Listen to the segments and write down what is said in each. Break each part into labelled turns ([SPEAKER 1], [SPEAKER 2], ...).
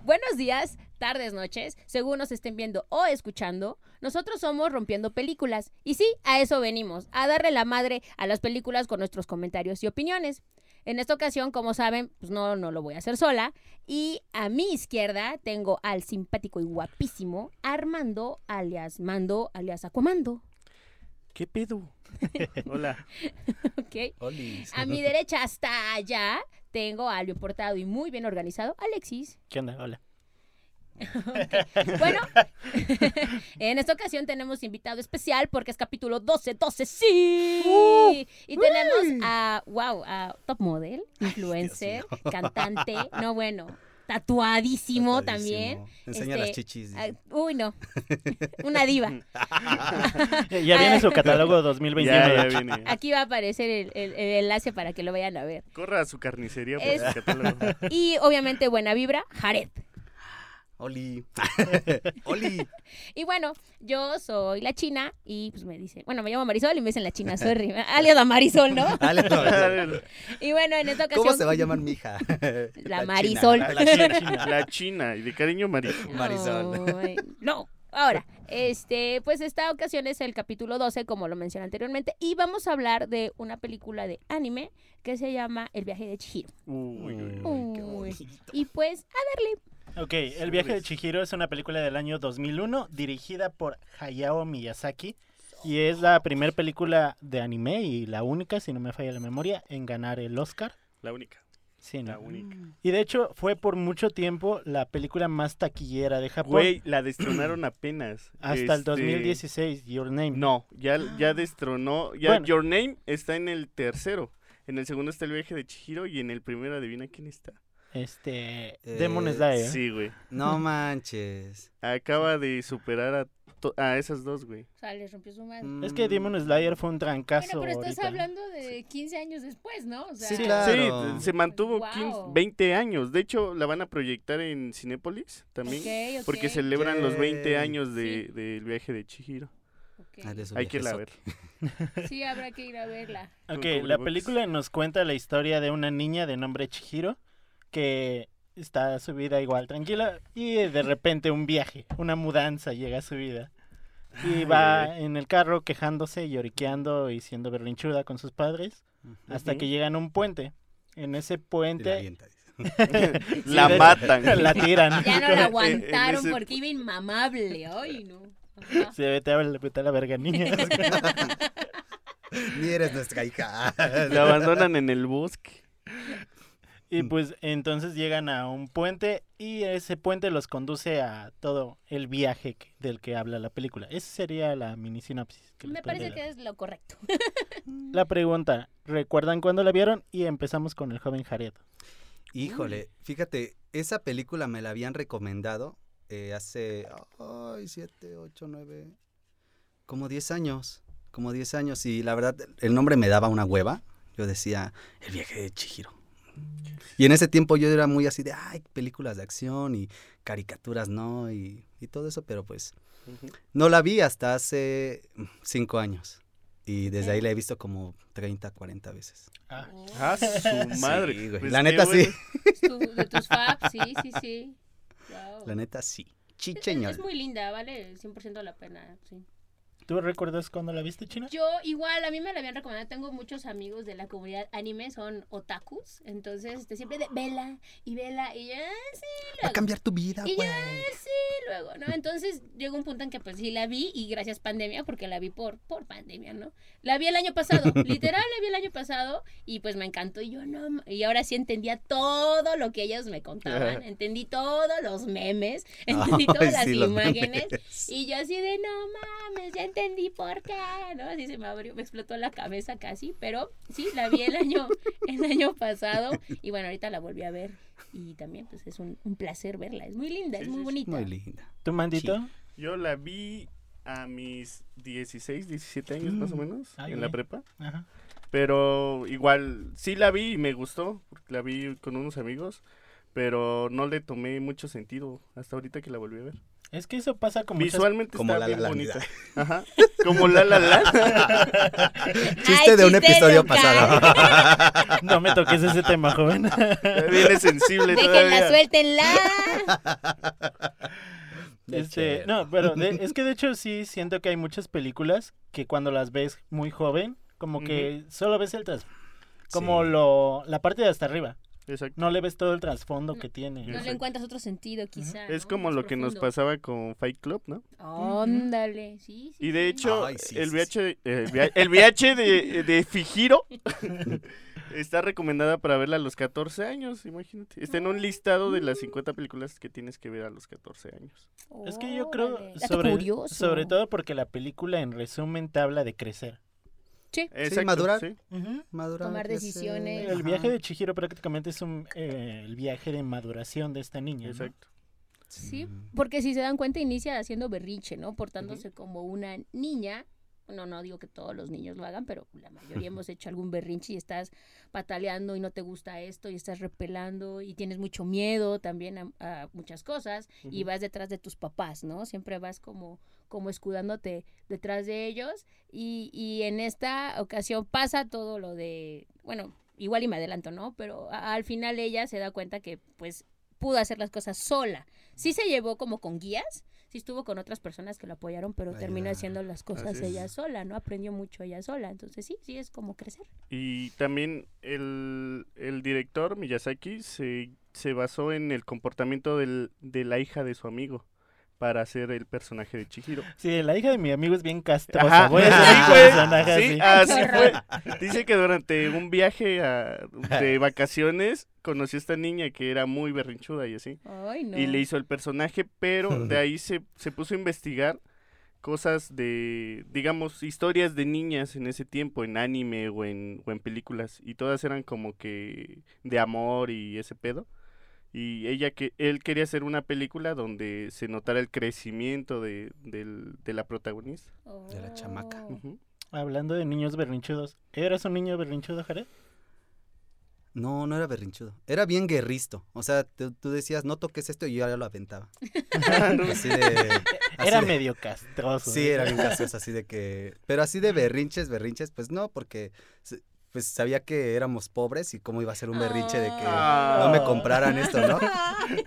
[SPEAKER 1] Buenos días, tardes, noches, según nos estén viendo o escuchando. Nosotros somos Rompiendo Películas. Y sí, a eso venimos, a darle la madre a las películas con nuestros comentarios y opiniones. En esta ocasión, como saben, pues no, no lo voy a hacer sola. Y a mi izquierda tengo al simpático y guapísimo Armando, alias Mando, alias Aquamando.
[SPEAKER 2] ¿Qué pedo? Hola.
[SPEAKER 1] ¿Ok?
[SPEAKER 3] Olis.
[SPEAKER 1] A mi derecha hasta allá tengo a bien portado y muy bien organizado, Alexis.
[SPEAKER 2] ¿Qué onda? Hola.
[SPEAKER 1] Bueno, en esta ocasión tenemos invitado especial porque es capítulo 12, 12, sí.
[SPEAKER 3] ¡Uh!
[SPEAKER 1] y tenemos a, wow, a top model, influencer, cantante, no bueno, tatuadísimo, también.
[SPEAKER 3] Enseña
[SPEAKER 1] Este,
[SPEAKER 3] las chichis.
[SPEAKER 1] Ah, uy, no, una diva.
[SPEAKER 2] Eh, Ya viene su catálogo 2021.
[SPEAKER 4] Ya, ya
[SPEAKER 2] de-
[SPEAKER 4] viene.
[SPEAKER 1] Aquí va a aparecer el, el- el enlace para que lo vayan a ver.
[SPEAKER 4] Corra a su carnicería por
[SPEAKER 1] Es-
[SPEAKER 4] su catálogo.
[SPEAKER 1] Y obviamente buena vibra, Jared.
[SPEAKER 3] Oli. Oli.
[SPEAKER 1] Y bueno, yo soy la china y pues me dicen, bueno, me llamo Marisol y me dicen la china, sorry, alias la Marisol, ¿no?
[SPEAKER 3] Ale, no,
[SPEAKER 1] Y bueno, en esta ocasión...
[SPEAKER 3] ¿Cómo se va a llamar mi hija? china.
[SPEAKER 1] Marisol.
[SPEAKER 3] La,
[SPEAKER 2] La
[SPEAKER 3] la china.
[SPEAKER 2] china.
[SPEAKER 4] La China, y de cariño Marisol.
[SPEAKER 3] Marisol.
[SPEAKER 1] Ay, no. Ahora, este, pues esta ocasión es el capítulo 12, como lo mencioné anteriormente, y vamos a hablar de una película de anime que se llama El viaje de Chihiro.
[SPEAKER 4] Uy, uy, uy.
[SPEAKER 3] Uy, qué
[SPEAKER 1] Uy.
[SPEAKER 3] bonito.
[SPEAKER 1] Y pues, ah,
[SPEAKER 2] Ok, El viaje de Chihiro es una película del año 2001 dirigida por Hayao Miyazaki y es la primera película de anime y la única, si no me falla la memoria, en ganar el Oscar.
[SPEAKER 4] La única.
[SPEAKER 2] Sí,
[SPEAKER 4] La
[SPEAKER 2] ¿no?
[SPEAKER 4] única.
[SPEAKER 2] Y de hecho fue por mucho tiempo la película más taquillera de Japón
[SPEAKER 4] Güey, la destronaron apenas.
[SPEAKER 2] hasta el
[SPEAKER 4] Este,
[SPEAKER 2] 2016, Your Name.
[SPEAKER 4] No, ya, ya destronó. Ya
[SPEAKER 2] Ah. Bueno.
[SPEAKER 4] Your Name está en el tercero. En el segundo está el viaje de Chihiro y en el primero adivina quién está.
[SPEAKER 2] Este,
[SPEAKER 3] Eh,
[SPEAKER 2] Demon Slayer.
[SPEAKER 4] Sí, güey.
[SPEAKER 3] No manches.
[SPEAKER 4] Acaba de superar a, to- a esas dos, güey.
[SPEAKER 1] o sea, les rompió su
[SPEAKER 3] Mm,
[SPEAKER 1] madre.
[SPEAKER 2] Es que Demon Slayer fue un trancazo
[SPEAKER 1] Bueno, pero estás
[SPEAKER 2] ahorita.
[SPEAKER 1] hablando de 15 años después, ¿no? O sea,
[SPEAKER 3] Sí, claro.
[SPEAKER 4] Sí, se mantuvo
[SPEAKER 1] Wow.
[SPEAKER 4] 15 20 años. De hecho, la van a proyectar en Cinépolis también.
[SPEAKER 1] ok, ok,
[SPEAKER 4] Porque celebran los 20
[SPEAKER 3] Yay.
[SPEAKER 4] años de- del viaje de Chihiro.
[SPEAKER 1] ok.
[SPEAKER 3] Ale, su
[SPEAKER 4] Hay que ir a
[SPEAKER 3] viejezo.
[SPEAKER 4] ver.
[SPEAKER 1] Sí, habrá que ir a verla.
[SPEAKER 4] con
[SPEAKER 2] Ok, la
[SPEAKER 4] cubrebocas.
[SPEAKER 2] película nos cuenta la historia de una niña de nombre Chihiro que está su vida igual tranquila y de repente un viaje, una mudanza llega a su vida. Y va en el carro quejándose, lloriqueando y siendo berrinchuda con sus padres hasta que
[SPEAKER 4] Ujú.
[SPEAKER 2] llegan a un puente. En ese
[SPEAKER 3] Y la
[SPEAKER 2] puente
[SPEAKER 3] avienta, dice.
[SPEAKER 4] La
[SPEAKER 2] de-
[SPEAKER 4] matan.
[SPEAKER 2] la tiran.
[SPEAKER 1] Ya no la
[SPEAKER 4] En
[SPEAKER 1] aguantaron
[SPEAKER 4] ese-
[SPEAKER 1] porque iba inmamable. Ay, no. Ajá.
[SPEAKER 2] Se vete a la, vete a la verga, niña.
[SPEAKER 3] Ni eres nuestra hija.
[SPEAKER 4] La abandonan en el bosque.
[SPEAKER 2] Y pues entonces llegan a un puente y ese puente los conduce a todo el viaje que- del que habla la película. Esa sería la mini sinopsis. que les
[SPEAKER 1] Me
[SPEAKER 2] podría
[SPEAKER 1] parece
[SPEAKER 2] dar.
[SPEAKER 1] que es lo correcto.
[SPEAKER 2] La pregunta, ¿recuerdan cuándo la vieron? Y empezamos con el joven Jared.
[SPEAKER 3] Híjole, fíjate, esa película me la habían recomendado eh, hace, ay, siete, ocho, nueve, como 10 años, como 10 años. Y la verdad, el nombre me daba una hueva. Yo decía, el viaje de Chihiro. Y en ese tiempo yo era muy así de, ay, películas de acción y caricaturas, ¿no? Y, y todo eso, pero pues no la vi hasta hace mm, cinco años. Y desde ahí la he visto como 30, 40 veces.
[SPEAKER 2] Ah,
[SPEAKER 4] Ah, su madre.
[SPEAKER 3] Sí, güey.
[SPEAKER 4] Pues
[SPEAKER 3] la
[SPEAKER 4] qué
[SPEAKER 3] neta sí,
[SPEAKER 4] bueno.
[SPEAKER 1] Tu- de tus faps, sí, sí, sí. Wow.
[SPEAKER 3] la neta sí.
[SPEAKER 1] Es- es,
[SPEAKER 3] Chicheñol.
[SPEAKER 1] es muy linda, vale 100% la pena. sí.
[SPEAKER 2] ¿Tú recuerdas cuándo la viste, China?
[SPEAKER 1] Yo igual, a mí me la habían recomendado. Tengo muchos amigos de la comunidad anime, son otakus. Entonces, este, siempre de vela y vela y ah, ya, sí,
[SPEAKER 3] Va a
[SPEAKER 1] luego.
[SPEAKER 3] cambiar tu vida,
[SPEAKER 1] Y "Ah,
[SPEAKER 3] güey.
[SPEAKER 1] ya, sí, luego, ¿no? Entonces llegó un punto en que pues sí la vi y gracias pandemia, porque la vi por, por pandemia, ¿no? La vi el año pasado, literal la vi el año pasado y pues me encantó y yo no, ma- y ahora sí entendía todo lo que ellos me contaban, entendí todos los memes, entendí
[SPEAKER 3] Ay,
[SPEAKER 1] todas las
[SPEAKER 3] sí, los
[SPEAKER 1] imágenes
[SPEAKER 3] memes.
[SPEAKER 1] y yo así de no mames, ya entendí por qué, ¿no? Así se me abrió, me explotó la cabeza casi, pero sí, la vi el año, el año pasado y bueno, ahorita la volví a ver y también pues es un, un placer verla, es muy linda, es
[SPEAKER 4] Sí,
[SPEAKER 1] muy
[SPEAKER 4] sí,
[SPEAKER 1] bonita.
[SPEAKER 4] sí.
[SPEAKER 3] Muy linda.
[SPEAKER 2] ¿Tú, Mandito?
[SPEAKER 4] Yo la vi a mis 16, 17 años más o menos,
[SPEAKER 2] Ah,
[SPEAKER 4] en
[SPEAKER 2] bien.
[SPEAKER 4] la prepa.
[SPEAKER 2] Ajá.
[SPEAKER 4] Pero igual, sí la vi y me gustó. porque La vi con unos amigos. Pero no le tomé mucho sentido hasta ahorita que la volví a ver.
[SPEAKER 2] Es que eso pasa con muchas-
[SPEAKER 4] Visualmente
[SPEAKER 3] Como
[SPEAKER 4] está
[SPEAKER 3] La La
[SPEAKER 4] bien
[SPEAKER 3] Land.
[SPEAKER 4] bonita. Ajá. Como la la la.
[SPEAKER 3] Chiste de un
[SPEAKER 1] chiste
[SPEAKER 3] episodio
[SPEAKER 1] local.
[SPEAKER 3] pasado.
[SPEAKER 2] No me toques ese tema, joven.
[SPEAKER 4] Viene sensible
[SPEAKER 1] Déjenla,
[SPEAKER 4] todavía.
[SPEAKER 1] suéltenla.
[SPEAKER 2] Este, no, pero de- es que de hecho sí siento que hay muchas películas que cuando las ves muy joven, como que solo ves el tras- como
[SPEAKER 3] Sí.
[SPEAKER 2] lo la parte de hasta arriba,
[SPEAKER 4] Exacto.
[SPEAKER 2] no le ves todo el trasfondo que tiene.
[SPEAKER 1] Mm, No le encuentras otro sentido, quizá.
[SPEAKER 4] Es
[SPEAKER 1] Ah, ¿no?
[SPEAKER 4] como
[SPEAKER 1] Más
[SPEAKER 4] lo que nos
[SPEAKER 1] profundo.
[SPEAKER 4] pasaba con Fight Club, ¿no?
[SPEAKER 1] Ándale, sí, sí.
[SPEAKER 4] Y de
[SPEAKER 1] sí.
[SPEAKER 4] hecho,
[SPEAKER 3] Ay, sí,
[SPEAKER 4] el
[SPEAKER 3] sí,
[SPEAKER 4] VH, eh, el VH el VH de, de Fijiro está recomendada para verla a los 14 años, imagínate. Está en un listado de las 50 películas que tienes que ver a los 14 años.
[SPEAKER 2] Es que yo creo
[SPEAKER 1] Órale. Dato
[SPEAKER 2] sobre,
[SPEAKER 1] curioso.
[SPEAKER 2] sobre todo porque la película en resumen te habla de crecer.
[SPEAKER 4] Exacto,
[SPEAKER 3] madurar.
[SPEAKER 4] sí.
[SPEAKER 3] Madurar,
[SPEAKER 1] Tomar
[SPEAKER 3] crecer.
[SPEAKER 1] decisiones.
[SPEAKER 2] El
[SPEAKER 3] Ajá.
[SPEAKER 2] viaje de Chihiro prácticamente es un eh, el viaje de maduración de esta niña. ¿no?
[SPEAKER 4] Exacto.
[SPEAKER 1] Sí, porque si se dan cuenta, inicia haciendo berrinche, ¿no? Portándose como una niña. No, no digo que todos los niños lo hagan, pero la mayoría hemos hecho algún berrinche y estás pataleando y no te gusta esto y estás repelando y tienes mucho miedo también a, a muchas cosas y
[SPEAKER 4] Ujú.
[SPEAKER 1] vas detrás de tus papás, ¿no? Siempre vas como, como escudándote detrás de ellos y, y en esta ocasión pasa todo lo de, bueno, igual y me adelanto, ¿no? Pero a- al final ella se da cuenta que pues pudo hacer las cosas sola. Sí se llevó como con guías, sí estuvo con otras personas que lo apoyaron, pero
[SPEAKER 3] La
[SPEAKER 1] terminó
[SPEAKER 3] ayudaron.
[SPEAKER 1] haciendo las cosas
[SPEAKER 4] Así es.
[SPEAKER 1] ella sola, ¿no? Aprendió mucho ella sola, entonces sí, sí es como crecer.
[SPEAKER 4] Y también el, el director Miyazaki se, se basó en el comportamiento del- de la hija de su amigo para hacer el personaje de Chihiro.
[SPEAKER 2] Sí, la hija de mi amigo es bien castrosa.
[SPEAKER 4] Ajá.
[SPEAKER 2] voy a hacer
[SPEAKER 4] Sí,
[SPEAKER 2] un
[SPEAKER 4] güey.
[SPEAKER 2] personaje
[SPEAKER 4] Sí,
[SPEAKER 2] Ah,
[SPEAKER 4] ah.
[SPEAKER 2] así.
[SPEAKER 4] así
[SPEAKER 1] Qué
[SPEAKER 4] fue. Dice que durante un viaje a- de vacaciones conoció a esta niña que era muy berrinchuda y así.
[SPEAKER 1] Ay, no.
[SPEAKER 4] Y le hizo el personaje, pero de ahí se, se puso a investigar cosas de, digamos, historias de niñas en ese tiempo, en anime o en, o en películas. Y todas eran como que de amor y ese pedo. Y ella que él quería hacer una película donde se notara el crecimiento de, del- de la protagonista.
[SPEAKER 3] De la chamaca.
[SPEAKER 1] Oh.
[SPEAKER 4] Ujú.
[SPEAKER 2] Hablando de niños berrinchudos, ¿eras un niño berrinchudo, Jared?
[SPEAKER 3] No, no era berrinchudo. Era bien guerristo. O sea, tú, tú decías, no toques esto y yo ya lo aventaba. así de. así
[SPEAKER 2] Era
[SPEAKER 3] de-
[SPEAKER 2] medio castroso. ¿eh?
[SPEAKER 3] Sí, era bien gracioso, así de que. Pero así de berrinches, berrinches, pues no, porque se- pues sabía que éramos pobres y cómo iba a ser un berrinche de que
[SPEAKER 1] Ah.
[SPEAKER 3] no me compraran esto, ¿no?
[SPEAKER 1] Ay,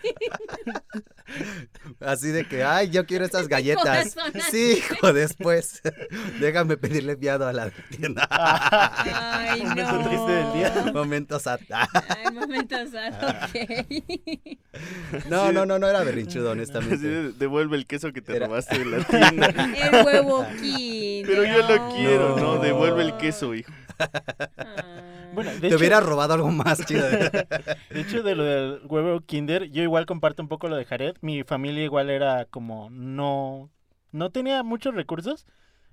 [SPEAKER 3] Así de que, ay, yo quiero estas galletas.
[SPEAKER 1] Corazón así.
[SPEAKER 3] Sí, hijo, después. Déjame pedirle fiado a la tienda.
[SPEAKER 1] Ah. Ay, no.
[SPEAKER 2] Momento triste del día.
[SPEAKER 3] Momentos sad.
[SPEAKER 1] Ay, momentos sad, ok.
[SPEAKER 3] No, no, no, no era berrinchudo,
[SPEAKER 4] Así
[SPEAKER 3] honestamente.
[SPEAKER 4] de, devuelve el queso que te
[SPEAKER 3] Era-
[SPEAKER 4] robaste de la tienda.
[SPEAKER 1] El huevo kinder.
[SPEAKER 4] Pero yo lo quiero, ¿no?
[SPEAKER 3] No.
[SPEAKER 4] Devuelve el queso, hijo.
[SPEAKER 1] Ay.
[SPEAKER 2] Bueno, de
[SPEAKER 3] Te
[SPEAKER 2] hecho,
[SPEAKER 3] hubiera robado algo más chido.
[SPEAKER 2] de hecho, de lo del huevo kinder, yo igual comparto un poco lo de Jared. Mi familia igual era como no... No tenía muchos recursos.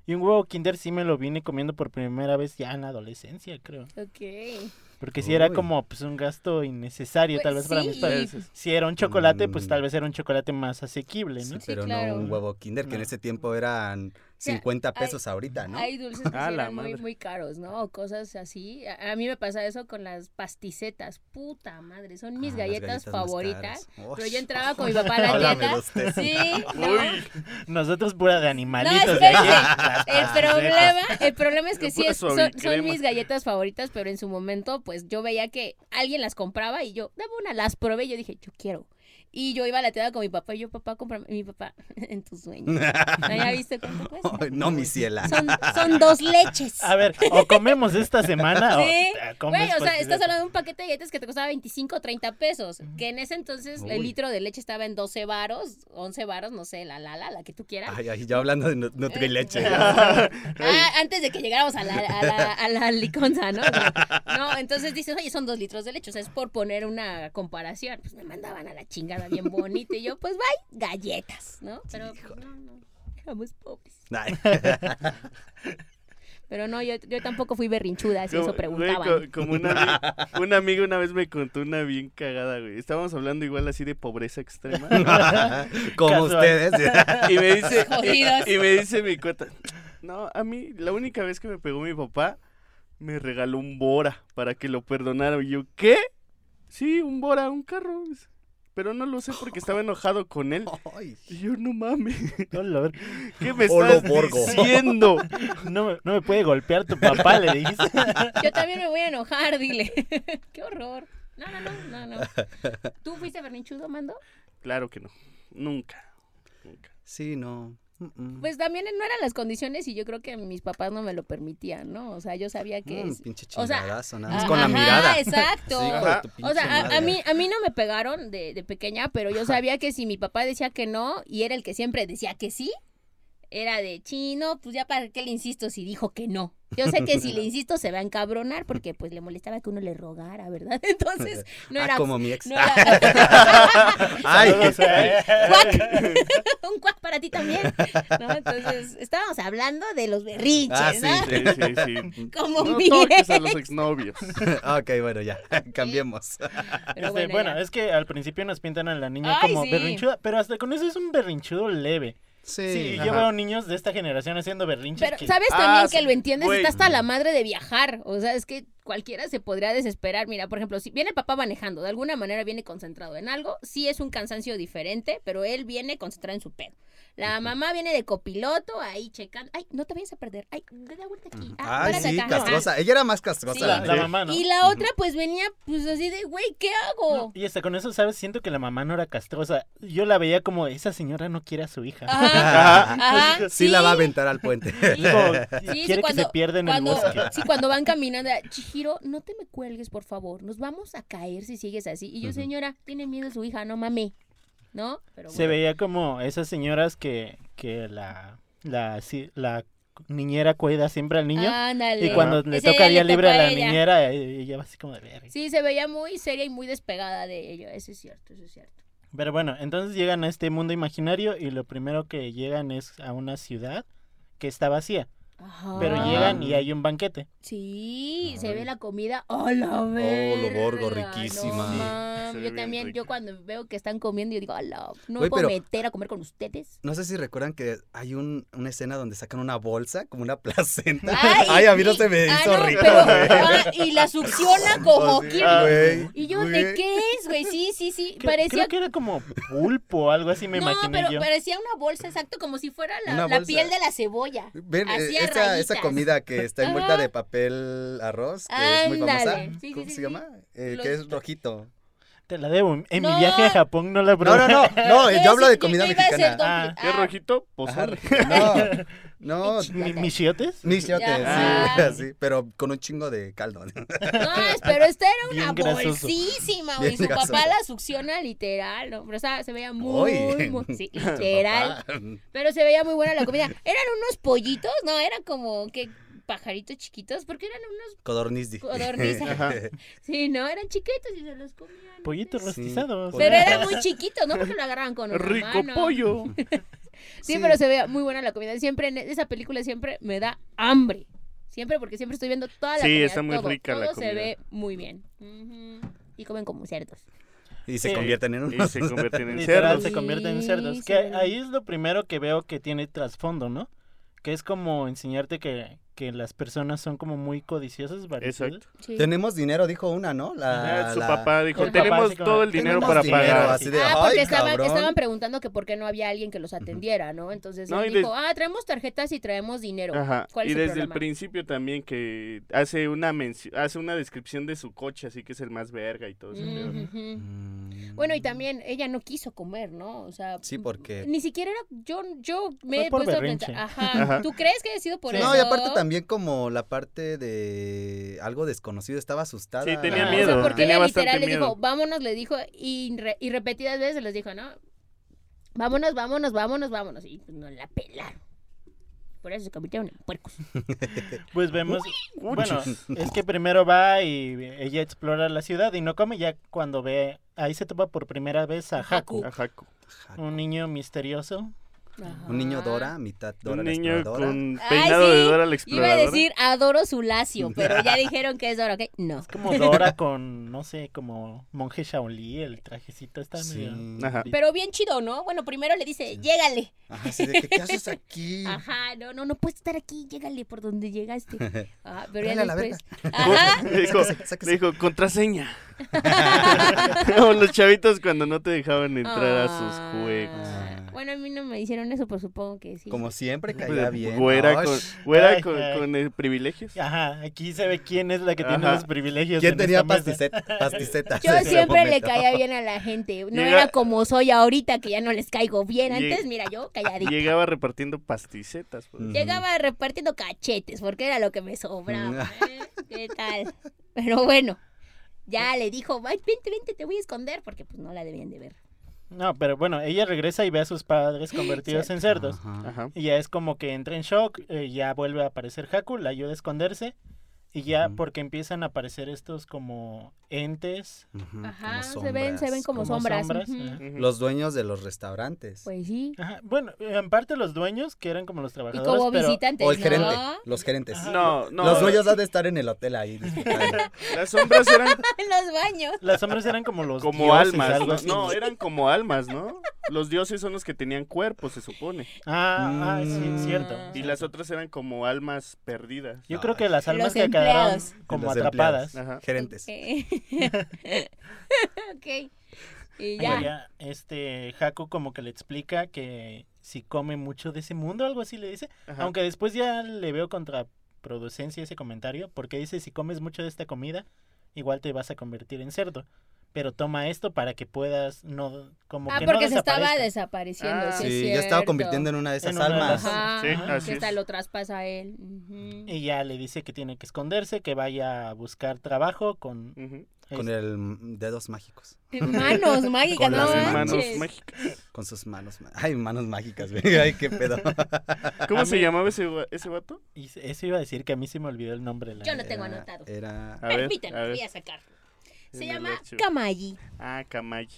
[SPEAKER 2] Y un huevo kinder sí me lo vine comiendo por primera vez ya en la adolescencia, creo.
[SPEAKER 1] Ok.
[SPEAKER 2] Porque sí era
[SPEAKER 3] Uy.
[SPEAKER 2] como pues un gasto innecesario
[SPEAKER 1] Pues
[SPEAKER 2] tal vez para
[SPEAKER 1] sí.
[SPEAKER 2] mis padres. Si era un chocolate, pues
[SPEAKER 3] Mm.
[SPEAKER 2] tal vez era un chocolate más asequible, ¿no?
[SPEAKER 3] Sí,
[SPEAKER 1] Sí,
[SPEAKER 3] pero
[SPEAKER 1] claro.
[SPEAKER 3] no un huevo kinder, que en
[SPEAKER 2] No.
[SPEAKER 3] ese tiempo eran 50
[SPEAKER 1] ay,
[SPEAKER 3] pesos ahorita, ¿no?
[SPEAKER 1] Hay dulces que
[SPEAKER 4] A
[SPEAKER 1] sí
[SPEAKER 4] la
[SPEAKER 1] eran muy,
[SPEAKER 4] madre.
[SPEAKER 1] muy caros, ¿no? O cosas así. A, a mí me pasa eso con las pasticetas. Puta madre, son mis
[SPEAKER 3] Ah, las
[SPEAKER 1] galletas,
[SPEAKER 3] más
[SPEAKER 1] favoritas.
[SPEAKER 3] caras. Ush.
[SPEAKER 1] Pero yo entraba con mi papá a la
[SPEAKER 3] Háblame de
[SPEAKER 1] tienda.
[SPEAKER 3] usted.
[SPEAKER 1] Sí, ¿no?
[SPEAKER 4] Uy,
[SPEAKER 2] Nosotros pura de animalitos. ¿eh?
[SPEAKER 1] No,
[SPEAKER 2] de aquí.
[SPEAKER 1] espérense. El problema, el problema es que sí
[SPEAKER 4] Pura
[SPEAKER 1] es- son,
[SPEAKER 4] suavicrema.
[SPEAKER 1] son mis galletas favoritas, pero en su momento, pues yo veía que alguien las compraba y yo dame una, las probé y yo dije, yo quiero. Y yo iba a la tienda con mi papá y yo, papá, cómprame. Y Mi papá, en tus sueños. ¿Ya viste cuánto cuesta?
[SPEAKER 3] Ay, no, mi ciela.
[SPEAKER 1] Son, son dos leches.
[SPEAKER 2] A ver, o comemos esta semana
[SPEAKER 1] Sí.
[SPEAKER 2] o te comes
[SPEAKER 1] Güey, o sea,
[SPEAKER 2] cualquier-
[SPEAKER 1] estás hablando de un paquete de galletas que te costaba 25 o 30 pesos. Que en ese entonces el
[SPEAKER 3] Uy.
[SPEAKER 1] litro de leche estaba en 12 varos, 11 varos, no sé, la la la, la que tú quieras.
[SPEAKER 3] Ay, ay, yo hablando de nut-
[SPEAKER 1] Eh.
[SPEAKER 3] Nutrileche.
[SPEAKER 1] Ah, antes de que llegáramos a la, a la, a la liconza, ¿no? No, No, entonces dices, oye, son dos litros de leche. O sea, es por poner una comparación. Pues me mandaban a la chingada bien bonita. Y yo, pues bye, galletas, ¿no? Pero pues,
[SPEAKER 3] Híjole.
[SPEAKER 1] no, no. Éramos pobres.
[SPEAKER 3] Ay,
[SPEAKER 1] Pero no, yo, yo tampoco fui berrinchuda, si eso
[SPEAKER 4] como- güey,
[SPEAKER 1] preguntaban.
[SPEAKER 4] co- como una, ami- una amiga una vez me contó una bien cagada, güey. Estábamos hablando igual así de pobreza extrema.
[SPEAKER 3] Como
[SPEAKER 2] Casual.
[SPEAKER 3] ustedes.
[SPEAKER 4] y me dice,
[SPEAKER 1] Jodidos.
[SPEAKER 4] y me dice mi cuota, no, a mí la única vez que me pegó mi papá me regaló un bora para que lo perdonara. Y yo, ¿qué? Sí, un Bora, un carro. Pero no lo sé porque estaba enojado con él.
[SPEAKER 3] Ay.
[SPEAKER 4] Y yo, no mames,
[SPEAKER 2] Dolor.
[SPEAKER 4] ¿qué me
[SPEAKER 5] Olo
[SPEAKER 4] estás
[SPEAKER 5] Borgo.
[SPEAKER 4] diciendo?
[SPEAKER 2] No, me- no me puede golpear tu papá, le dijiste.
[SPEAKER 1] Yo también me voy a enojar, dile. Qué horror. No, no, no, no, no. ¿Tú fuiste berrinchudo, Mando?
[SPEAKER 4] Claro que no, nunca, nunca.
[SPEAKER 3] Sí, no. Mm, mm.
[SPEAKER 1] Pues también no eran las condiciones y yo creo que mis papás no me lo permitían, ¿no? O sea, yo sabía que...
[SPEAKER 3] Mm,
[SPEAKER 1] es-
[SPEAKER 3] pinche
[SPEAKER 1] o sea,
[SPEAKER 3] chingadazo, nada más
[SPEAKER 1] Ah,
[SPEAKER 3] con la
[SPEAKER 1] ajá,
[SPEAKER 3] mirada.
[SPEAKER 1] exacto.
[SPEAKER 3] Sí, hijo de tu
[SPEAKER 1] O
[SPEAKER 3] pinche
[SPEAKER 1] sea, a- a,
[SPEAKER 3] madre.
[SPEAKER 1] mí, a mí no me pegaron de, de pequeña, pero yo sabía que si mi papá decía que no y era el que siempre decía que sí, era de chino, pues ya para qué le insisto si dijo que no. Yo sé que si le insisto se va a encabronar porque pues le molestaba que uno le rogara, ¿verdad? Entonces no
[SPEAKER 3] ah,
[SPEAKER 1] era...
[SPEAKER 3] como mi ex.
[SPEAKER 1] no era-
[SPEAKER 3] Ay,
[SPEAKER 2] Saludos a él.
[SPEAKER 1] ¡Cuac! Un cuac para ti también. ¿no? Entonces estábamos hablando de los berrinches,
[SPEAKER 3] Ah, sí.
[SPEAKER 1] ¿no?
[SPEAKER 4] Sí, sí, sí.
[SPEAKER 1] Como
[SPEAKER 4] No
[SPEAKER 1] mi
[SPEAKER 4] toques a
[SPEAKER 1] ex.
[SPEAKER 4] los exnovios.
[SPEAKER 3] ok, bueno, ya. Cambiemos.
[SPEAKER 1] Pero
[SPEAKER 2] Este,
[SPEAKER 1] bueno,
[SPEAKER 2] bueno,
[SPEAKER 1] ya.
[SPEAKER 2] es que al principio nos pintan a la niña
[SPEAKER 1] Ay,
[SPEAKER 2] como
[SPEAKER 1] sí.
[SPEAKER 2] berrinchuda, pero hasta con eso es un berrinchudo leve. Sí, yo
[SPEAKER 3] ajá.
[SPEAKER 2] veo niños de esta generación haciendo berrinches.
[SPEAKER 1] Pero
[SPEAKER 2] que-
[SPEAKER 1] sabes
[SPEAKER 4] Ah,
[SPEAKER 1] también
[SPEAKER 4] sí,
[SPEAKER 1] que lo entiendes,
[SPEAKER 4] güey.
[SPEAKER 1] está hasta la madre de viajar. O sea, es que cualquiera se podría desesperar. Mira, por ejemplo, si viene el papá manejando, de alguna manera viene concentrado en algo, sí es un cansancio diferente, pero él viene concentrado en su pedo. La mamá viene de copiloto, ahí checando. Ay, no te vayas a perder. Ay, de la vuelta aquí. Ah,
[SPEAKER 3] Ay,
[SPEAKER 1] párate
[SPEAKER 3] sí,
[SPEAKER 1] acá. Ajá.
[SPEAKER 3] castrosa. Ella era más
[SPEAKER 1] Sí.
[SPEAKER 3] castrosa.
[SPEAKER 2] la, la
[SPEAKER 3] neta.
[SPEAKER 2] mamá, Ah, ¿no?
[SPEAKER 1] Y la otra, pues venía, pues así de, güey, ¿qué hago?
[SPEAKER 2] No, Y hasta con eso, ¿sabes? Siento que la mamá no era castrosa. Yo la veía como, esa señora no quiere a su hija.
[SPEAKER 1] Ah, Ajá, ajá,
[SPEAKER 3] Sí, la va a aventar al puente.
[SPEAKER 1] sí.
[SPEAKER 2] Como,
[SPEAKER 1] sí,
[SPEAKER 2] quiere que
[SPEAKER 1] cuando-
[SPEAKER 2] se pierda en
[SPEAKER 1] cuando,
[SPEAKER 2] el bosque.
[SPEAKER 1] sí, cuando van caminando, Chihiro, no te me cuelgues, por favor. Nos vamos a caer si sigues así. Y yo,
[SPEAKER 3] Ujú.
[SPEAKER 1] señora, tiene miedo su hija, no mame. ¿No? Pero
[SPEAKER 2] Se
[SPEAKER 1] bueno.
[SPEAKER 2] veía como esas señoras que, que la, la, sí, la niñera cuida siempre al niño.
[SPEAKER 1] Ándale.
[SPEAKER 2] y cuando le
[SPEAKER 1] Ese
[SPEAKER 2] toca día libre a
[SPEAKER 1] tocó
[SPEAKER 2] la
[SPEAKER 1] ella.
[SPEAKER 2] niñera, eh, ella va así como de verga.
[SPEAKER 1] Sí, se veía muy seria y muy despegada de ello. Eso es cierto, eso es cierto.
[SPEAKER 2] Pero bueno, entonces llegan a este mundo imaginario y lo primero que llegan es a una ciudad que está vacía.
[SPEAKER 1] Ajá.
[SPEAKER 2] Pero
[SPEAKER 1] Ah.
[SPEAKER 2] llegan y hay un banquete.
[SPEAKER 1] Sí, se
[SPEAKER 3] Ay.
[SPEAKER 1] ve la comida. ¡Oh, la verga!
[SPEAKER 3] lo borgo,
[SPEAKER 1] No
[SPEAKER 3] riquísima.
[SPEAKER 1] mames,
[SPEAKER 4] Sí, se ve
[SPEAKER 1] yo
[SPEAKER 4] bien
[SPEAKER 1] también, yo
[SPEAKER 4] rica.
[SPEAKER 1] cuando veo que están comiendo, yo digo, ¡Hola! No me
[SPEAKER 3] Güey,
[SPEAKER 1] puedo
[SPEAKER 3] pero-
[SPEAKER 1] meter a comer con ustedes.
[SPEAKER 3] No sé si recuerdan que hay un, una escena donde sacan una bolsa, como una placenta.
[SPEAKER 1] Ay,
[SPEAKER 3] Ay, a mí no
[SPEAKER 1] sí.
[SPEAKER 3] se me
[SPEAKER 1] Ah,
[SPEAKER 3] hizo
[SPEAKER 1] no,
[SPEAKER 3] rico,
[SPEAKER 1] pero-
[SPEAKER 3] güey. Pues
[SPEAKER 1] ah, y la succiona como
[SPEAKER 4] Sí,
[SPEAKER 1] quiere.
[SPEAKER 4] ah,
[SPEAKER 3] Güey,
[SPEAKER 1] Y yo, ¿de
[SPEAKER 3] güey.
[SPEAKER 1] qué es, güey? Sí, sí, sí.
[SPEAKER 2] Cre-
[SPEAKER 1] Parecía.
[SPEAKER 2] Creo que era como pulpo o algo así, me
[SPEAKER 1] no,
[SPEAKER 2] imaginé
[SPEAKER 1] pero
[SPEAKER 2] yo.
[SPEAKER 1] parecía una bolsa, exacto, como si fuera la,
[SPEAKER 3] Una
[SPEAKER 1] la
[SPEAKER 3] bolsa.
[SPEAKER 1] piel de la cebolla.
[SPEAKER 3] Ven, eh,
[SPEAKER 1] Hacía
[SPEAKER 3] esa, esa
[SPEAKER 1] rayitas.
[SPEAKER 3] comida que está envuelta
[SPEAKER 1] Ajá.
[SPEAKER 3] de papel arroz, que es muy
[SPEAKER 1] Ándale.
[SPEAKER 3] famosa.
[SPEAKER 1] Sí, sí,
[SPEAKER 3] ¿Cómo
[SPEAKER 1] sí,
[SPEAKER 3] se
[SPEAKER 1] sí.
[SPEAKER 3] llama? Eh,
[SPEAKER 1] Los-
[SPEAKER 3] que es rojito.
[SPEAKER 2] Te la debo. En
[SPEAKER 1] No.
[SPEAKER 2] mi viaje a Japón no la probé.
[SPEAKER 3] No, no, no, no, eh,
[SPEAKER 1] iba
[SPEAKER 3] yo
[SPEAKER 1] a
[SPEAKER 3] hablo
[SPEAKER 1] decir-
[SPEAKER 3] de comida
[SPEAKER 1] yo iba a decir
[SPEAKER 3] mexicana.
[SPEAKER 1] doble-
[SPEAKER 2] Ah,
[SPEAKER 4] ¿Qué rojito?
[SPEAKER 3] Ajá,
[SPEAKER 4] Pozole.
[SPEAKER 3] no, no,
[SPEAKER 2] Mi- ¿Mis chiotes?
[SPEAKER 3] mis chiotes,
[SPEAKER 1] Ya.
[SPEAKER 3] sí, sí, pero con un chingo de caldo.
[SPEAKER 1] No, es- pero esta era una
[SPEAKER 2] Bien grasoso.
[SPEAKER 1] bolsísima, güey.
[SPEAKER 3] Bien
[SPEAKER 1] Su papá
[SPEAKER 3] grasoso.
[SPEAKER 1] la succiona literal, ¿no? Pero o sea, se veía muy,
[SPEAKER 3] Uy.
[SPEAKER 1] muy- sí, literal. Pero se veía muy buena la comida. ¿Eran unos pollitos? No, eran como que pajaritos chiquitos, porque eran unos.
[SPEAKER 3] Codorniz. di.
[SPEAKER 1] Codorniz.
[SPEAKER 4] Ajá.
[SPEAKER 1] Sí, no, eran chiquitos y se los comían.
[SPEAKER 2] Pollitos
[SPEAKER 3] Sí.
[SPEAKER 2] rostizados.
[SPEAKER 1] Pero era muy chiquito, ¿no? Porque lo agarraban con una
[SPEAKER 4] Rico
[SPEAKER 1] mano.
[SPEAKER 4] pollo.
[SPEAKER 1] Sí,
[SPEAKER 3] Sí.
[SPEAKER 1] pero se veía muy buena la comida. Siempre en esa película siempre me da hambre. Siempre porque siempre estoy viendo toda la
[SPEAKER 4] Sí,
[SPEAKER 1] comida.
[SPEAKER 4] está muy
[SPEAKER 1] todo,
[SPEAKER 4] rica la
[SPEAKER 1] todo se
[SPEAKER 4] comida.
[SPEAKER 1] ve muy bien. Ujú. Y comen como cerdos.
[SPEAKER 3] Y se
[SPEAKER 2] Sí.
[SPEAKER 3] convierten en
[SPEAKER 4] Y
[SPEAKER 3] unos.
[SPEAKER 4] se convierten en
[SPEAKER 2] Literal,
[SPEAKER 4] cerdos.
[SPEAKER 2] se convierte en
[SPEAKER 1] Sí,
[SPEAKER 2] cerdos.
[SPEAKER 1] sí.
[SPEAKER 2] Que ahí es lo primero que veo que tiene trasfondo, ¿no? Que es como enseñarte que, que las personas son como muy codiciosas, variadas.
[SPEAKER 4] Exacto.
[SPEAKER 1] Sí.
[SPEAKER 3] Tenemos dinero, dijo una, ¿no? La,
[SPEAKER 4] Ah, su
[SPEAKER 3] la-
[SPEAKER 4] papá dijo,
[SPEAKER 2] El papá
[SPEAKER 4] tenemos
[SPEAKER 2] así como,
[SPEAKER 4] todo el dinero
[SPEAKER 3] "Tenemos
[SPEAKER 4] para
[SPEAKER 3] dinero",
[SPEAKER 4] pagar.
[SPEAKER 3] así de,
[SPEAKER 1] ah, porque
[SPEAKER 3] "Ay,
[SPEAKER 1] estaban,
[SPEAKER 3] cabrón".
[SPEAKER 1] estaban preguntando que por qué no había alguien que los atendiera, ¿no? Entonces
[SPEAKER 4] No,
[SPEAKER 1] él
[SPEAKER 4] y
[SPEAKER 1] dijo,
[SPEAKER 4] des-
[SPEAKER 1] ah, traemos tarjetas y traemos dinero.
[SPEAKER 4] Ajá.
[SPEAKER 1] ¿Cuál
[SPEAKER 4] Y
[SPEAKER 1] es
[SPEAKER 4] desde el
[SPEAKER 1] problema?
[SPEAKER 4] principio también que hace una menci- hace una descripción de su coche, así que es el más verga y todo ese pedo.
[SPEAKER 1] Ujú.
[SPEAKER 3] Mm.
[SPEAKER 1] Bueno, y también ella no quiso comer, ¿no? O sea,
[SPEAKER 3] Sí, porque.
[SPEAKER 1] ni siquiera era yo yo me
[SPEAKER 2] Fue
[SPEAKER 1] he
[SPEAKER 2] por
[SPEAKER 1] puesto a
[SPEAKER 2] berrinche.
[SPEAKER 1] pensar, ajá.
[SPEAKER 4] Ajá.
[SPEAKER 1] ¿Tú crees que haya sido por
[SPEAKER 2] Sí.
[SPEAKER 1] eso?
[SPEAKER 3] No, y aparte también como la parte de algo desconocido, estaba asustada.
[SPEAKER 4] Sí, tenía
[SPEAKER 1] Ajá.
[SPEAKER 4] miedo.
[SPEAKER 1] O sea, porque
[SPEAKER 4] tenía
[SPEAKER 1] ella
[SPEAKER 4] bastante
[SPEAKER 1] literal le dijo,
[SPEAKER 4] miedo.
[SPEAKER 1] vámonos, le dijo, y, re- y repetidas veces les dijo, ¿no? Vámonos, vámonos, vámonos, vámonos. Y pues, no la pelaron. Por eso se convirtieron en puercos.
[SPEAKER 2] Pues vemos. Bueno, es que primero va y ella explora la ciudad y no come. Ya cuando ve. Ahí se topa por primera vez a Haku,
[SPEAKER 4] Ajá.
[SPEAKER 3] Ajá.
[SPEAKER 2] un niño misterioso.
[SPEAKER 3] Un niño Dora, mitad Dora
[SPEAKER 4] Un
[SPEAKER 3] la
[SPEAKER 4] niño
[SPEAKER 3] exploradora.
[SPEAKER 4] con
[SPEAKER 1] Ay,
[SPEAKER 4] peinado
[SPEAKER 1] sí,
[SPEAKER 4] de Dora la
[SPEAKER 1] Iba a
[SPEAKER 4] exploradora.
[SPEAKER 1] decir, adoro su lacio, pero ya dijeron que es Dora, ¿ok? No.
[SPEAKER 2] Como Dora con, no sé, como monje Shaolí, el trajecito está
[SPEAKER 3] Sí.
[SPEAKER 2] medio.
[SPEAKER 4] Ajá.
[SPEAKER 1] Pero bien chido, ¿no? Bueno, primero le dice, llégale.
[SPEAKER 3] Ajá, así de que, ¿qué haces aquí?
[SPEAKER 1] Ajá, no, no, no puedes estar aquí, llégale por donde llegaste. Ajá, pero ya
[SPEAKER 3] Órale, a la
[SPEAKER 1] después.
[SPEAKER 4] Con-
[SPEAKER 1] Ajá.
[SPEAKER 4] le dijo,
[SPEAKER 3] Sáquese, sáquese.
[SPEAKER 4] le dijo, contraseña. o los chavitos cuando no te dejaban entrar a sus juegos.
[SPEAKER 1] Ah, Bueno, a mí no me hicieron eso, pero supongo que sí.
[SPEAKER 3] Como siempre, caía bien.
[SPEAKER 4] Pues, Güera
[SPEAKER 3] Ay,
[SPEAKER 4] con, güera
[SPEAKER 2] Ay,
[SPEAKER 4] con,
[SPEAKER 2] ay.
[SPEAKER 4] con, eh, privilegios.
[SPEAKER 2] Ajá, aquí se ve quién es la que tiene
[SPEAKER 4] Ajá.
[SPEAKER 2] los privilegios.
[SPEAKER 3] ¿Quién
[SPEAKER 2] en
[SPEAKER 3] tenía eh?
[SPEAKER 2] esta mesa.
[SPEAKER 3] pasticeta? pasticetas
[SPEAKER 1] Yo
[SPEAKER 3] en ese
[SPEAKER 1] siempre le
[SPEAKER 3] momento?
[SPEAKER 1] caía bien a la gente. No
[SPEAKER 4] Llega-
[SPEAKER 1] era como soy ahorita, que ya no les caigo bien.
[SPEAKER 4] Lleg-
[SPEAKER 1] Antes, mira, yo calladita.
[SPEAKER 4] Llegaba repartiendo pasticetas. pues.
[SPEAKER 3] Mm.
[SPEAKER 1] Llegaba repartiendo cachetes, porque era lo que me sobraba. ¿eh? ¿Qué tal? Pero bueno, ya le dijo, "Ay, vente, vente, te voy a esconder, porque pues no la debían de ver.
[SPEAKER 2] No, pero bueno, ella regresa y ve a sus padres convertidos en cerdos.
[SPEAKER 3] Ajá.
[SPEAKER 4] Ajá.
[SPEAKER 2] Y ya es como que entra en shock, eh, ya vuelve a aparecer Haku, la ayuda a esconderse. Y ya
[SPEAKER 3] Ujú.
[SPEAKER 2] porque empiezan a aparecer estos como entes.
[SPEAKER 3] Ujú,
[SPEAKER 1] Ajá,
[SPEAKER 3] Mm, como
[SPEAKER 1] se ven, se ven
[SPEAKER 3] sombras,
[SPEAKER 1] como,
[SPEAKER 2] como
[SPEAKER 1] sombras.
[SPEAKER 2] sombras,
[SPEAKER 1] ujú.
[SPEAKER 2] ajá.
[SPEAKER 4] Ujú.
[SPEAKER 3] Los dueños de los restaurantes.
[SPEAKER 1] Pues sí.
[SPEAKER 2] Ajá, Bueno, en parte los dueños, que eran como los
[SPEAKER 1] Y
[SPEAKER 2] trabajadores,
[SPEAKER 1] como
[SPEAKER 2] pero
[SPEAKER 1] visitantes,
[SPEAKER 3] o el
[SPEAKER 1] ¿no?
[SPEAKER 3] gerente, los gerentes.
[SPEAKER 4] No, no.
[SPEAKER 3] los dueños han de estar en el hotel ahí. disfrutando.
[SPEAKER 4] Las sombras eran
[SPEAKER 1] En los baños.
[SPEAKER 2] las sombras eran como los
[SPEAKER 4] como
[SPEAKER 2] dioses,
[SPEAKER 4] almas.
[SPEAKER 2] algo
[SPEAKER 4] ¿no?
[SPEAKER 2] así.
[SPEAKER 4] No, eran como almas, ¿no? Los dioses son los que tenían cuerpo, se supone.
[SPEAKER 2] Ah, ah, sí,
[SPEAKER 3] Mm.
[SPEAKER 2] cierto.
[SPEAKER 4] Y las otras eran como almas perdidas.
[SPEAKER 2] Yo
[SPEAKER 3] No,
[SPEAKER 2] creo que las almas
[SPEAKER 1] Los
[SPEAKER 2] que quedaron
[SPEAKER 1] empleados.
[SPEAKER 2] como
[SPEAKER 3] Los
[SPEAKER 2] atrapadas.
[SPEAKER 4] Ajá.
[SPEAKER 3] gerentes.
[SPEAKER 1] ok. Y
[SPEAKER 2] Ya.
[SPEAKER 1] ya.
[SPEAKER 2] este Jaco como que le explica que si come mucho de ese mundo, algo así le dice.
[SPEAKER 4] Ajá.
[SPEAKER 2] Aunque después ya le veo contraproducencia ese comentario, porque dice si comes mucho de esta comida, igual te vas a convertir en cerdo. Pero toma esto para que puedas no como
[SPEAKER 1] Ah,
[SPEAKER 2] que no
[SPEAKER 1] porque se estaba
[SPEAKER 2] desaparezca.
[SPEAKER 1] desapareciendo.
[SPEAKER 4] Ah,
[SPEAKER 1] sí,
[SPEAKER 3] Sí,
[SPEAKER 1] es
[SPEAKER 3] ya estaba
[SPEAKER 1] cierto.
[SPEAKER 3] convirtiendo en una de esas
[SPEAKER 2] En una de
[SPEAKER 3] almas.
[SPEAKER 2] las-
[SPEAKER 1] Ajá,
[SPEAKER 4] Sí,
[SPEAKER 1] ajá,
[SPEAKER 4] así
[SPEAKER 1] que hasta
[SPEAKER 4] es.
[SPEAKER 1] lo traspasa a él. ujú.
[SPEAKER 2] Y ya le dice que tiene que esconderse, que vaya a buscar trabajo con
[SPEAKER 3] Mm.
[SPEAKER 4] Ujú.
[SPEAKER 3] Con
[SPEAKER 2] es-
[SPEAKER 3] el mm, dedos mágicos.
[SPEAKER 1] Manos mágicas,
[SPEAKER 3] Con
[SPEAKER 1] no manches.
[SPEAKER 3] las
[SPEAKER 4] Manos mágicas.
[SPEAKER 3] Con sus manos. ma- Ay, manos mágicas, güey. Ay, qué pedo.
[SPEAKER 4] ¿Cómo se llamaba ese, gua- ese vato?
[SPEAKER 2] y eso iba a decir que a mí se me olvidó el nombre. la
[SPEAKER 1] Yo no
[SPEAKER 2] neta.
[SPEAKER 1] tengo
[SPEAKER 3] Era-
[SPEAKER 1] anotado.
[SPEAKER 3] Era.
[SPEAKER 2] Ah.
[SPEAKER 4] A ver,
[SPEAKER 1] Permítanme,
[SPEAKER 4] a ver.
[SPEAKER 1] voy a sacarlo. Se
[SPEAKER 4] En el
[SPEAKER 1] llama
[SPEAKER 4] archivo.
[SPEAKER 1] Kamayi.
[SPEAKER 4] Ah, Kamagi.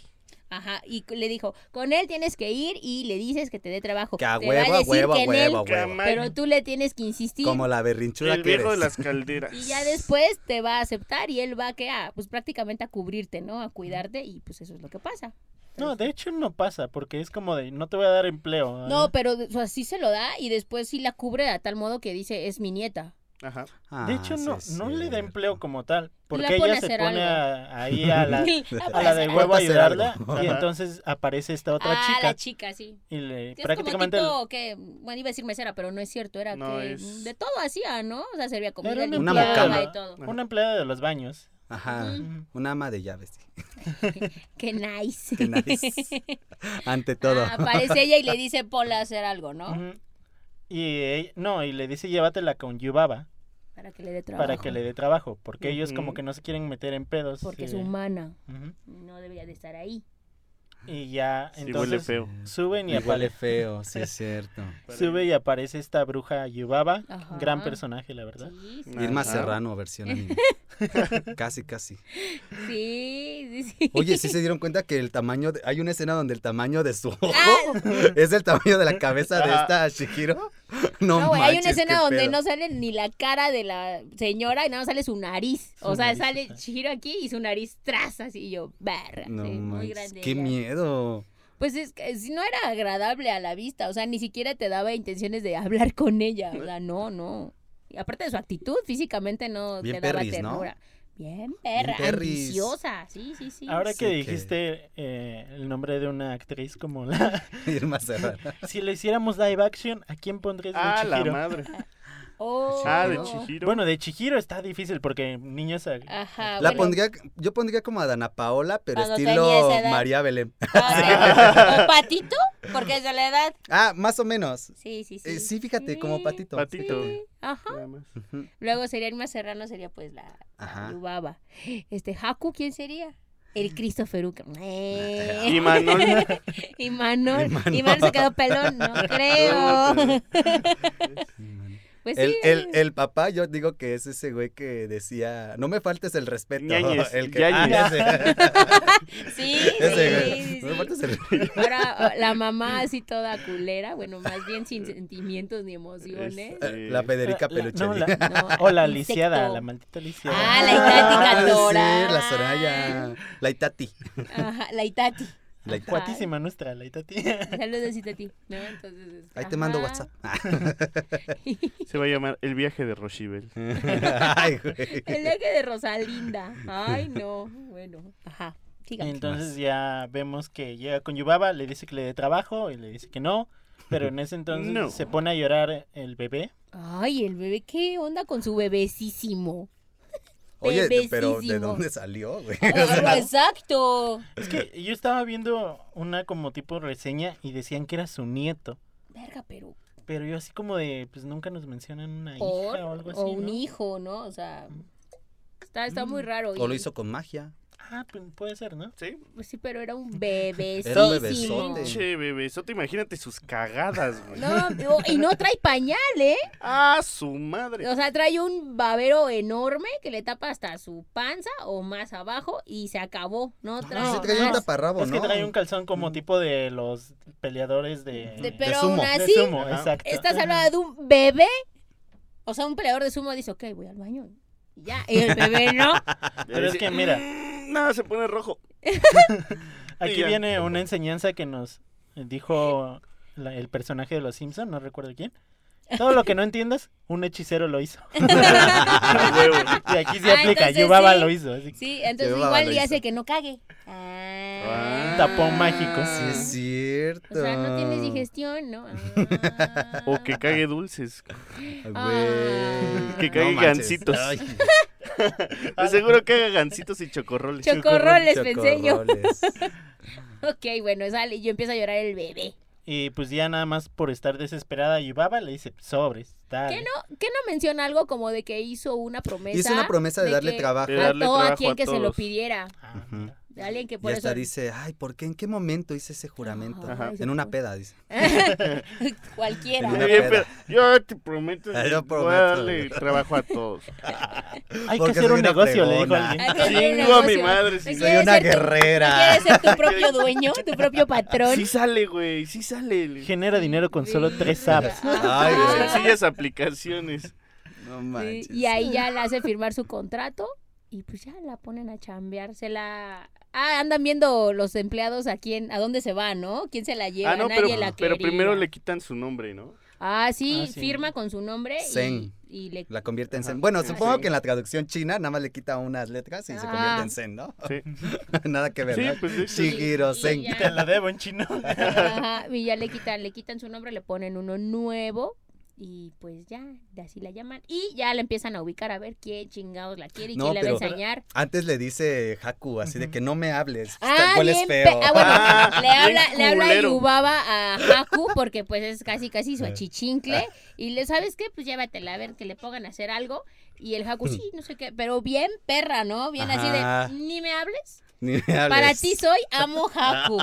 [SPEAKER 1] Ajá, y c- le dijo, con él tienes que ir y le dices que te dé trabajo.
[SPEAKER 3] Que a
[SPEAKER 1] Te
[SPEAKER 3] huevo,
[SPEAKER 1] va
[SPEAKER 3] a
[SPEAKER 1] a decir
[SPEAKER 3] huevo, a
[SPEAKER 1] que en él,
[SPEAKER 3] huevo, a huevo.
[SPEAKER 4] Kamagi.
[SPEAKER 1] pero tú le tienes que insistir.
[SPEAKER 3] Como la berrinchuda
[SPEAKER 4] El
[SPEAKER 3] que
[SPEAKER 4] viejo de
[SPEAKER 3] eres.
[SPEAKER 4] las calderas.
[SPEAKER 1] Y ya después te va a aceptar y él va que a, pues prácticamente a cubrirte, ¿no? A cuidarte y pues eso es lo que pasa.
[SPEAKER 2] No, de hecho no pasa, porque es como de, no te voy a dar empleo.
[SPEAKER 1] No,
[SPEAKER 2] ¿eh?
[SPEAKER 1] pero o sea, sí se lo da y después sí la cubre a tal modo que dice, es mi nieta.
[SPEAKER 4] Ajá.
[SPEAKER 3] Ah,
[SPEAKER 2] De hecho,
[SPEAKER 3] sí
[SPEAKER 2] no,
[SPEAKER 3] es
[SPEAKER 2] no le da
[SPEAKER 3] cierto.
[SPEAKER 2] empleo como tal, porque
[SPEAKER 1] pone a
[SPEAKER 2] ella se
[SPEAKER 1] hacer
[SPEAKER 2] pone
[SPEAKER 1] algo.
[SPEAKER 2] a- ahí a la, a
[SPEAKER 1] para
[SPEAKER 2] la de
[SPEAKER 1] hacer-
[SPEAKER 2] huevo
[SPEAKER 3] Vuelvo a
[SPEAKER 2] a
[SPEAKER 3] hacer
[SPEAKER 2] ayudarla
[SPEAKER 3] algo.
[SPEAKER 2] y
[SPEAKER 4] Ajá.
[SPEAKER 2] entonces aparece esta otra
[SPEAKER 1] Ah,
[SPEAKER 2] chica
[SPEAKER 1] la chica, sí.
[SPEAKER 2] y le
[SPEAKER 1] Que es
[SPEAKER 2] prácticamente
[SPEAKER 1] como tipo que, bueno, iba a decir mesera, pero no es cierto, era
[SPEAKER 4] No,
[SPEAKER 1] que
[SPEAKER 4] es-
[SPEAKER 1] de todo hacía, ¿no? O sea, servía comida,
[SPEAKER 2] Era una
[SPEAKER 3] Una
[SPEAKER 1] limpiaba
[SPEAKER 3] mucama.
[SPEAKER 1] y todo.
[SPEAKER 2] una empleada de los baños.
[SPEAKER 3] Ajá.
[SPEAKER 2] Ujú.
[SPEAKER 3] Una ama de llaves.
[SPEAKER 1] Qué nice.
[SPEAKER 3] Qué nice. Ante todo.
[SPEAKER 1] Ah, aparece ella y le dice, ponla a hacer algo, ¿no?
[SPEAKER 2] Ujú. Y ella- no, y le dice llévatela con Yubaba
[SPEAKER 1] Para que le dé trabajo.
[SPEAKER 2] para que le dé trabajo, porque ellos
[SPEAKER 4] Ujú.
[SPEAKER 2] como que no se quieren meter en pedos.
[SPEAKER 1] Porque
[SPEAKER 2] eh,
[SPEAKER 1] es humana,
[SPEAKER 2] ujú.
[SPEAKER 1] no debería de estar ahí.
[SPEAKER 2] Y ya
[SPEAKER 4] Sí, huele
[SPEAKER 2] entonces
[SPEAKER 4] feo.
[SPEAKER 2] suben y
[SPEAKER 3] eh, Y huele
[SPEAKER 2] aparece Ah,
[SPEAKER 3] feo, sí es cierto.
[SPEAKER 2] sube y aparece esta bruja Yubaba,
[SPEAKER 1] Ajá.
[SPEAKER 2] gran personaje la verdad. Ah,
[SPEAKER 1] Sí, sí,
[SPEAKER 4] Ajá.
[SPEAKER 3] Irma Serrano, versión anime. casi, casi.
[SPEAKER 1] sí, sí, sí.
[SPEAKER 3] Oye, sí se dieron cuenta que el tamaño. de- Hay una escena donde el tamaño de su ojo
[SPEAKER 1] Ah,
[SPEAKER 3] es el tamaño de la cabeza
[SPEAKER 4] Ah.
[SPEAKER 3] de esta Shihiro. No,
[SPEAKER 1] no, güey, hay una
[SPEAKER 3] manches,
[SPEAKER 1] escena
[SPEAKER 3] qué
[SPEAKER 1] donde
[SPEAKER 3] pedo.
[SPEAKER 1] no sale ni la cara de la señora y nada más sale su nariz. O
[SPEAKER 2] Su
[SPEAKER 1] sea,
[SPEAKER 2] nariz,
[SPEAKER 1] sale
[SPEAKER 2] ajá.
[SPEAKER 1] Chihiro aquí y su nariz tras así y yo, barra.
[SPEAKER 3] No
[SPEAKER 1] sí, muy
[SPEAKER 3] manches,
[SPEAKER 1] grande.
[SPEAKER 3] qué
[SPEAKER 1] ella.
[SPEAKER 3] miedo.
[SPEAKER 1] Pues es que si no era agradable a la vista, o sea, ni siquiera te daba intenciones de hablar con ella, o sea, no, no. Y aparte de su actitud, físicamente no te
[SPEAKER 3] Bien
[SPEAKER 1] daba
[SPEAKER 3] perris, ¿no?
[SPEAKER 1] ternura. Bien perra,
[SPEAKER 3] perris.
[SPEAKER 1] ambiciosa, sí, sí, sí.
[SPEAKER 2] Ahora
[SPEAKER 3] Sí,
[SPEAKER 2] que
[SPEAKER 3] que-
[SPEAKER 2] dijiste eh, el nombre de una actriz como la...
[SPEAKER 3] Irma Serrano.
[SPEAKER 1] Ah,
[SPEAKER 2] si le hiciéramos live action, ¿a quién pondrías de
[SPEAKER 4] Ah, la
[SPEAKER 2] Chihiro?
[SPEAKER 4] madre.
[SPEAKER 1] Oh.
[SPEAKER 4] Ah, de Chihiro.
[SPEAKER 2] Bueno, de Chihiro está difícil porque niños... a-
[SPEAKER 1] Ajá,
[SPEAKER 3] La
[SPEAKER 1] bueno.
[SPEAKER 3] pondría, yo pondría como a Dana Paola, pero
[SPEAKER 1] Cuando tenía
[SPEAKER 3] estilo
[SPEAKER 1] esa edad.
[SPEAKER 3] María Belén.
[SPEAKER 1] Ah, ¿O patito? Porque es de la edad.
[SPEAKER 3] Ah, más o menos.
[SPEAKER 1] Sí, sí, sí.
[SPEAKER 3] Eh, sí, fíjate, como
[SPEAKER 1] Sí,
[SPEAKER 3] patito.
[SPEAKER 4] Patito.
[SPEAKER 1] sí, Ajá.
[SPEAKER 4] Nada más.
[SPEAKER 3] Ujú. Ah.
[SPEAKER 1] Luego sería Irma Serrano, sería pues la
[SPEAKER 3] Ajá.
[SPEAKER 1] la Yubaba. Este, Haku, ¿quién sería?
[SPEAKER 3] Mm.
[SPEAKER 1] El Christopher Uckerman.
[SPEAKER 3] Ah,
[SPEAKER 1] Eh.
[SPEAKER 4] Y Manol.
[SPEAKER 1] Y Manuel,
[SPEAKER 3] Y
[SPEAKER 1] y
[SPEAKER 3] Manuel.
[SPEAKER 1] Manuel, se quedó pelón, no creo. Pues
[SPEAKER 3] El,
[SPEAKER 1] sí.
[SPEAKER 3] el, el papá, yo digo que es ese güey que decía, no me faltes el respeto.
[SPEAKER 4] Ñañez,
[SPEAKER 3] el que,
[SPEAKER 4] Ñañez.
[SPEAKER 3] Ah, ese,
[SPEAKER 1] sí,
[SPEAKER 3] ese
[SPEAKER 1] sí, sí,
[SPEAKER 3] güey. No me
[SPEAKER 1] sí.
[SPEAKER 3] faltes el
[SPEAKER 1] Ahora o- la mamá así toda culera, bueno, más bien sin sentimientos ni emociones.
[SPEAKER 4] Es-
[SPEAKER 3] La Federica
[SPEAKER 2] La- la-
[SPEAKER 3] Peluche.
[SPEAKER 2] no, la-
[SPEAKER 1] No,
[SPEAKER 2] o la
[SPEAKER 1] insecto.
[SPEAKER 2] lisiada, la maldita lisiada.
[SPEAKER 1] Ah, la Itati
[SPEAKER 3] Ah,
[SPEAKER 1] Cantora.
[SPEAKER 3] sí, la Soraya. La Itati.
[SPEAKER 1] Ajá, la Itati.
[SPEAKER 3] La Ita-
[SPEAKER 2] Cuatísima nuestra, la Itati.
[SPEAKER 1] Saludos, Itati. ¿no? Entonces, este,
[SPEAKER 3] Ahí te mando
[SPEAKER 1] ajá.
[SPEAKER 3] WhatsApp.
[SPEAKER 4] Se va a llamar El viaje de Rochibel.
[SPEAKER 3] Ay, güey.
[SPEAKER 1] El eje de Rosalinda. Ay, no. Bueno, ajá. Síganme.
[SPEAKER 2] Entonces ya vemos que llega con Yubaba, le dice que le dé trabajo y le dice que no. Pero en ese entonces
[SPEAKER 4] No.
[SPEAKER 2] se pone a llorar el bebé.
[SPEAKER 1] Ay, el bebé, ¿qué onda con su bebecísimo?
[SPEAKER 3] Oye, pero ¿de
[SPEAKER 1] Bebecísimo.
[SPEAKER 3] dónde salió, güey?
[SPEAKER 1] Ah, Exacto.
[SPEAKER 2] Es que yo estaba viendo una como tipo reseña y decían que era su nieto.
[SPEAKER 1] Verga, pero.
[SPEAKER 2] Pero yo así como de, pues nunca nos mencionan una
[SPEAKER 1] Por,
[SPEAKER 2] hija o algo así.
[SPEAKER 1] o un
[SPEAKER 2] ¿no?
[SPEAKER 1] hijo, ¿no? O sea. Está, está muy raro.
[SPEAKER 3] Mm. O lo
[SPEAKER 1] y-
[SPEAKER 3] hizo con magia.
[SPEAKER 2] Ah, pues puede ser, ¿no?
[SPEAKER 4] Sí.
[SPEAKER 1] Pues sí, pero era un bebecísimo.
[SPEAKER 3] Era un
[SPEAKER 1] Mm.
[SPEAKER 3] bebesote.
[SPEAKER 4] Che, bebesote, imagínate sus cagadas, güey.
[SPEAKER 1] No, digo, y no trae pañal, ¿eh?
[SPEAKER 4] Ah, su madre.
[SPEAKER 1] O sea, trae un babero enorme que le tapa hasta su panza o más abajo y se acabó. No trae
[SPEAKER 3] No, se
[SPEAKER 1] más.
[SPEAKER 3] traía un taparrabo,
[SPEAKER 2] es
[SPEAKER 3] ¿no?
[SPEAKER 2] que trae un calzón
[SPEAKER 4] Mm.
[SPEAKER 2] como tipo de los peleadores de...
[SPEAKER 1] De- pero aún
[SPEAKER 3] sumo. De
[SPEAKER 2] de
[SPEAKER 1] así,
[SPEAKER 2] sumo,
[SPEAKER 4] Ajá.
[SPEAKER 2] exacto.
[SPEAKER 1] estás hablando de un bebé. O sea, un peleador de sumo dice, ok, voy al baño. Y ya, y el bebé no.
[SPEAKER 2] Pero es que mira,
[SPEAKER 4] Mm, Nada, se pone rojo.
[SPEAKER 2] Aquí
[SPEAKER 4] Y ya.
[SPEAKER 2] viene una enseñanza que nos dijo la- el personaje de los Simpson, no recuerdo quién. Todo lo que no entiendas, un hechicero lo hizo.
[SPEAKER 4] A huevo.
[SPEAKER 2] Y aquí se
[SPEAKER 1] Ah,
[SPEAKER 2] aplica,
[SPEAKER 1] entonces
[SPEAKER 2] Yubaba
[SPEAKER 1] sí.
[SPEAKER 2] lo hizo. así que-
[SPEAKER 1] Sí, entonces
[SPEAKER 3] Llevaba
[SPEAKER 1] igual
[SPEAKER 3] la
[SPEAKER 1] y hace
[SPEAKER 3] isa.
[SPEAKER 1] que no cague. Ah.
[SPEAKER 4] Ah.
[SPEAKER 2] Tapón mágico.
[SPEAKER 3] Sí, es
[SPEAKER 1] O
[SPEAKER 3] cierto.
[SPEAKER 1] sea, no tienes digestión, ¿no? Ah.
[SPEAKER 4] O que cague dulces.
[SPEAKER 3] Ay, güey.
[SPEAKER 1] Ah.
[SPEAKER 4] Que cague
[SPEAKER 3] manches.
[SPEAKER 4] gansitos.
[SPEAKER 3] Ay,
[SPEAKER 4] De seguro caga gancitos y chocorroles.
[SPEAKER 1] Choc- Chocorroles,
[SPEAKER 3] chocorroles.
[SPEAKER 1] pensé yo. Ok, bueno, sale y yo empiezo a llorar el bebé.
[SPEAKER 2] Y pues ya nada más por estar desesperada, Yubaba le dice, sobres, dale.
[SPEAKER 1] ¿Qué no, ¿Qué no menciona algo como de que hizo una promesa?
[SPEAKER 3] Hizo una promesa de darle
[SPEAKER 1] ah? que
[SPEAKER 3] trabajo.
[SPEAKER 4] De darle
[SPEAKER 1] ató a
[SPEAKER 4] trabajo
[SPEAKER 1] quien
[SPEAKER 4] a
[SPEAKER 1] que se lo
[SPEAKER 4] todos.
[SPEAKER 1] pidiera.
[SPEAKER 2] Ah,
[SPEAKER 3] Ujú.
[SPEAKER 2] mira.
[SPEAKER 1] De alguien que
[SPEAKER 3] Y
[SPEAKER 1] por
[SPEAKER 3] hasta
[SPEAKER 1] eso.
[SPEAKER 3] dice, ay, ¿por qué? ¿En qué momento hice ese juramento?
[SPEAKER 1] Ajá.
[SPEAKER 3] En una peda, dice.
[SPEAKER 1] Cualquiera.
[SPEAKER 3] Una
[SPEAKER 4] Oye,
[SPEAKER 3] peda.
[SPEAKER 4] pero yo te prometo
[SPEAKER 3] Yo
[SPEAKER 4] que voy a
[SPEAKER 3] prometo.
[SPEAKER 4] darle trabajo a todos.
[SPEAKER 2] Hay que
[SPEAKER 3] Porque
[SPEAKER 2] hacer
[SPEAKER 3] soy
[SPEAKER 2] un
[SPEAKER 3] una
[SPEAKER 2] negocio, le dijo
[SPEAKER 3] fregona.
[SPEAKER 2] alguien.
[SPEAKER 1] Hay que hacer un
[SPEAKER 4] Chingo a mi
[SPEAKER 1] negocio.
[SPEAKER 4] madre,
[SPEAKER 1] ¿No
[SPEAKER 4] si no-
[SPEAKER 1] quieres
[SPEAKER 3] Soy una
[SPEAKER 1] ser tu-
[SPEAKER 3] guerrera.
[SPEAKER 1] ¿no ¿Quieres ser tu propio dueño, tu propio patrón?
[SPEAKER 4] Sí sale, güey, sí sale.
[SPEAKER 2] Genera dinero con solo tres apps.
[SPEAKER 1] Ajá.
[SPEAKER 3] Ay, güey.
[SPEAKER 4] Sencillas aplicaciones.
[SPEAKER 3] No
[SPEAKER 1] Sí,
[SPEAKER 3] manches.
[SPEAKER 1] y ahí ya la hace firmar su contrato y pues ya la ponen a chambear. Se la... Ah, andan viendo los empleados a quién, a dónde se va, ¿no? ¿Quién se la lleva?
[SPEAKER 4] Ah, no,
[SPEAKER 1] Nadie
[SPEAKER 4] pero,
[SPEAKER 1] la
[SPEAKER 4] pero
[SPEAKER 1] quería.
[SPEAKER 4] primero le quitan su nombre, ¿no?
[SPEAKER 1] Ah, sí,
[SPEAKER 2] Ah, sí.
[SPEAKER 1] firma con su nombre y-
[SPEAKER 3] Zen.
[SPEAKER 1] y, le...
[SPEAKER 3] La convierte en zen. Bueno,
[SPEAKER 4] Ajá.
[SPEAKER 3] supongo
[SPEAKER 4] Sí.
[SPEAKER 3] que en la traducción china nada más le quita unas letras y se
[SPEAKER 1] Ah.
[SPEAKER 3] convierte en zen, ¿no?
[SPEAKER 4] Sí.
[SPEAKER 3] nada que ver,
[SPEAKER 4] Sí,
[SPEAKER 3] ¿no?
[SPEAKER 4] pues de hecho, sí.
[SPEAKER 3] Shigiro
[SPEAKER 1] Y
[SPEAKER 3] zen.
[SPEAKER 1] ya-
[SPEAKER 2] Te la debo en chino.
[SPEAKER 1] Ajá, y ya le quitan, le quitan su nombre, le ponen uno nuevo y pues ya, de así la llaman. Y ya la empiezan a ubicar a ver quién chingados la quiere y
[SPEAKER 3] No,
[SPEAKER 1] quién le va a
[SPEAKER 3] pero-
[SPEAKER 1] enseñar.
[SPEAKER 3] Antes le dice Haku así de que no me hables,
[SPEAKER 1] Ah,
[SPEAKER 3] tal cual es
[SPEAKER 1] bien pe-
[SPEAKER 3] feo.
[SPEAKER 1] ah, bueno,
[SPEAKER 4] Ah,
[SPEAKER 1] le habla,
[SPEAKER 4] bien
[SPEAKER 1] le habla
[SPEAKER 4] culero.
[SPEAKER 1] Yubaba a Haku porque pues es casi casi
[SPEAKER 3] Eh.
[SPEAKER 1] su achichincle y le sabes qué, pues llévatela a ver que le pongan a hacer algo y el Haku sí, no sé qué, pero bien perra, ¿no? Bien
[SPEAKER 3] Ajá.
[SPEAKER 1] así de ni me hables.
[SPEAKER 3] Ni me hables.
[SPEAKER 1] Para ti soy amo Haku.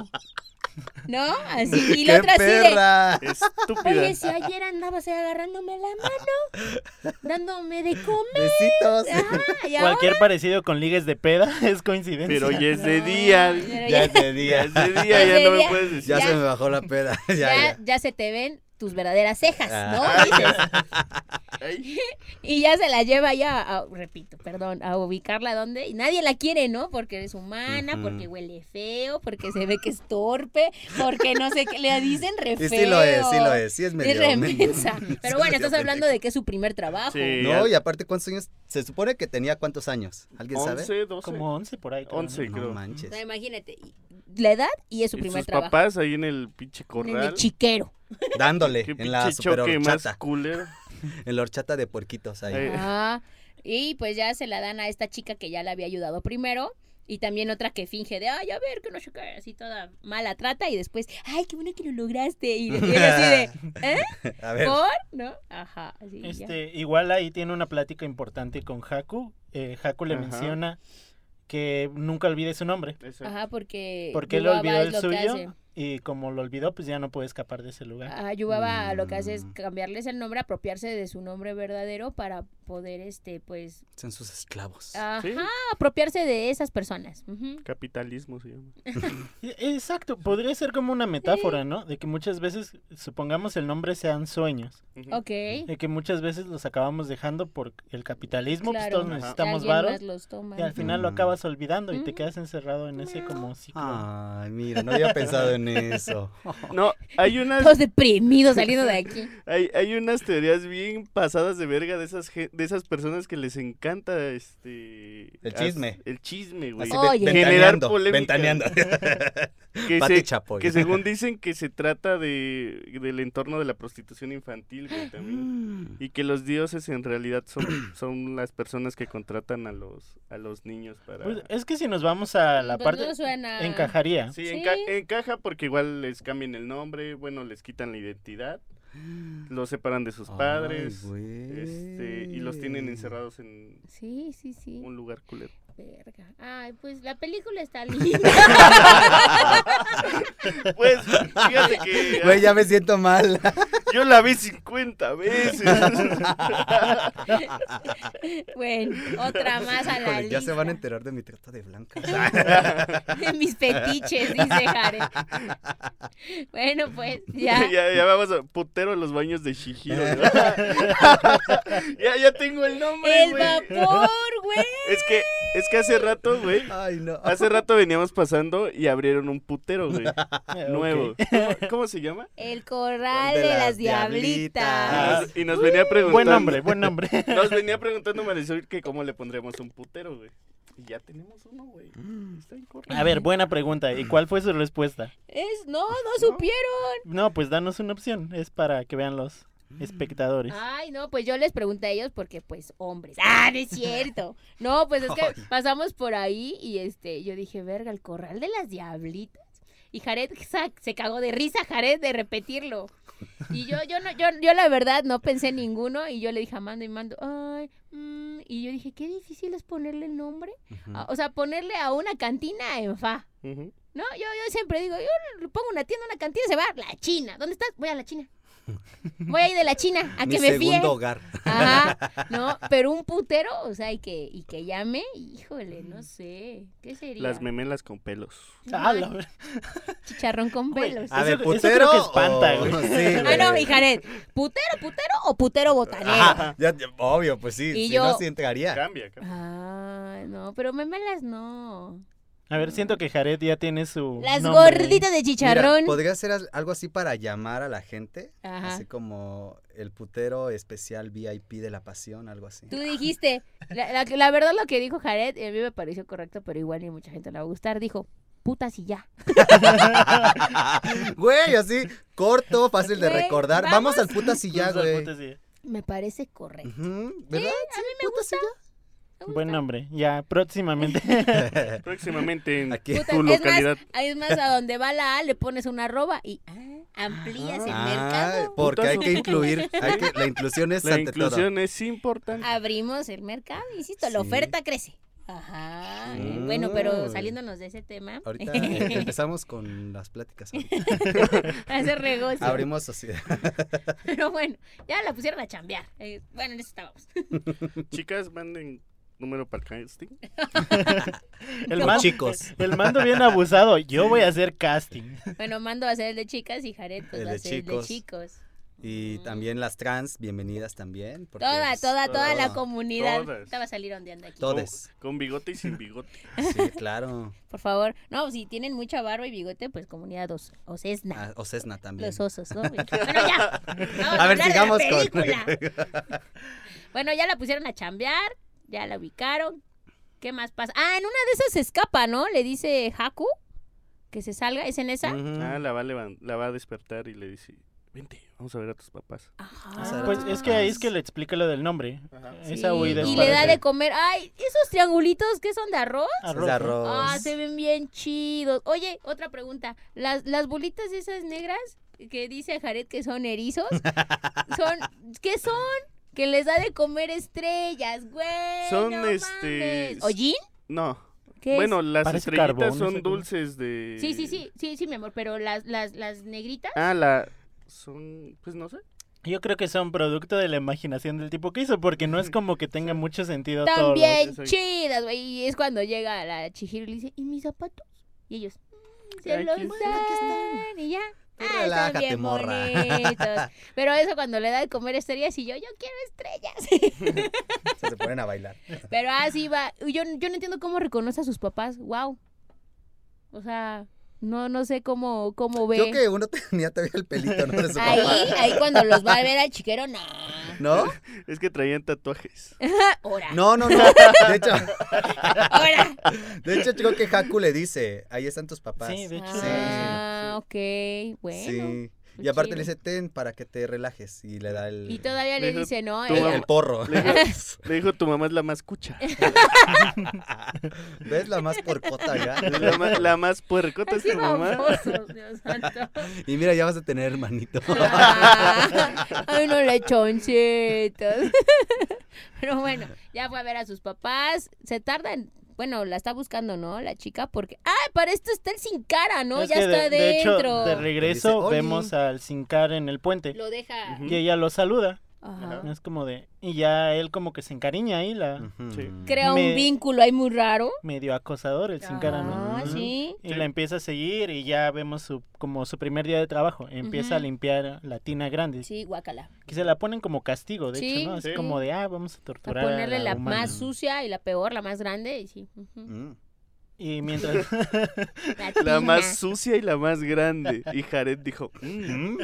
[SPEAKER 1] ¿No? Así y
[SPEAKER 3] ¡Qué
[SPEAKER 1] la otra así de "Ah".
[SPEAKER 3] perra!
[SPEAKER 4] Estúpida.
[SPEAKER 1] Oye, si ayer andabas ahí agarrándome la mano, dándome de comer.
[SPEAKER 3] Besitos.
[SPEAKER 1] Ajá, y ahora-
[SPEAKER 2] Cualquier parecido con ligues de peda es coincidencia.
[SPEAKER 4] Pero ya es de día.
[SPEAKER 1] Pero ya,
[SPEAKER 3] Ya es de
[SPEAKER 4] Ya
[SPEAKER 3] día.
[SPEAKER 4] es de día, ya
[SPEAKER 1] de
[SPEAKER 4] no me
[SPEAKER 1] día.
[SPEAKER 4] puedes decir.
[SPEAKER 3] Ya,
[SPEAKER 1] Ya.
[SPEAKER 3] se me bajó la peda. ya,
[SPEAKER 1] ya-
[SPEAKER 3] ya.
[SPEAKER 1] ya se te ven tus verdaderas cejas, ¿no?
[SPEAKER 3] Ah.
[SPEAKER 1] Dices.
[SPEAKER 4] Ay,
[SPEAKER 1] Y ya se la lleva ya, a- repito, perdón, a ubicarla donde y nadie la quiere, ¿no? Porque eres humana,
[SPEAKER 3] Ujú.
[SPEAKER 1] porque huele feo, porque se ve que es torpe, porque no sé qué le dicen re
[SPEAKER 3] Y
[SPEAKER 1] feo.
[SPEAKER 3] sí lo es, sí lo es. Sí es
[SPEAKER 1] Es
[SPEAKER 3] medio.
[SPEAKER 1] re
[SPEAKER 3] mendigo.
[SPEAKER 1] mensa.
[SPEAKER 3] Sí es
[SPEAKER 1] Pero bueno,
[SPEAKER 3] medio
[SPEAKER 1] estás hablando
[SPEAKER 3] pendejo.
[SPEAKER 1] de que es su primer trabajo.
[SPEAKER 4] Sí.
[SPEAKER 3] No, y aparte, ¿cuántos años? Se supone que tenía cuántos años. ¿Alguien sabe?
[SPEAKER 4] 11, 12.
[SPEAKER 2] Como 11 por ahí. creo, ¿no?
[SPEAKER 4] 11,
[SPEAKER 3] No
[SPEAKER 4] creo.
[SPEAKER 1] O sea,
[SPEAKER 3] manches.
[SPEAKER 1] imagínate, y- la edad y es su
[SPEAKER 4] Y
[SPEAKER 1] primer
[SPEAKER 4] sus
[SPEAKER 1] trabajo.
[SPEAKER 4] papás ahí en el pinche
[SPEAKER 1] En el
[SPEAKER 4] corral.
[SPEAKER 1] chiquero.
[SPEAKER 3] Dándole
[SPEAKER 4] Qué
[SPEAKER 3] en la
[SPEAKER 4] pinche
[SPEAKER 3] super
[SPEAKER 4] choque más
[SPEAKER 3] horchata.
[SPEAKER 4] culero.
[SPEAKER 3] En la horchata de puerquitos ahí.
[SPEAKER 4] Ahí.
[SPEAKER 1] Ajá. Y pues ya se la dan a esta chica que ya la había ayudado primero. Y también otra que finge de, ay, a ver, que no sé qué", así toda mala trata. Y después, ay, qué bueno que lo lograste. Y, y ella así de, ¿eh?
[SPEAKER 3] A ver.
[SPEAKER 1] ¿Por? ¿No? Ajá. Así ya.
[SPEAKER 2] Este, igual ahí tiene una plática importante con Haku. Eh, Haku le
[SPEAKER 4] Ajá.
[SPEAKER 2] menciona que nunca olvide su nombre.
[SPEAKER 4] Exacto.
[SPEAKER 1] Ajá, porque.
[SPEAKER 2] Porque él
[SPEAKER 1] Yubaba
[SPEAKER 2] olvidó
[SPEAKER 1] es
[SPEAKER 2] el
[SPEAKER 1] lo que hace. Ah.
[SPEAKER 2] suyo Y como lo olvidó, pues ya no puede escapar de ese lugar.
[SPEAKER 1] Ayudaba a lo que hace es
[SPEAKER 3] Mm.
[SPEAKER 1] cambiarles el nombre, apropiarse de su nombre verdadero para poder, este, pues,
[SPEAKER 3] Son sus esclavos.
[SPEAKER 1] ajá,
[SPEAKER 4] Sí.
[SPEAKER 1] apropiarse de esas personas. Ujú.
[SPEAKER 4] Capitalismo se llama.
[SPEAKER 2] E- Exacto, podría ser como una metáfora, ¿no? De que muchas veces, supongamos el nombre sean sueños,
[SPEAKER 4] Ujú.
[SPEAKER 1] Ok.
[SPEAKER 2] de que muchas veces los acabamos dejando por el capitalismo, pues
[SPEAKER 1] Claro.
[SPEAKER 2] todos
[SPEAKER 1] Ajá.
[SPEAKER 2] necesitamos
[SPEAKER 1] Alguien más
[SPEAKER 2] varos,
[SPEAKER 1] los toma.
[SPEAKER 2] y al final lo
[SPEAKER 3] Mm.
[SPEAKER 2] acabas olvidando y te
[SPEAKER 1] Mm.
[SPEAKER 2] quedas encerrado en ese como ciclo.
[SPEAKER 4] Ah,
[SPEAKER 3] Ay, mira, no había pensado en eso.
[SPEAKER 4] No, hay unas,
[SPEAKER 1] Todos deprimidos saliendo de aquí.
[SPEAKER 4] hay, hay unas teorías bien pasadas de verga de esas, ge- de esas personas que les encanta este...
[SPEAKER 3] El
[SPEAKER 4] as-
[SPEAKER 3] chisme.
[SPEAKER 4] el chisme, güey.
[SPEAKER 3] Así,
[SPEAKER 1] Oye.
[SPEAKER 3] ve-
[SPEAKER 4] Generar
[SPEAKER 3] ventaneando,
[SPEAKER 4] polémica.
[SPEAKER 3] ventaneando.
[SPEAKER 4] Que
[SPEAKER 3] Pati
[SPEAKER 4] se-
[SPEAKER 3] Chapoy.
[SPEAKER 4] Que según dicen que se trata de, del entorno de la prostitución infantil, güey, también.
[SPEAKER 3] Mm.
[SPEAKER 4] Y que los dioses en realidad son, son las personas que contratan a los, a los niños para...
[SPEAKER 2] Pues, es que si nos vamos a la
[SPEAKER 1] Pues
[SPEAKER 2] parte...
[SPEAKER 1] no suena-
[SPEAKER 2] Encajaría.
[SPEAKER 4] Sí,
[SPEAKER 1] Sí.
[SPEAKER 4] enca- encaja porque igual les cambian el nombre, bueno, les quitan la identidad, los separan de sus
[SPEAKER 3] Ay,
[SPEAKER 4] padres
[SPEAKER 3] güey.
[SPEAKER 4] este, y los tienen encerrados en
[SPEAKER 1] Sí, sí, sí.
[SPEAKER 4] un lugar culero.
[SPEAKER 1] Verga. Ay, pues la película está linda.
[SPEAKER 4] Pues, fíjate que
[SPEAKER 3] Güey, ya me siento mal.
[SPEAKER 4] yo la vi 50 veces.
[SPEAKER 1] bueno, otra más a la
[SPEAKER 3] Híjole,
[SPEAKER 1] lista.
[SPEAKER 3] ya se van a enterar de mi trata de blanca.
[SPEAKER 1] De mis fetiches, dice Jared. Bueno, pues ya.
[SPEAKER 4] ya, ya vamos a putero a los baños de Shihiro. ¿no? ya, ya tengo el nombre,
[SPEAKER 1] El
[SPEAKER 4] güey.
[SPEAKER 1] vapor, güey.
[SPEAKER 4] Es que, es que hace rato, güey,
[SPEAKER 3] Ay, no.
[SPEAKER 4] hace rato veníamos pasando y abrieron un putero, güey,
[SPEAKER 2] Eh, ok.
[SPEAKER 4] nuevo. ¿Cómo, cómo se llama?
[SPEAKER 1] El corral de,
[SPEAKER 3] De
[SPEAKER 1] las
[SPEAKER 3] las
[SPEAKER 1] diablitas.
[SPEAKER 2] diablitas.
[SPEAKER 4] Y nos
[SPEAKER 1] Uh,
[SPEAKER 4] venía preguntando.
[SPEAKER 2] Ah. Buen nombre, buen nombre.
[SPEAKER 4] Nos venía preguntando Marisol que cómo le pondríamos un putero, güey. Y ya tenemos uno, güey.
[SPEAKER 2] Mm.
[SPEAKER 4] Está en corto.
[SPEAKER 2] A ver, buena pregunta. ¿Y cuál fue su respuesta?
[SPEAKER 1] Es, no, no supieron.
[SPEAKER 2] No, pues danos una opción. Es para que vean los espectadores.
[SPEAKER 1] Ay, no, pues yo les pregunté a ellos porque, pues, hombres. Ah, no es cierto. No, pues es que pasamos por ahí y este, yo dije, verga, el corral de las diablitas. Y Jared sa- se cagó de risa, Jared, de repetirlo. Y yo, yo no, yo, yo la verdad no pensé en ninguno y yo le dije a Mando y Mando, ay, mm", y yo dije, qué difícil es ponerle el nombre. Ah, O sea, ponerle a una cantina en fa.
[SPEAKER 4] Ujú.
[SPEAKER 1] No, yo, yo siempre digo, yo le pongo una tienda, una cantina, se va a la China. ¿Dónde estás? Voy a la China. Voy a ir de la China a
[SPEAKER 3] Mi
[SPEAKER 1] ah, que me
[SPEAKER 3] segundo
[SPEAKER 1] fíe.
[SPEAKER 3] hogar.
[SPEAKER 1] Ajá, no, pero un putero, o sea, y que, y que llame, híjole, no sé, ¿qué sería?
[SPEAKER 4] Las memelas con pelos.
[SPEAKER 2] Ah, la ver-
[SPEAKER 1] Chicharrón con
[SPEAKER 2] Güey,
[SPEAKER 1] pelos.
[SPEAKER 3] A
[SPEAKER 2] Eso-
[SPEAKER 3] ver,
[SPEAKER 2] eso
[SPEAKER 3] putero.
[SPEAKER 2] creo que espanta,
[SPEAKER 3] o-
[SPEAKER 2] güey.
[SPEAKER 3] Sí,
[SPEAKER 1] Ah, no,
[SPEAKER 3] ah, güey.
[SPEAKER 1] y Jared, ¿putero, putero o putero botanero?
[SPEAKER 3] Ajá, ya- ya- obvio, pues sí.
[SPEAKER 1] Y
[SPEAKER 3] si
[SPEAKER 1] yo-
[SPEAKER 3] no, sí entraría.
[SPEAKER 4] Cambia, cambia.
[SPEAKER 1] Ah, no, pero memelas no.
[SPEAKER 2] A ver, siento que Jared ya tiene su.
[SPEAKER 1] Las
[SPEAKER 2] nombre.
[SPEAKER 1] gorditas de
[SPEAKER 3] Mira,
[SPEAKER 1] chicharrón.
[SPEAKER 3] Podría ser al- algo así para llamar a la gente.
[SPEAKER 1] Ajá.
[SPEAKER 3] Así como el putero especial VIP de la pasión, algo así.
[SPEAKER 1] Tú dijiste, la, la- la verdad lo que dijo Jared, a mí me pareció correcto, pero igual y a mucha gente le va a gustar. Dijo, putas y ya.
[SPEAKER 3] güey, así, corto, fácil de
[SPEAKER 1] Güey,
[SPEAKER 3] recordar.
[SPEAKER 1] vamos.
[SPEAKER 3] Vamos, al puta silla,
[SPEAKER 2] Sus
[SPEAKER 3] güey.
[SPEAKER 2] putas, sí.
[SPEAKER 1] Me parece correcto.
[SPEAKER 3] Ujú, ¿Verdad?
[SPEAKER 1] Pues, Me gusta. me gusta.
[SPEAKER 2] Buen nombre. Ya, próximamente.
[SPEAKER 4] Próximamente en
[SPEAKER 3] Aquí.
[SPEAKER 1] Puta,
[SPEAKER 4] tu
[SPEAKER 1] es
[SPEAKER 4] localidad.
[SPEAKER 1] Más, es más, a donde va la A le pones una arroba y ah, amplías el
[SPEAKER 3] Ah,
[SPEAKER 1] mercado.
[SPEAKER 3] porque hay
[SPEAKER 2] Putazo.
[SPEAKER 3] que incluir, hay que- la inclusión es
[SPEAKER 4] La
[SPEAKER 3] ante
[SPEAKER 4] inclusión es importante.
[SPEAKER 1] Abrimos el mercado, insisto, la
[SPEAKER 3] Sí.
[SPEAKER 1] oferta crece. Ajá. eh,
[SPEAKER 3] Sí.
[SPEAKER 1] Bueno, pero saliéndonos de ese tema,
[SPEAKER 3] todo. Ahorita eh, empezamos con las pláticas. ahorita.
[SPEAKER 1] hace negocio.
[SPEAKER 3] Abrimos sociedad.
[SPEAKER 1] Pero bueno, ya la pusieron a chambear. eh, bueno, en eso estábamos.
[SPEAKER 4] Chicas, manden número para el casting.
[SPEAKER 2] El,
[SPEAKER 1] No.
[SPEAKER 2] man-
[SPEAKER 3] Chicos.
[SPEAKER 2] el mando bien abusado. Yo voy a hacer casting.
[SPEAKER 1] Bueno, Mando va a ser el de chicas y Jared pues,
[SPEAKER 3] El
[SPEAKER 1] va a
[SPEAKER 3] Eh, de
[SPEAKER 1] ser el de
[SPEAKER 3] chicos.
[SPEAKER 1] chicos.
[SPEAKER 3] Y
[SPEAKER 1] Mm.
[SPEAKER 3] también las trans, bienvenidas también. porque
[SPEAKER 1] Toda,
[SPEAKER 3] pues,
[SPEAKER 1] toda, toda la
[SPEAKER 3] todo-
[SPEAKER 1] comunidad.
[SPEAKER 4] Todas.
[SPEAKER 1] Te va a salir ondeando aquí.
[SPEAKER 3] Todes.
[SPEAKER 4] Con bigote y sin bigote.
[SPEAKER 3] Sí, claro.
[SPEAKER 1] Por favor. No, si tienen mucha barba y bigote, pues comunidad os, osesna.
[SPEAKER 3] Ah, O Cessna también.
[SPEAKER 1] Los osos, ¿no? bueno, ya. Vamos
[SPEAKER 3] A ver,
[SPEAKER 1] hablar de
[SPEAKER 3] sigamos
[SPEAKER 1] la
[SPEAKER 3] con-
[SPEAKER 1] película. bueno, ya la pusieron a chambear. Ya la ubicaron. ¿Qué más pasa? Ah, en una de esas se escapa, ¿no? Le dice Haku que se salga. ¿Es en esa?
[SPEAKER 3] Ujú.
[SPEAKER 4] Ah, la va, a levan- la va a despertar y le dice, vente, vamos a ver a tus papás.
[SPEAKER 1] Ajá.
[SPEAKER 3] O sea,
[SPEAKER 2] Pues es que ahí es que le explica lo del nombre. Esa
[SPEAKER 1] Ah. Sí,
[SPEAKER 2] huida es
[SPEAKER 1] Y
[SPEAKER 2] para
[SPEAKER 1] le da
[SPEAKER 2] hacer
[SPEAKER 1] de comer. Ay, esos triangulitos que son de arroz.
[SPEAKER 3] Es
[SPEAKER 2] arroz.
[SPEAKER 3] de arroz.
[SPEAKER 1] Ah, se ven bien chidos. Oye, otra pregunta. Las, las bolitas esas negras que dice Jared que son erizos, son, ¿qué son? Que les da de comer estrellas, güey.
[SPEAKER 4] Son,
[SPEAKER 1] no
[SPEAKER 4] este,
[SPEAKER 1] mames. ¿Hollín?
[SPEAKER 4] No,
[SPEAKER 1] ¿Qué es?
[SPEAKER 4] Bueno, eh, las
[SPEAKER 2] Parece
[SPEAKER 4] estrellitas
[SPEAKER 2] carbón, esa
[SPEAKER 4] son
[SPEAKER 2] cosa.
[SPEAKER 4] dulces de...
[SPEAKER 1] Sí, sí, sí, sí, sí, mi amor, pero las, las, las negritas.
[SPEAKER 4] Ah, la... Son... Pues no sé.
[SPEAKER 2] Yo creo que son producto de la imaginación del tipo que hizo, porque no es como que tenga mucho
[SPEAKER 4] Ah,
[SPEAKER 2] sentido todo.
[SPEAKER 1] Están bien
[SPEAKER 4] eso-
[SPEAKER 1] chidas, güey. Y es cuando llega la Chihiro y le dice, ¿y mis zapatos? Y ellos, mm, se
[SPEAKER 4] Aquí
[SPEAKER 1] los
[SPEAKER 4] están.
[SPEAKER 1] dan. Y ya.
[SPEAKER 3] Tú
[SPEAKER 1] Ah, están
[SPEAKER 3] relájate,
[SPEAKER 1] bien
[SPEAKER 3] morra.
[SPEAKER 1] bonitos. Pero eso cuando le da de comer estrellas y yo, yo quiero estrellas.
[SPEAKER 3] Se ponen a bailar.
[SPEAKER 1] Pero así va. Yo, yo no entiendo cómo reconoce a sus papás. Wow. O sea, no, no sé cómo, cómo ve.
[SPEAKER 3] Yo que uno tenía todavía el pelito, ¿no? De su
[SPEAKER 1] Ahí,
[SPEAKER 3] papá.
[SPEAKER 1] ahí cuando los va a ver al chiquero, no.
[SPEAKER 3] ¿No?
[SPEAKER 4] Es que traían tatuajes.
[SPEAKER 1] Ahora,
[SPEAKER 3] No, no, no. De hecho,
[SPEAKER 1] ahora.
[SPEAKER 3] de hecho creo que Haku le dice, ahí están tus papás.
[SPEAKER 2] Sí, de hecho.
[SPEAKER 1] Ah, ok, bueno.
[SPEAKER 3] Sí.
[SPEAKER 1] pues
[SPEAKER 3] Y aparte
[SPEAKER 1] chido.
[SPEAKER 3] le dice, ten para que te relajes. Y le da el,
[SPEAKER 1] Y todavía le
[SPEAKER 4] Deja
[SPEAKER 1] dice, no,
[SPEAKER 4] tu
[SPEAKER 1] eh,
[SPEAKER 3] el, el porro.
[SPEAKER 4] Le dijo, le dijo, tu mamá es la más cucha.
[SPEAKER 3] ¿Ves la más porcota ya?
[SPEAKER 4] Es La, ma- la más puercota es
[SPEAKER 1] así
[SPEAKER 4] tu mamá.
[SPEAKER 1] babosos, Dios santo.
[SPEAKER 3] Y mira, ya vas a tener hermanito.
[SPEAKER 1] Ah, Ay, no lechoncitos. Pero bueno, ya fue a ver a sus papás. Se tardan. Bueno, la está buscando, ¿no? La chica, porque. ¡Ay, para esto está el sin cara, ¿no?
[SPEAKER 2] Es
[SPEAKER 1] ya
[SPEAKER 2] que
[SPEAKER 1] está
[SPEAKER 2] de, de hecho,
[SPEAKER 1] dentro.
[SPEAKER 2] de
[SPEAKER 3] Le
[SPEAKER 2] regreso
[SPEAKER 3] dice, "Oli".
[SPEAKER 2] vemos al Sincar en el puente
[SPEAKER 1] Lo deja.
[SPEAKER 4] Ujú.
[SPEAKER 2] y ella lo saluda.
[SPEAKER 1] Ajá.
[SPEAKER 2] Es como de. Y ya él como que se encariña ahí, la
[SPEAKER 3] Ujú.
[SPEAKER 4] Sí.
[SPEAKER 1] Crea
[SPEAKER 2] Me-
[SPEAKER 1] un vínculo ahí muy raro.
[SPEAKER 2] medio acosador, el Sincara, ¿no?
[SPEAKER 1] Ah,
[SPEAKER 3] Ujú.
[SPEAKER 1] sí.
[SPEAKER 2] Y
[SPEAKER 4] Sí.
[SPEAKER 2] la empieza a seguir y ya vemos su, como su primer día de trabajo. Empieza a
[SPEAKER 1] Ujú.
[SPEAKER 2] limpiar la tina grande.
[SPEAKER 1] Sí, guácala.
[SPEAKER 2] Que se la ponen como castigo, de
[SPEAKER 1] Sí,
[SPEAKER 2] hecho, ¿no? Es
[SPEAKER 4] sí.
[SPEAKER 2] como de, ah, vamos a
[SPEAKER 1] A
[SPEAKER 2] torturar.
[SPEAKER 1] ponerle
[SPEAKER 2] la
[SPEAKER 1] la
[SPEAKER 2] humana.
[SPEAKER 1] más sucia y la peor, la más grande. Y sí. ujú.
[SPEAKER 3] Mm.
[SPEAKER 2] Y mientras...
[SPEAKER 1] La,
[SPEAKER 4] La
[SPEAKER 1] tina,
[SPEAKER 4] más sucia y la más grande. Y Jared dijo, "Mm".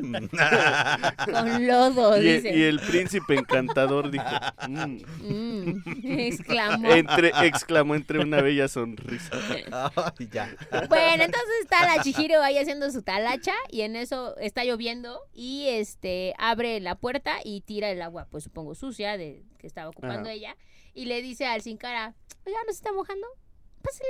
[SPEAKER 1] Con lodo,
[SPEAKER 4] y, e-
[SPEAKER 1] dice.
[SPEAKER 4] y el príncipe encantador dijo, "Mm".
[SPEAKER 1] Mm, exclamó.
[SPEAKER 4] entre, exclamó entre una bella sonrisa.
[SPEAKER 3] Ay, ya.
[SPEAKER 1] Bueno, entonces está la Chihiro ahí haciendo su talacha y en eso está lloviendo y este abre la puerta y tira el agua, pues supongo sucia de que estaba ocupando
[SPEAKER 4] Ajá.
[SPEAKER 1] ella y le dice al sin cara, "Oiga, ¿no se está mojando? Pásale,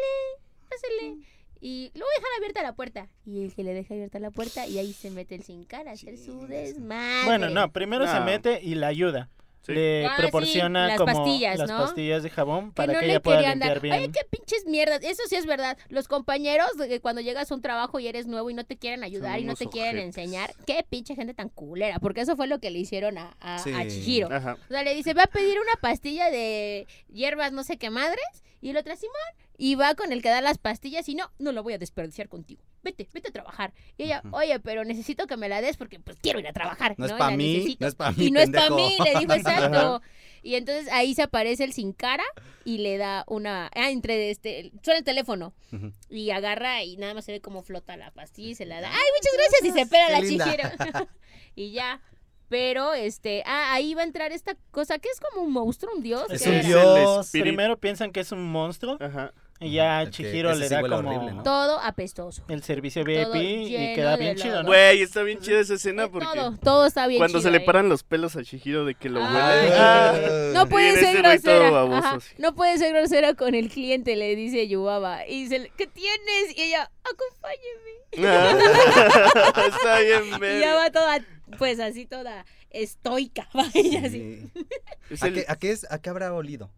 [SPEAKER 1] pásale." Y luego dejan abierta la puerta y el que le deja abierta la puerta y ahí se mete el sin cara a hacer su
[SPEAKER 3] Chingas.
[SPEAKER 1] desmadre.
[SPEAKER 2] bueno, no, primero se
[SPEAKER 4] No.
[SPEAKER 2] mete y la ayuda.
[SPEAKER 4] Sí.
[SPEAKER 2] Le
[SPEAKER 1] Ah, sí,
[SPEAKER 2] proporciona
[SPEAKER 1] las
[SPEAKER 2] como
[SPEAKER 1] pastillas,
[SPEAKER 2] las
[SPEAKER 1] ¿no?
[SPEAKER 2] pastillas de jabón
[SPEAKER 1] Que
[SPEAKER 2] para
[SPEAKER 1] no
[SPEAKER 2] que
[SPEAKER 1] le
[SPEAKER 2] ella pueda
[SPEAKER 1] querían dar.
[SPEAKER 2] limpiar
[SPEAKER 1] Ay,
[SPEAKER 2] bien.
[SPEAKER 1] qué pinches mierdas. Eso sí es verdad. Los compañeros, eh, cuando llegas a un trabajo y eres nuevo y no te quieren ayudar
[SPEAKER 4] Son
[SPEAKER 1] y no
[SPEAKER 4] unos
[SPEAKER 1] te quieren
[SPEAKER 4] ojetes.
[SPEAKER 1] enseñar, qué pinche gente tan culera. Porque eso fue lo que le hicieron a, a,
[SPEAKER 3] Sí. Ah.
[SPEAKER 1] a Chihiro.
[SPEAKER 4] Ajá.
[SPEAKER 1] O sea, le dice, va a pedir una pastilla de hierbas no sé qué madres. Y el otro, Simón. Y va con el que da las pastillas y no, no la voy a desperdiciar contigo. Vete, vete a trabajar. Y ella,
[SPEAKER 3] Ujú.
[SPEAKER 1] oye, pero necesito que me la des porque pues quiero ir a trabajar.
[SPEAKER 3] No es
[SPEAKER 1] Y
[SPEAKER 3] pa'
[SPEAKER 1] la
[SPEAKER 3] mí,
[SPEAKER 1] necesito.
[SPEAKER 3] no es pa'
[SPEAKER 1] Y
[SPEAKER 3] mí,
[SPEAKER 1] no es para mí,
[SPEAKER 3] pendejo.
[SPEAKER 1] le dijo exacto. Y entonces ahí se aparece el sin cara y le da una... Ah, entre este... Suena el teléfono.
[SPEAKER 3] Ujú.
[SPEAKER 1] Y agarra y nada más se ve cómo flota la pastilla y se la da. ¡Ay, muchas gracias! Y se espera la
[SPEAKER 3] Qué linda.
[SPEAKER 1] Chihiro. y ya. Pero, este... Ah, ahí va a entrar esta cosa que es como un monstruo, un dios.
[SPEAKER 2] Es
[SPEAKER 1] ¿qué
[SPEAKER 2] un
[SPEAKER 1] era?
[SPEAKER 2] dios.
[SPEAKER 4] el espíritu.
[SPEAKER 2] Primero piensan que es un monstruo
[SPEAKER 4] Ajá.
[SPEAKER 2] y ya
[SPEAKER 3] Ujú, el que-
[SPEAKER 2] Chihiro
[SPEAKER 3] ese
[SPEAKER 2] le
[SPEAKER 3] sí
[SPEAKER 2] da
[SPEAKER 3] huele
[SPEAKER 2] como
[SPEAKER 3] horrible, ¿no?
[SPEAKER 1] Todo apestoso.
[SPEAKER 2] el servicio
[SPEAKER 1] Todo
[SPEAKER 2] VIP y
[SPEAKER 1] lleno
[SPEAKER 2] queda
[SPEAKER 1] de
[SPEAKER 2] bien chido, ¿no?
[SPEAKER 1] lodo.
[SPEAKER 4] Güey, está bien chida esa escena
[SPEAKER 1] Eh,
[SPEAKER 4] porque
[SPEAKER 1] Todo, todo está bien
[SPEAKER 4] cuando se
[SPEAKER 1] chido
[SPEAKER 4] le
[SPEAKER 1] ahí.
[SPEAKER 4] paran los pelos a Shihiro de que lo
[SPEAKER 1] Ay.
[SPEAKER 4] huele.
[SPEAKER 1] Ah. No
[SPEAKER 4] Sí,
[SPEAKER 1] puede
[SPEAKER 4] ves
[SPEAKER 1] ser
[SPEAKER 4] ese güey todo
[SPEAKER 1] grosera.
[SPEAKER 4] baboso,
[SPEAKER 1] Ajá.
[SPEAKER 4] sí.
[SPEAKER 1] No puede ser grosera con el cliente, le dice Yubaba. Y dice, ¿qué tienes? Y ella, acompáñeme.
[SPEAKER 4] Ah. está bien,
[SPEAKER 1] Y
[SPEAKER 4] ver.
[SPEAKER 1] ya va toda, pues así toda estoica. va ella así.
[SPEAKER 3] Sí.
[SPEAKER 4] Es
[SPEAKER 3] ¿A
[SPEAKER 4] el-
[SPEAKER 3] qué, a qué es, ¿A qué habrá olido?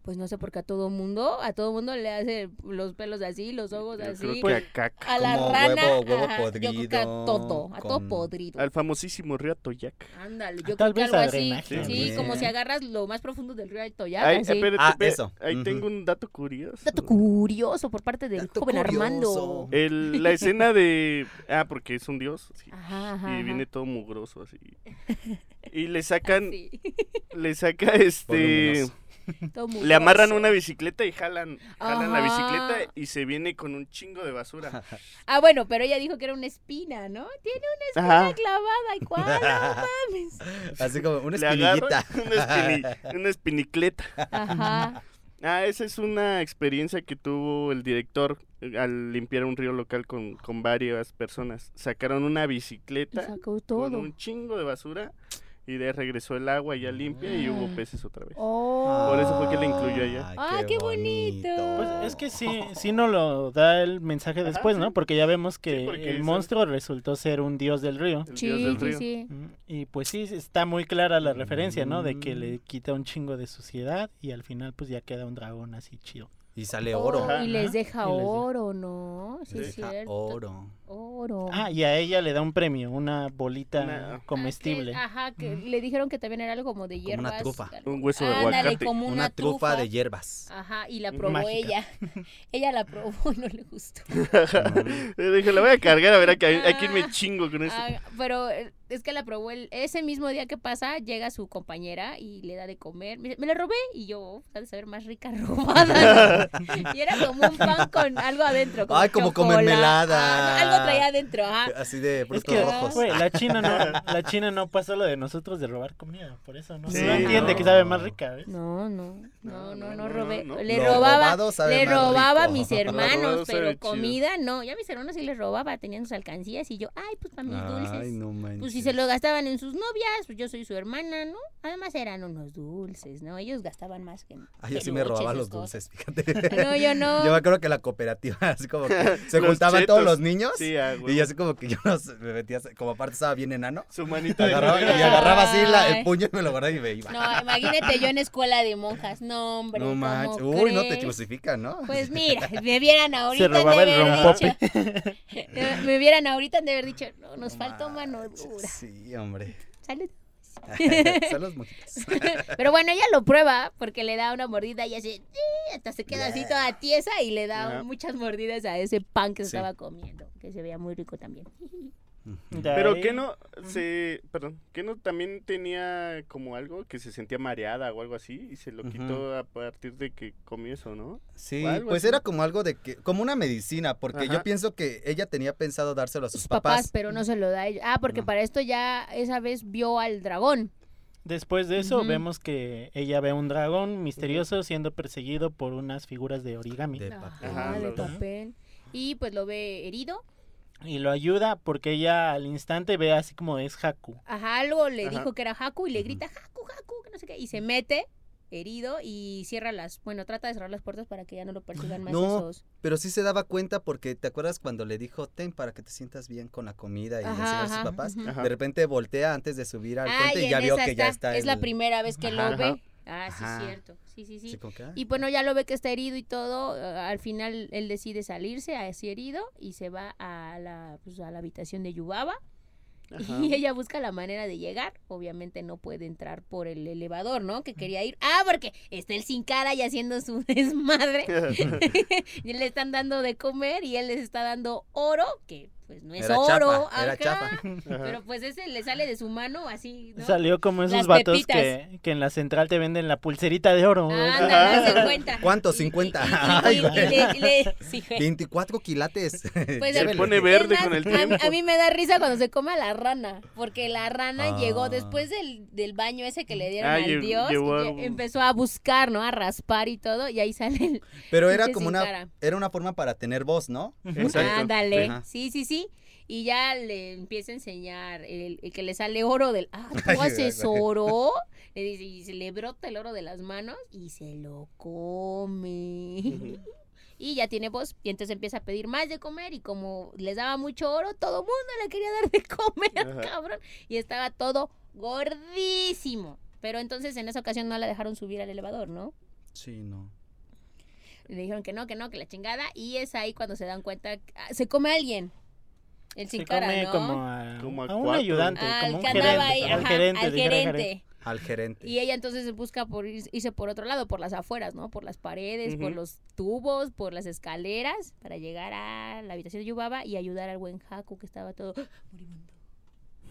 [SPEAKER 1] Pues no sé por qué a todo mundo, a todo mundo le hace los pelos así, los ojos
[SPEAKER 4] yo
[SPEAKER 1] así.
[SPEAKER 4] creo que a caca.
[SPEAKER 1] A la
[SPEAKER 3] Como
[SPEAKER 1] rana.
[SPEAKER 3] huevo- huevo
[SPEAKER 1] ajá, yo creo que a
[SPEAKER 3] podrido,
[SPEAKER 1] todo, a todo
[SPEAKER 3] con-
[SPEAKER 1] podrido.
[SPEAKER 4] Al famosísimo río Atoyac.
[SPEAKER 1] Ándale, yo
[SPEAKER 2] Ah,
[SPEAKER 1] creo
[SPEAKER 2] Tal
[SPEAKER 1] que
[SPEAKER 2] vez
[SPEAKER 1] algo
[SPEAKER 2] a
[SPEAKER 1] así.
[SPEAKER 2] drenaje,
[SPEAKER 1] Sí,
[SPEAKER 3] ¿no?
[SPEAKER 1] como
[SPEAKER 3] Sí.
[SPEAKER 1] si agarras lo más profundo del río Atoyac.
[SPEAKER 4] Ay,
[SPEAKER 1] así.
[SPEAKER 4] espérate,
[SPEAKER 3] Ah,
[SPEAKER 4] espérate.
[SPEAKER 3] eso.
[SPEAKER 4] Ahí
[SPEAKER 3] Ujú.
[SPEAKER 4] tengo un dato curioso.
[SPEAKER 1] Dato curioso por parte del
[SPEAKER 3] Dato
[SPEAKER 1] joven Armando.
[SPEAKER 3] curioso.
[SPEAKER 4] El- la escena de. Ah, porque es un dios. sí.
[SPEAKER 1] Ajá, ajá,
[SPEAKER 4] Y
[SPEAKER 1] ajá.
[SPEAKER 4] viene todo mugroso así. Y le sacan.
[SPEAKER 1] Sí,
[SPEAKER 4] Le saca este.
[SPEAKER 3] Voluminoso.
[SPEAKER 1] todo
[SPEAKER 4] Le amarran
[SPEAKER 1] mugroso.
[SPEAKER 4] una bicicleta y jalan. Jalan
[SPEAKER 1] Ajá.
[SPEAKER 4] la bicicleta y se viene con un chingo de basura.
[SPEAKER 1] Ah, bueno, pero ella dijo que era una espina, ¿no? Tiene una
[SPEAKER 4] Ajá.
[SPEAKER 1] clavada, ¿y cuál? No mames.
[SPEAKER 3] Así como una
[SPEAKER 4] Le agarran
[SPEAKER 3] espinillita.
[SPEAKER 4] una, espini- una espinicleta.
[SPEAKER 1] Ajá.
[SPEAKER 4] Ah, esa es una experiencia que tuvo el director eh, al limpiar un río local con, con varias personas. Sacaron una
[SPEAKER 1] Y
[SPEAKER 4] bicicleta
[SPEAKER 1] sacó
[SPEAKER 4] con
[SPEAKER 1] todo.
[SPEAKER 4] un chingo de basura y de ahí regresó el agua ya limpia y hubo peces otra vez.
[SPEAKER 1] Ah. Oh.
[SPEAKER 4] Por eso fue que le incluyó allá.
[SPEAKER 1] Ah, qué bonito.
[SPEAKER 2] Pues es que sí, sí nos lo da el mensaje
[SPEAKER 4] Ajá,
[SPEAKER 2] después, ¿no?
[SPEAKER 4] sí.
[SPEAKER 2] Porque ya vemos que
[SPEAKER 4] Sí, porque
[SPEAKER 2] el
[SPEAKER 4] es-
[SPEAKER 2] monstruo resultó ser un dios del río.
[SPEAKER 4] El dios
[SPEAKER 1] Sí,
[SPEAKER 4] del
[SPEAKER 1] sí,
[SPEAKER 4] río.
[SPEAKER 1] sí.
[SPEAKER 2] Mm, Y pues sí, está muy clara
[SPEAKER 3] Mm.
[SPEAKER 2] la referencia, ¿no? De que le quita un chingo de suciedad y al final pues ya queda un dragón así chido.
[SPEAKER 3] Y sale oro.
[SPEAKER 1] Oh, y les deja
[SPEAKER 2] Ajá. Y les deja-
[SPEAKER 1] oro, ¿no? Sí, es
[SPEAKER 3] Deja
[SPEAKER 1] cierto.
[SPEAKER 3] oro.
[SPEAKER 1] Oro.
[SPEAKER 2] Ah, y a ella le da un premio, una bolita
[SPEAKER 4] Una-
[SPEAKER 2] comestible.
[SPEAKER 1] Ah, que- ajá, que le dijeron que también era algo como de
[SPEAKER 3] Como una
[SPEAKER 1] hierbas.
[SPEAKER 3] trufa.
[SPEAKER 1] algo.
[SPEAKER 4] Un hueso de
[SPEAKER 1] Ándale,
[SPEAKER 4] aguacate.
[SPEAKER 1] como
[SPEAKER 3] Una,
[SPEAKER 1] una,
[SPEAKER 3] trufa de hierbas.
[SPEAKER 1] Ajá, y la probó
[SPEAKER 2] Mágica.
[SPEAKER 1] ella. ella la probó y no le gustó.
[SPEAKER 4] Eh, Dije, la voy a cargar a ver a, que- a quién
[SPEAKER 1] Ah.
[SPEAKER 4] me chingo
[SPEAKER 3] Pues,
[SPEAKER 4] con esto.
[SPEAKER 1] Ah, pero eh, es que la probó el- ese mismo día que pasa, llega su compañera y le da de comer. Me, me la robé y yo, ha de saber más rica robada. ¿no? y era como un pan con algo adentro. Como
[SPEAKER 3] Ay, como con
[SPEAKER 1] chocolate.
[SPEAKER 3] mermelada.
[SPEAKER 1] Ah, algo traía adentro, ajá.
[SPEAKER 3] Así de
[SPEAKER 2] Es
[SPEAKER 3] frutos
[SPEAKER 2] que, ah,
[SPEAKER 3] rojos.
[SPEAKER 2] güey, la China no, la China no pasa lo de nosotros de robar comida, por eso no,
[SPEAKER 4] Sí,
[SPEAKER 2] no entiende
[SPEAKER 4] no.
[SPEAKER 2] que sabe más rica, ¿ves?
[SPEAKER 1] No, no, no, no,
[SPEAKER 4] No, no,
[SPEAKER 1] no
[SPEAKER 4] no,
[SPEAKER 1] robé.
[SPEAKER 4] no, no.
[SPEAKER 1] Le
[SPEAKER 3] Lo
[SPEAKER 1] robaba,
[SPEAKER 3] robado sabe
[SPEAKER 1] le
[SPEAKER 3] más
[SPEAKER 1] robaba a
[SPEAKER 3] rico.
[SPEAKER 1] mis
[SPEAKER 3] Lo
[SPEAKER 1] hermanos,
[SPEAKER 4] robado sabe
[SPEAKER 1] pero
[SPEAKER 4] chido.
[SPEAKER 1] comida no. Ya mis hermanos sí les robaba, tenían sus alcancías y yo, ay, pues para mis
[SPEAKER 3] Ay,
[SPEAKER 1] dulces.
[SPEAKER 3] no manches.
[SPEAKER 1] Pues si se lo gastaban en sus novias, pues yo soy su hermana, ¿no? Además eran unos dulces, ¿no? Ellos gastaban más que en
[SPEAKER 3] Ay, Ah, yo sí me
[SPEAKER 1] peluches,
[SPEAKER 3] robaba
[SPEAKER 1] esas
[SPEAKER 3] los
[SPEAKER 1] cosas.
[SPEAKER 3] dulces, fíjate.
[SPEAKER 1] No, yo no.
[SPEAKER 3] Yo me acuerdo que la cooperativa, así como que se
[SPEAKER 4] Los
[SPEAKER 3] juntaban todos
[SPEAKER 4] chetos.
[SPEAKER 3] los niños.
[SPEAKER 4] Sí, ah, güey.
[SPEAKER 3] Y así como que yo los, me metía, como aparte estaba bien enano,
[SPEAKER 4] Su manita de
[SPEAKER 3] agarraba, y
[SPEAKER 4] novia.
[SPEAKER 3] agarraba así la-
[SPEAKER 1] Ay.
[SPEAKER 3] el puño y me lo guardaba y me iba.
[SPEAKER 1] No, imagínate yo en escuela de monjas. No, hombre.
[SPEAKER 3] No
[SPEAKER 1] ¿cómo
[SPEAKER 3] manches. Uy, no te
[SPEAKER 1] crees?
[SPEAKER 3] crucifican, ¿no?
[SPEAKER 1] Pues mira, me vieran ahorita.
[SPEAKER 2] Se robaba
[SPEAKER 1] han de
[SPEAKER 2] el
[SPEAKER 1] haber
[SPEAKER 2] rompope.
[SPEAKER 1] dicho- me vieran ahorita han de haber dicho, no, nos
[SPEAKER 3] No
[SPEAKER 1] faltó mano
[SPEAKER 3] manches,
[SPEAKER 1] dura.
[SPEAKER 3] Sí, hombre.
[SPEAKER 1] Salud.
[SPEAKER 3] Son los mojitos.
[SPEAKER 1] Pero bueno, ella lo prueba porque le da una mordida y así, ¡eh! hasta se queda así toda tiesa y le da
[SPEAKER 4] Ajá.
[SPEAKER 1] muchas mordidas a ese pan que se
[SPEAKER 3] Sí.
[SPEAKER 1] estaba comiendo, que se veía muy rico también.
[SPEAKER 2] De
[SPEAKER 4] Pero
[SPEAKER 2] ahí-
[SPEAKER 4] que no se, perdón, que no también tenía como algo que se sentía mareada o algo así y se lo quitó a partir de que comió eso, ¿no?
[SPEAKER 3] Sí,
[SPEAKER 4] O algo
[SPEAKER 3] pues
[SPEAKER 4] así.
[SPEAKER 3] era como algo de que, como una medicina, porque yo
[SPEAKER 4] Ajá.
[SPEAKER 3] pienso que ella tenía pensado dárselo a sus,
[SPEAKER 1] Sus papás,
[SPEAKER 3] papás.
[SPEAKER 1] pero no se lo da a ella. Ah, porque
[SPEAKER 3] No.
[SPEAKER 1] para esto ya esa vez vio al dragón.
[SPEAKER 2] Después de eso
[SPEAKER 1] Ujú.
[SPEAKER 2] vemos que ella ve a un dragón misterioso siendo perseguido por unas figuras de origami
[SPEAKER 3] De
[SPEAKER 1] Ajá,
[SPEAKER 3] papel.
[SPEAKER 4] Ajá,
[SPEAKER 1] de
[SPEAKER 4] lo-
[SPEAKER 1] papel. Y pues lo ve herido.
[SPEAKER 2] y lo ayuda porque ella al instante ve así como es Haku.
[SPEAKER 1] Ajá, algo le
[SPEAKER 4] Ajá.
[SPEAKER 1] dijo que era Haku y le
[SPEAKER 3] Ujú.
[SPEAKER 1] grita Haku, Haku, que no sé qué. Y se mete herido y cierra las, bueno, trata de cerrar las puertas para que ya no lo persigan más
[SPEAKER 3] No,
[SPEAKER 1] esos.
[SPEAKER 3] Pero sí se daba cuenta porque, ¿te acuerdas cuando le dijo, ten para que te sientas bien con la comida y le
[SPEAKER 1] Ajá,
[SPEAKER 3] enseñó a sus
[SPEAKER 1] ajá,
[SPEAKER 3] papás?
[SPEAKER 1] ujú.
[SPEAKER 4] Ajá.
[SPEAKER 3] De repente voltea antes de subir al
[SPEAKER 1] Ah,
[SPEAKER 3] puente y
[SPEAKER 1] en
[SPEAKER 3] ya vio
[SPEAKER 1] esa
[SPEAKER 3] que ya está.
[SPEAKER 1] Es la
[SPEAKER 3] el-
[SPEAKER 1] primera vez que
[SPEAKER 4] Ajá.
[SPEAKER 1] lo ve. Ah, sí,
[SPEAKER 3] Ajá.
[SPEAKER 1] cierto. Sí, sí, sí.
[SPEAKER 3] Sí, como que, ah,
[SPEAKER 1] Y bueno, ya lo ve que está herido y todo. eh, Al final él decide salirse así herido y se va a la, pues, a la habitación de Yubaba.
[SPEAKER 4] Ajá.
[SPEAKER 1] Y ella busca la manera de llegar. Obviamente no puede entrar por el elevador, ¿no? Que quería ir. Ah, porque está el sin cara y haciendo su desmadre. y le están dando de comer y él les está dando oro, que pues no es
[SPEAKER 3] Era
[SPEAKER 1] oro.
[SPEAKER 3] chapa, era
[SPEAKER 1] ajá.
[SPEAKER 3] chapa.
[SPEAKER 4] Ajá.
[SPEAKER 1] Pero pues ese le sale de su mano así, ¿no?
[SPEAKER 2] Salió como esos
[SPEAKER 1] Las
[SPEAKER 2] vatos
[SPEAKER 1] pepitas.
[SPEAKER 2] que, que en la central te venden la pulserita de oro.
[SPEAKER 1] Ándale, haz de cuenta.
[SPEAKER 3] ¿Cuánto?
[SPEAKER 1] Y- y-
[SPEAKER 3] 50.
[SPEAKER 1] y- y-
[SPEAKER 3] Ay,
[SPEAKER 1] y-
[SPEAKER 3] güey.
[SPEAKER 1] y le- y le- sí, güey.
[SPEAKER 3] 24 quilates.
[SPEAKER 1] Pues
[SPEAKER 4] Se
[SPEAKER 1] el-
[SPEAKER 4] pone
[SPEAKER 1] es
[SPEAKER 4] verde
[SPEAKER 1] más,
[SPEAKER 4] con el
[SPEAKER 1] a-
[SPEAKER 4] tiempo.
[SPEAKER 1] A, mí me da risa cuando se come a la rana, porque la rana
[SPEAKER 3] Ah.
[SPEAKER 1] llegó después del, del baño ese que le dieron
[SPEAKER 4] Ah,
[SPEAKER 1] al
[SPEAKER 4] lle-
[SPEAKER 1] dios,
[SPEAKER 4] llevó
[SPEAKER 1] y
[SPEAKER 4] a-
[SPEAKER 1] empezó a buscar, ¿no? A raspar y todo, y ahí sale el...
[SPEAKER 3] Pero era
[SPEAKER 1] Dice
[SPEAKER 3] como
[SPEAKER 1] sin
[SPEAKER 3] una,
[SPEAKER 1] cara.
[SPEAKER 3] era una forma para tener voz, ¿no?
[SPEAKER 4] Exacto.
[SPEAKER 1] Ándale,
[SPEAKER 3] Ajá.
[SPEAKER 1] sí, sí, sí. Y ya le empieza a enseñar el, el que le sale oro del... Ah, tú
[SPEAKER 3] Ay,
[SPEAKER 1] haces
[SPEAKER 3] güey.
[SPEAKER 1] oro. Le dice, y se le brota el oro de las manos y se lo come.
[SPEAKER 4] Ujú.
[SPEAKER 1] Y ya tiene voz, y entonces empieza a pedir más de comer. Y como les daba mucho oro, todo mundo le quería dar de comer,
[SPEAKER 4] Ajá.
[SPEAKER 1] cabrón. Y estaba todo gordísimo. Pero entonces en esa ocasión no la dejaron subir al elevador, ¿no?
[SPEAKER 3] Sí, no.
[SPEAKER 1] Le dijeron que no, que no, que la chingada. Y es ahí cuando se dan cuenta, que- ah, se come a alguien. El sin
[SPEAKER 2] Se
[SPEAKER 1] cara,
[SPEAKER 2] come
[SPEAKER 1] ¿no?
[SPEAKER 2] como a,
[SPEAKER 4] Como a
[SPEAKER 2] a un
[SPEAKER 4] cuatro.
[SPEAKER 2] ayudante,
[SPEAKER 1] Al
[SPEAKER 2] como un
[SPEAKER 1] que andaba
[SPEAKER 2] gerente.
[SPEAKER 1] ahí,
[SPEAKER 2] al
[SPEAKER 1] ajá,
[SPEAKER 2] gerente,
[SPEAKER 1] al
[SPEAKER 2] dijera
[SPEAKER 1] gerente.
[SPEAKER 2] gerente.
[SPEAKER 3] Al gerente.
[SPEAKER 1] Y ella entonces busca por ir- irse por otro lado, por las afueras, ¿no? Por las paredes, por
[SPEAKER 4] Ujú.
[SPEAKER 1] los tubos, por las escaleras, para llegar a la habitación de Yubaba y ayudar al buen Haku que estaba todo moribundo.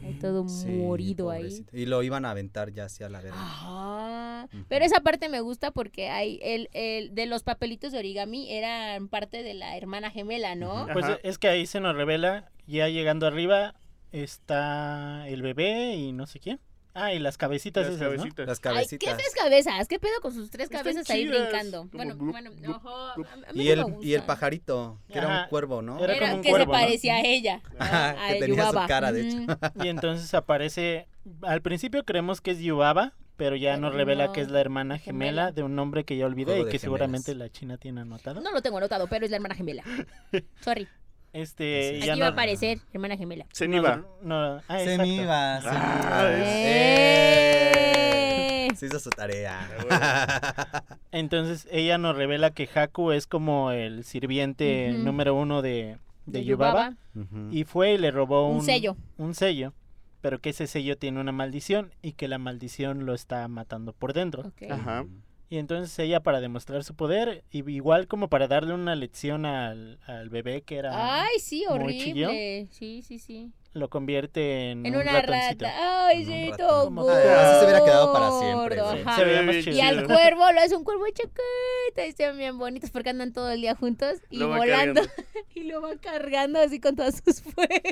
[SPEAKER 1] Ahí todo
[SPEAKER 3] Sí,
[SPEAKER 1] morido ahí.
[SPEAKER 3] pobrecito. Y lo iban a aventar ya hacia la verga.
[SPEAKER 1] Ajá.
[SPEAKER 3] Ujú.
[SPEAKER 1] Pero esa parte me gusta porque hay el, el de los papelitos de origami eran parte de la hermana gemela, ¿no?
[SPEAKER 4] Ujú.
[SPEAKER 2] Pues
[SPEAKER 4] Ajá.
[SPEAKER 2] es que ahí se nos revela, ya llegando arriba, está el bebé y no sé quién. Ah, y las cabecitas
[SPEAKER 4] Las
[SPEAKER 2] esas, ¿no?
[SPEAKER 4] cabecitas.
[SPEAKER 3] Las
[SPEAKER 1] Ay,
[SPEAKER 3] cabecitas.
[SPEAKER 1] ¿qué tres cabezas? ¿Qué pedo con sus tres
[SPEAKER 4] Están
[SPEAKER 1] cabezas ahí
[SPEAKER 4] chidas,
[SPEAKER 1] brincando?
[SPEAKER 4] como
[SPEAKER 1] Bueno,
[SPEAKER 4] blup,
[SPEAKER 1] bueno,
[SPEAKER 4] blup,
[SPEAKER 1] ajá,
[SPEAKER 4] blup.
[SPEAKER 1] a- a mí
[SPEAKER 3] y,
[SPEAKER 1] no
[SPEAKER 3] el,
[SPEAKER 1] me
[SPEAKER 3] y el
[SPEAKER 1] gustan.
[SPEAKER 3] pajarito, que era
[SPEAKER 2] Ajá.
[SPEAKER 3] un cuervo, ¿no?
[SPEAKER 2] Era
[SPEAKER 1] Era
[SPEAKER 2] como un
[SPEAKER 1] que
[SPEAKER 2] cuervo,
[SPEAKER 1] se
[SPEAKER 2] ¿no?
[SPEAKER 1] parecía a ella.
[SPEAKER 4] Ah,
[SPEAKER 3] Ajá,
[SPEAKER 1] a
[SPEAKER 3] que tenía su
[SPEAKER 1] Yubaba. Mm,
[SPEAKER 3] cara, de hecho.
[SPEAKER 1] Ujú.
[SPEAKER 2] Y entonces aparece, al principio creemos que es Yubaba, pero ya
[SPEAKER 1] Pero
[SPEAKER 2] nos revela
[SPEAKER 1] no,
[SPEAKER 2] que es la hermana
[SPEAKER 1] gemela.
[SPEAKER 2] gemela, de un nombre que ya olvidé
[SPEAKER 3] Juego
[SPEAKER 2] y
[SPEAKER 3] de
[SPEAKER 2] que seguramente
[SPEAKER 3] gemelas.
[SPEAKER 2] la China tiene anotado.
[SPEAKER 1] No lo tengo anotado, pero es la hermana gemela. Sorry.
[SPEAKER 2] Este,
[SPEAKER 3] Sí.
[SPEAKER 2] ya
[SPEAKER 1] Aquí va a
[SPEAKER 2] no...
[SPEAKER 1] aparecer hermana gemela.
[SPEAKER 4] Ceniva.
[SPEAKER 2] no- ah,
[SPEAKER 3] Se
[SPEAKER 2] exacto.
[SPEAKER 3] me iba, se me
[SPEAKER 4] Ah,
[SPEAKER 3] iba.
[SPEAKER 4] es-
[SPEAKER 3] ¡Eh!
[SPEAKER 1] ¡Eh!
[SPEAKER 3] Se hizo su tarea.
[SPEAKER 4] Ah,
[SPEAKER 2] Entonces ella nos revela que Haku es como el sirviente
[SPEAKER 1] Ujú.
[SPEAKER 2] número uno de, de,
[SPEAKER 1] de
[SPEAKER 2] Yubaba.
[SPEAKER 1] Yubaba.
[SPEAKER 3] Ujú.
[SPEAKER 2] Y fue y le robó
[SPEAKER 1] Un
[SPEAKER 2] un,
[SPEAKER 1] sello.
[SPEAKER 2] Un sello. Pero que ese sello tiene una maldición y que la maldición lo está matando por dentro.
[SPEAKER 1] Ok.
[SPEAKER 3] Ah.
[SPEAKER 4] Ajá.
[SPEAKER 2] Y entonces ella para demostrar su poder, y igual como para darle una lección al, al bebé que era...
[SPEAKER 1] Ay, sí,
[SPEAKER 2] Muy
[SPEAKER 1] horrible. Sí, sí, sí.
[SPEAKER 2] Lo convierte en,
[SPEAKER 1] En
[SPEAKER 2] un
[SPEAKER 1] una
[SPEAKER 2] ratoncito.
[SPEAKER 1] rata. Ay,
[SPEAKER 3] En un
[SPEAKER 1] sí,
[SPEAKER 3] ratón.
[SPEAKER 1] todo
[SPEAKER 2] Como- Ah,
[SPEAKER 3] así se hubiera quedado para siempre,
[SPEAKER 1] gordo,
[SPEAKER 2] Sí,
[SPEAKER 3] güey.
[SPEAKER 1] ajá.
[SPEAKER 2] se veía más
[SPEAKER 4] Y
[SPEAKER 2] chido.
[SPEAKER 1] Y al cuervo lo hace un cuervo chaqueta y están bien bonitos porque andan todo el día juntos y
[SPEAKER 4] Lo va
[SPEAKER 1] volando
[SPEAKER 4] cargando.
[SPEAKER 1] y lo va cargando así con todas sus fuerzas.